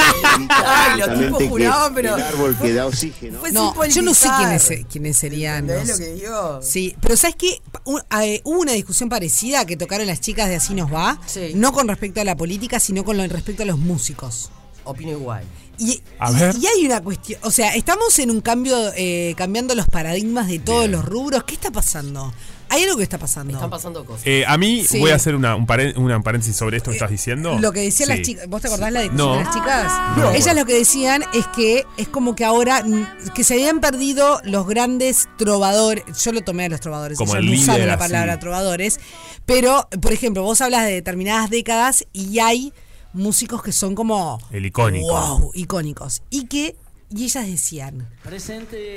R: Ay, los
C: Exactamente,
R: tipos
C: que
R: juraban, pero.
C: el árbol que da oxígeno.
R: Fue
B: No,
R: sin
B: yo no sé
R: politizar.
B: quiénes, quiénes serían.
R: ¿Entendés
B: los-
R: lo que digo?
B: Sí, pero ¿sabes qué? Un- eh, hubo una discusión parecida que tocaron las chicas de Así nos va, no con respecto a la política, sino con lo- respecto a los músicos.
R: Opino igual. Este
B: Y,
R: A
B: y-
R: ver.
B: y hay una cuestión, o sea, estamos en un cambio, eh, cambiando los paradigmas de todos los rubros. ¿Qué está pasando? Hay algo que está pasando.
R: Están pasando cosas.
C: Eh, a mí
B: Sí. Eh,
C: voy a hacer una, un paré- una paréntesis sobre esto que estás diciendo.
B: Lo que decían
C: Sí.
B: las chicas, ¿vos te acordás la discusión
C: No.
B: de las chicas?
C: No.
B: Ellas lo que decían es que es como que ahora mm, que se habían perdido los grandes trovadores. Yo lo tomé a los trovadores,
C: Como
B: ellas
C: el
B: no usaron
C: líder,
B: la palabra
C: así.
B: trovadores. Pero, por ejemplo, vos hablas de determinadas décadas y hay músicos que son como
C: El icónico.
B: wow, icónicos. Y que, y ellas decían,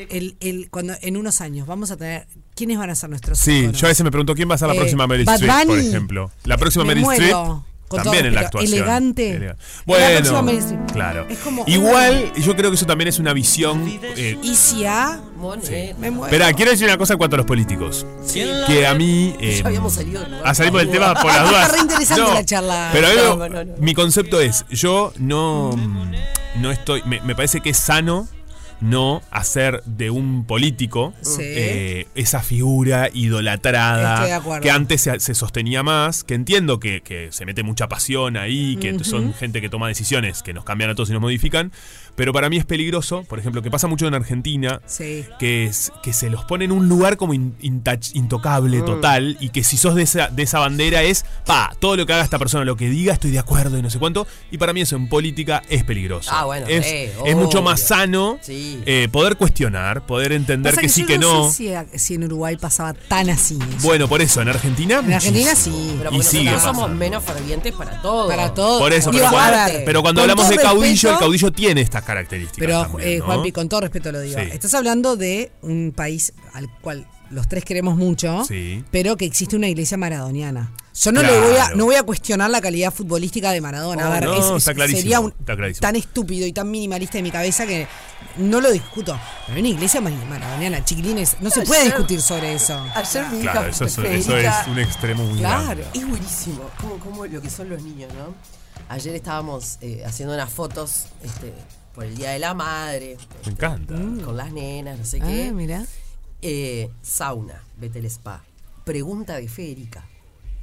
B: el, el, cuando en unos años vamos a tener, ¿quiénes van a ser nuestros
C: Sí,
B: íconos?
C: yo a veces me pregunto quién va a ser la
B: Eh,
C: próxima Meryl
B: Bad
C: Streep, por
B: Bunny.
C: ejemplo. La próxima
B: Me
C: Meryl
B: muero,
C: Streep.
B: con todo
C: También en la
B: respeto,
C: actuación.
B: elegante.
C: Elega-
B: Es la
C: Bueno,
B: próxima Meryl Streep.
C: claro.
B: Es como-
C: Igual, yo creo que eso también es una visión. eh,
B: Y si a me muero.
C: Espera, quiero decir una cosa en cuanto a los políticos.
B: Sí.
C: Que a mí. eh,
B: Ya habíamos salido del
C: Ah, salimos del tema
B: lugar.
C: por las dudas.
B: Está re interesante
C: No,
B: la charla.
C: Pero a mí
B: No,
C: me-
B: no, no.
C: mi concepto es: yo no. No estoy. Me, me parece que es sano no hacer de un político
B: Sí.
C: eh, esa figura idolatrada
B: Estoy de acuerdo.
C: que antes se, se sostenía más, que entiendo que, que se mete mucha pasión ahí, que
B: Ujú.
C: son gente que toma decisiones que nos cambian a todos y nos modifican, pero para mí es peligroso, por ejemplo, que pasa mucho en Argentina,
B: Sí.
C: que, es, que se los pone en un lugar como in- intach- intocable,
B: Mm.
C: total, y que si sos de esa, de esa bandera es, pa, todo lo que haga esta persona, lo que diga, estoy de acuerdo y no sé cuánto, y para mí eso en política es peligroso.
R: Ah, bueno,
C: es,
R: eh,
C: es mucho
R: obvio.
C: más sano
R: Sí.
C: eh, poder cuestionar, poder entender
B: Pasa
C: que, sí
B: yo
C: que
B: no.
C: no.
B: sé si a- si, en Uruguay pasaba tan así. eso.
C: Bueno, por eso, en Argentina.
B: En Argentina
C: muchísimo.
B: sí.
R: Pero
C: Y
R: porque
C: sigue
R: nosotros
C: pasando.
R: somos menos fervientes para todo.
B: Para todo.
C: Por eso,
B: Digo,
C: pero
B: a
C: cuando,
B: ver,
C: pero cuando
B: con
C: hablamos
B: todo
C: de caudillo,
B: respeto-
C: el caudillo tiene estas características.
B: Pero,
C: también,
B: eh,
C: ¿no?
B: Juanpi, con todo respeto lo digo.
C: Sí.
B: Estás hablando de un país al cual los tres queremos mucho,
C: Sí.
B: pero que existe una iglesia maradoniana. Yo no
C: Claro. Oh,
B: le voy a, no voy a cuestionar la calidad futbolística de Maradona. a ver,
C: no,
B: es- es-
C: está clarísimo.
B: sería un-
C: está clarísimo.
B: tan estúpido y tan minimalista de mi cabeza que no lo discuto. Pero hay una iglesia mar- maradoniana, chiquilines, no se
R: Ayer-
B: puede discutir sobre eso.
R: Ayer mi hija
C: Claro, eso es, eso
R: Federica-
C: es un extremo muy grande.
R: Claro, es buenísimo. Como, como lo que son los niños, ¿no? Ayer estábamos eh, haciendo unas fotos este, por el Día de la Madre. Mm.
C: Me encanta.
R: Con las nenas, no sé
B: Ah,
R: qué.
B: mirá.
R: Eh, sauna, vete al spa. Pregunta de Federica.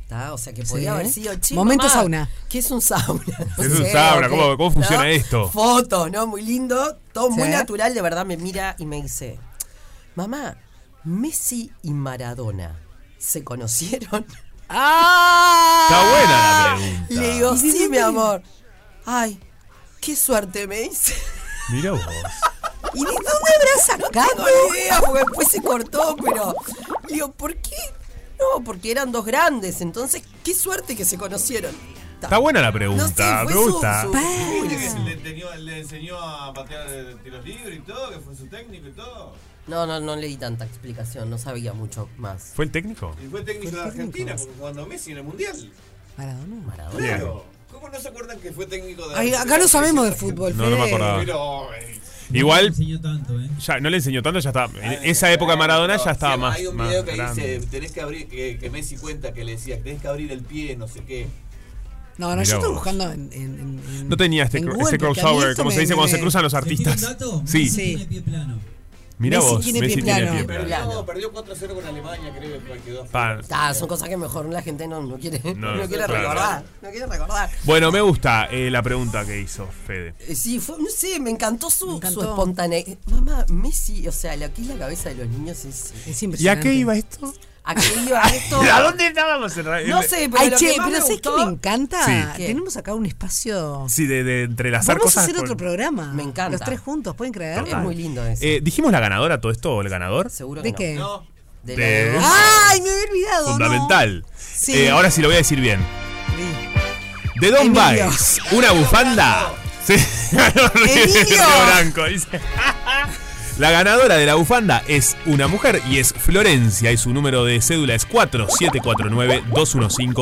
R: ¿tá? O sea, que
B: Sí.
R: podía haber sido che,
B: Momento
R: mamá,
B: sauna.
R: ¿Qué es un sauna? No
C: Es un
R: sé,
C: sauna,
R: ok,
C: ¿cómo- cómo funciona esto?
R: Fotos, ¿no? Muy lindo, todo muy
B: Sí.
R: natural, de verdad me mira y me dice, mamá, Messi y Maradona se conocieron. ¡Ah!
C: Está buena la pregunta.
R: Le digo, sí, mi amor. Ay, qué suerte me hice.
C: Mira vos.
R: ¿Y de dónde habrá sacado? No tengo idea, porque después se cortó, pero. Le digo, ¿por qué? No, porque eran dos grandes, entonces, qué suerte que se conocieron.
C: Está buena la pregunta.
R: No sé, fue
C: me gusta.
R: su-
D: Le, enseñó, le enseñó a patear eh, tiros libres y todo, que fue su técnico y todo.
R: No, no, no le di tanta explicación, no sabía mucho más.
C: ¿Fue el técnico?
D: Y fue técnico de Argentina, porque cuando Messi en el Mundial.
B: Maradona.
C: Bien.
D: Claro. ¿Cómo no se acuerdan que fue técnico de
B: Ay, acá no sabemos de fútbol.
C: No, no me
B: Fede.
C: acordaba.
D: Pero, eh,
C: Igual. Ya, no le enseñó tanto, ya estaba. En esa época de Maradona ya estaba
D: Seba,
C: más.
D: Hay un
C: más
D: video que
C: grande.
D: dice, tenés que abrir, que, que Messi cuenta que le decía, tenés que abrir el pie, no sé qué.
B: No, no,
C: Mirá
B: yo estoy
C: vos.
B: buscando en, en- en- en-
C: No tenía este,
B: en
C: cro-
B: Google,
C: este
B: porque a mí
C: crossover,
B: esto
C: como se
B: me-
C: dice cuando se
B: me-
C: cruzan los artistas. Sí. Mira
B: Messi
C: vos,
B: tiene pie
C: Messi tiene
B: plano.
C: pie plano.
D: Perdió, perdió 4-0 con Alemania, creo que quedó.
C: Pa-
R: Ah, son cosas que mejor la gente no, no quiere,
C: No,
R: no, quiere
C: claro.
R: recordar. No quiere recordar.
C: Bueno, me gusta eh, la pregunta que hizo Fede.
R: Eh, Sí, fue, no sé, me encantó su,
B: encantó.
R: su espontaneidad. Mamá, Messi, o sea, lo que es la cabeza de los niños es.
B: Es
C: ¿Y a
B: impresionante.
C: qué iba esto?
R: ¿A qué iba esto?
C: ¿A dónde estábamos en realidad?
R: No sé, pero
B: Ay,
R: lo
B: che,
R: que más
B: pero
R: me
B: ¿sabes qué
R: gustó-
B: me encanta?
C: Sí.
R: ¿Qué?
B: Tenemos acá un espacio.
C: Sí, de, de entrelazar
B: Vamos a
C: cosas.
B: hacer
C: con-
B: otro programa.
R: Me encanta.
B: Los tres juntos, ¿pueden creer?
R: Es muy lindo eso.
C: Eh, ¿Dijimos la ganadora todo esto o el ganador?
R: Seguro
B: ¿De
R: que
B: qué?
R: no. De la-
C: De-
B: ¡Ay, me había olvidado! no.
C: Fundamental.
B: Sí.
C: Eh, ahora sí lo voy a decir bien.
B: Sí.
C: De Don
B: Emilio.
C: Baez, una bufanda. Sí, ganó Río-
B: Emilio.
C: Río Branco, dice. La ganadora de la bufanda es una mujer y es Florencia y su número de cédula es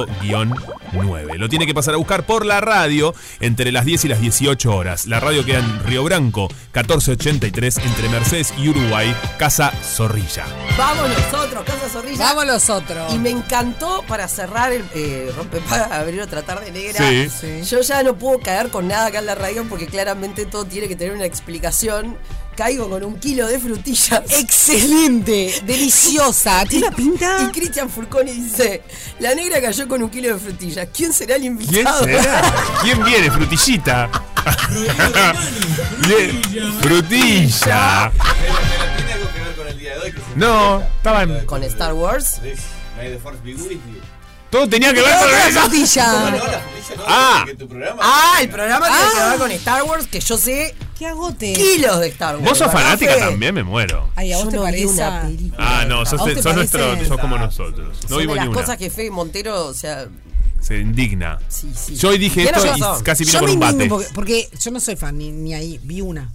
C: 4749-215-9. Lo tiene que pasar a buscar por la radio entre las 10 y las 18 horas. La radio queda en Río Branco, 1483 entre Mercedes y Uruguay, Casa Zorrilla.
R: Vamos nosotros, Casa Zorrilla.
B: Vamos los otros.
R: Y me encantó para cerrar el eh, rompe para abrir otra tarde negra.
C: Sí.
R: Yo ya no puedo caer con nada acá en la radio porque claramente todo tiene que tener una explicación. Caigo con un kilo de frutillas.
B: Excelente, deliciosa. ¿Tiene una
R: Y
B: pinta?
R: Cristian Furconi dice: La negra cayó con un kilo de frutillas. ¿Quién será el
C: ¿Quién
R: invitado?
C: será? ¿Quién viene? Frutillita. Bien,
D: Pero
C: Frutilla.
D: tiene algo que ver con el día de hoy. Que se
C: Ah. No, estaban.
R: Con Star Wars.
D: This May the Force be with you.
C: Todo tenía que ver con eso.
B: Frutilla.
D: No, no, la justicia no,
C: Ah.
D: porque tu programa.
R: Ah, el programa tiene que
B: Ah.
R: ver con Star Wars, que yo sé
B: ¡Qué agote!
R: kilos de Star Wars.
C: Vos sos
R: ¿verdad,
C: fanática
R: Fede?
C: también, me muero.
B: Ay, ¿a vos
R: Yo
B: te
R: no vi
B: parece?
R: una película.
C: Ah, no, sos,
B: ¿A vos te
C: sos
B: parece?
C: nuestro, sos como nosotros. No
R: Son
C: vivo
R: de
C: ni
R: las
C: una.
R: cosas que Fede Montero, o sea,
C: Se indigna.
R: sí, sí.
C: Yo hoy dije
R: Tiene
C: esto
R: razón.
C: y casi vino
B: Yo
C: con
B: me
C: un
B: indigno
C: bate.
B: porque, porque yo no soy fan, ni, ni ahí. Vi una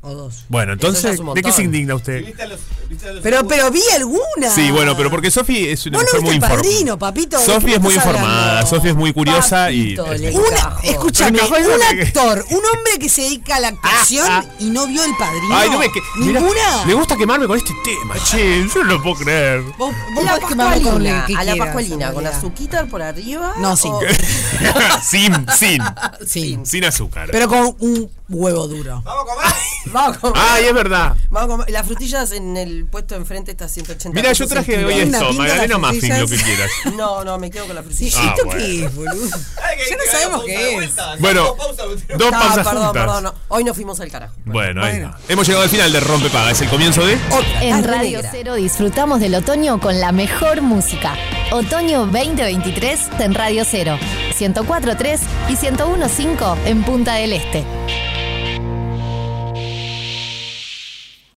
B: o dos.
C: Bueno,
R: Eso ya
C: entonces,
R: es un
C: ¿de qué se
R: montón.
C: indigna usted?
D: Viste a los, viste a los
B: Pero, pero vi alguna.
C: Sí, bueno, pero porque Sofi es una
B: Vos no
C: mujer muy
B: viste
C: informada.
B: Padrino, papito, ¿de
C: Sofi
B: qué
C: es muy
B: estás
C: informada,
B: hablando?
C: Sofi es muy curiosa
R: Papito,
C: y.
R: le-
B: Una,
R: Carajo.
B: escúchame,
C: Carajo, eso
B: un
C: que-
B: actor, un hombre que se dedica a la actuación
C: Ah,
B: y no vio el padrino.
C: Ay, no me que- mirá,
B: ¿Ninguna?
C: Le gusta quemarme con este tema, che. Yo no lo puedo creer.
B: Vos,
R: A
B: vos
R: la
B: podés quemarme con lo
R: pascualina,
B: que
R: a la
B: quieras,
R: pascualina, con
B: en realidad.
R: azuquitar por arriba.
B: No, sí.
R: o-
C: sin, sin.
B: Sí.
C: Sin azúcar.
B: Pero con un huevo duro.
D: Vamos a comer.
R: Vamos a comer.
C: Ay, es verdad.
R: Vamos a comer. Las frutillas en el puesto de enfrente está a 180.
C: Mira, yo
R: pesos
C: traje
R: el
C: hoy
R: kilo.
B: Una
C: esto,
B: pinta
C: Magdalena
B: las
C: Muffin, lo que
B: frutillas.
C: quieras.
R: No, no, me quedo con la
B: Sí,
R: frutilla.
C: Ah,
B: ¿Esto
C: bueno.
B: qué es, boludo?
D: Ay, que-
B: Ya no
D: que
B: sabemos
D: hagamos
B: qué
D: pausa de
B: es.
D: vuelta, hacemos
C: Bueno,
D: pausa de vuelta.
C: dos pausas
R: perdón,
C: juntas.
R: perdón. no. Hoy nos fuimos al carajo.
C: Bueno, ahí
B: Bueno.
C: está. Hemos llegado al final de Rompe Paga. Es el comienzo de.
F: En
R: Tarde
F: Radio
R: Negra.
F: Cero disfrutamos del otoño con la mejor música. Otoño 2023 en Radio Cero, 104.3 y 101.5 en Punta del Este.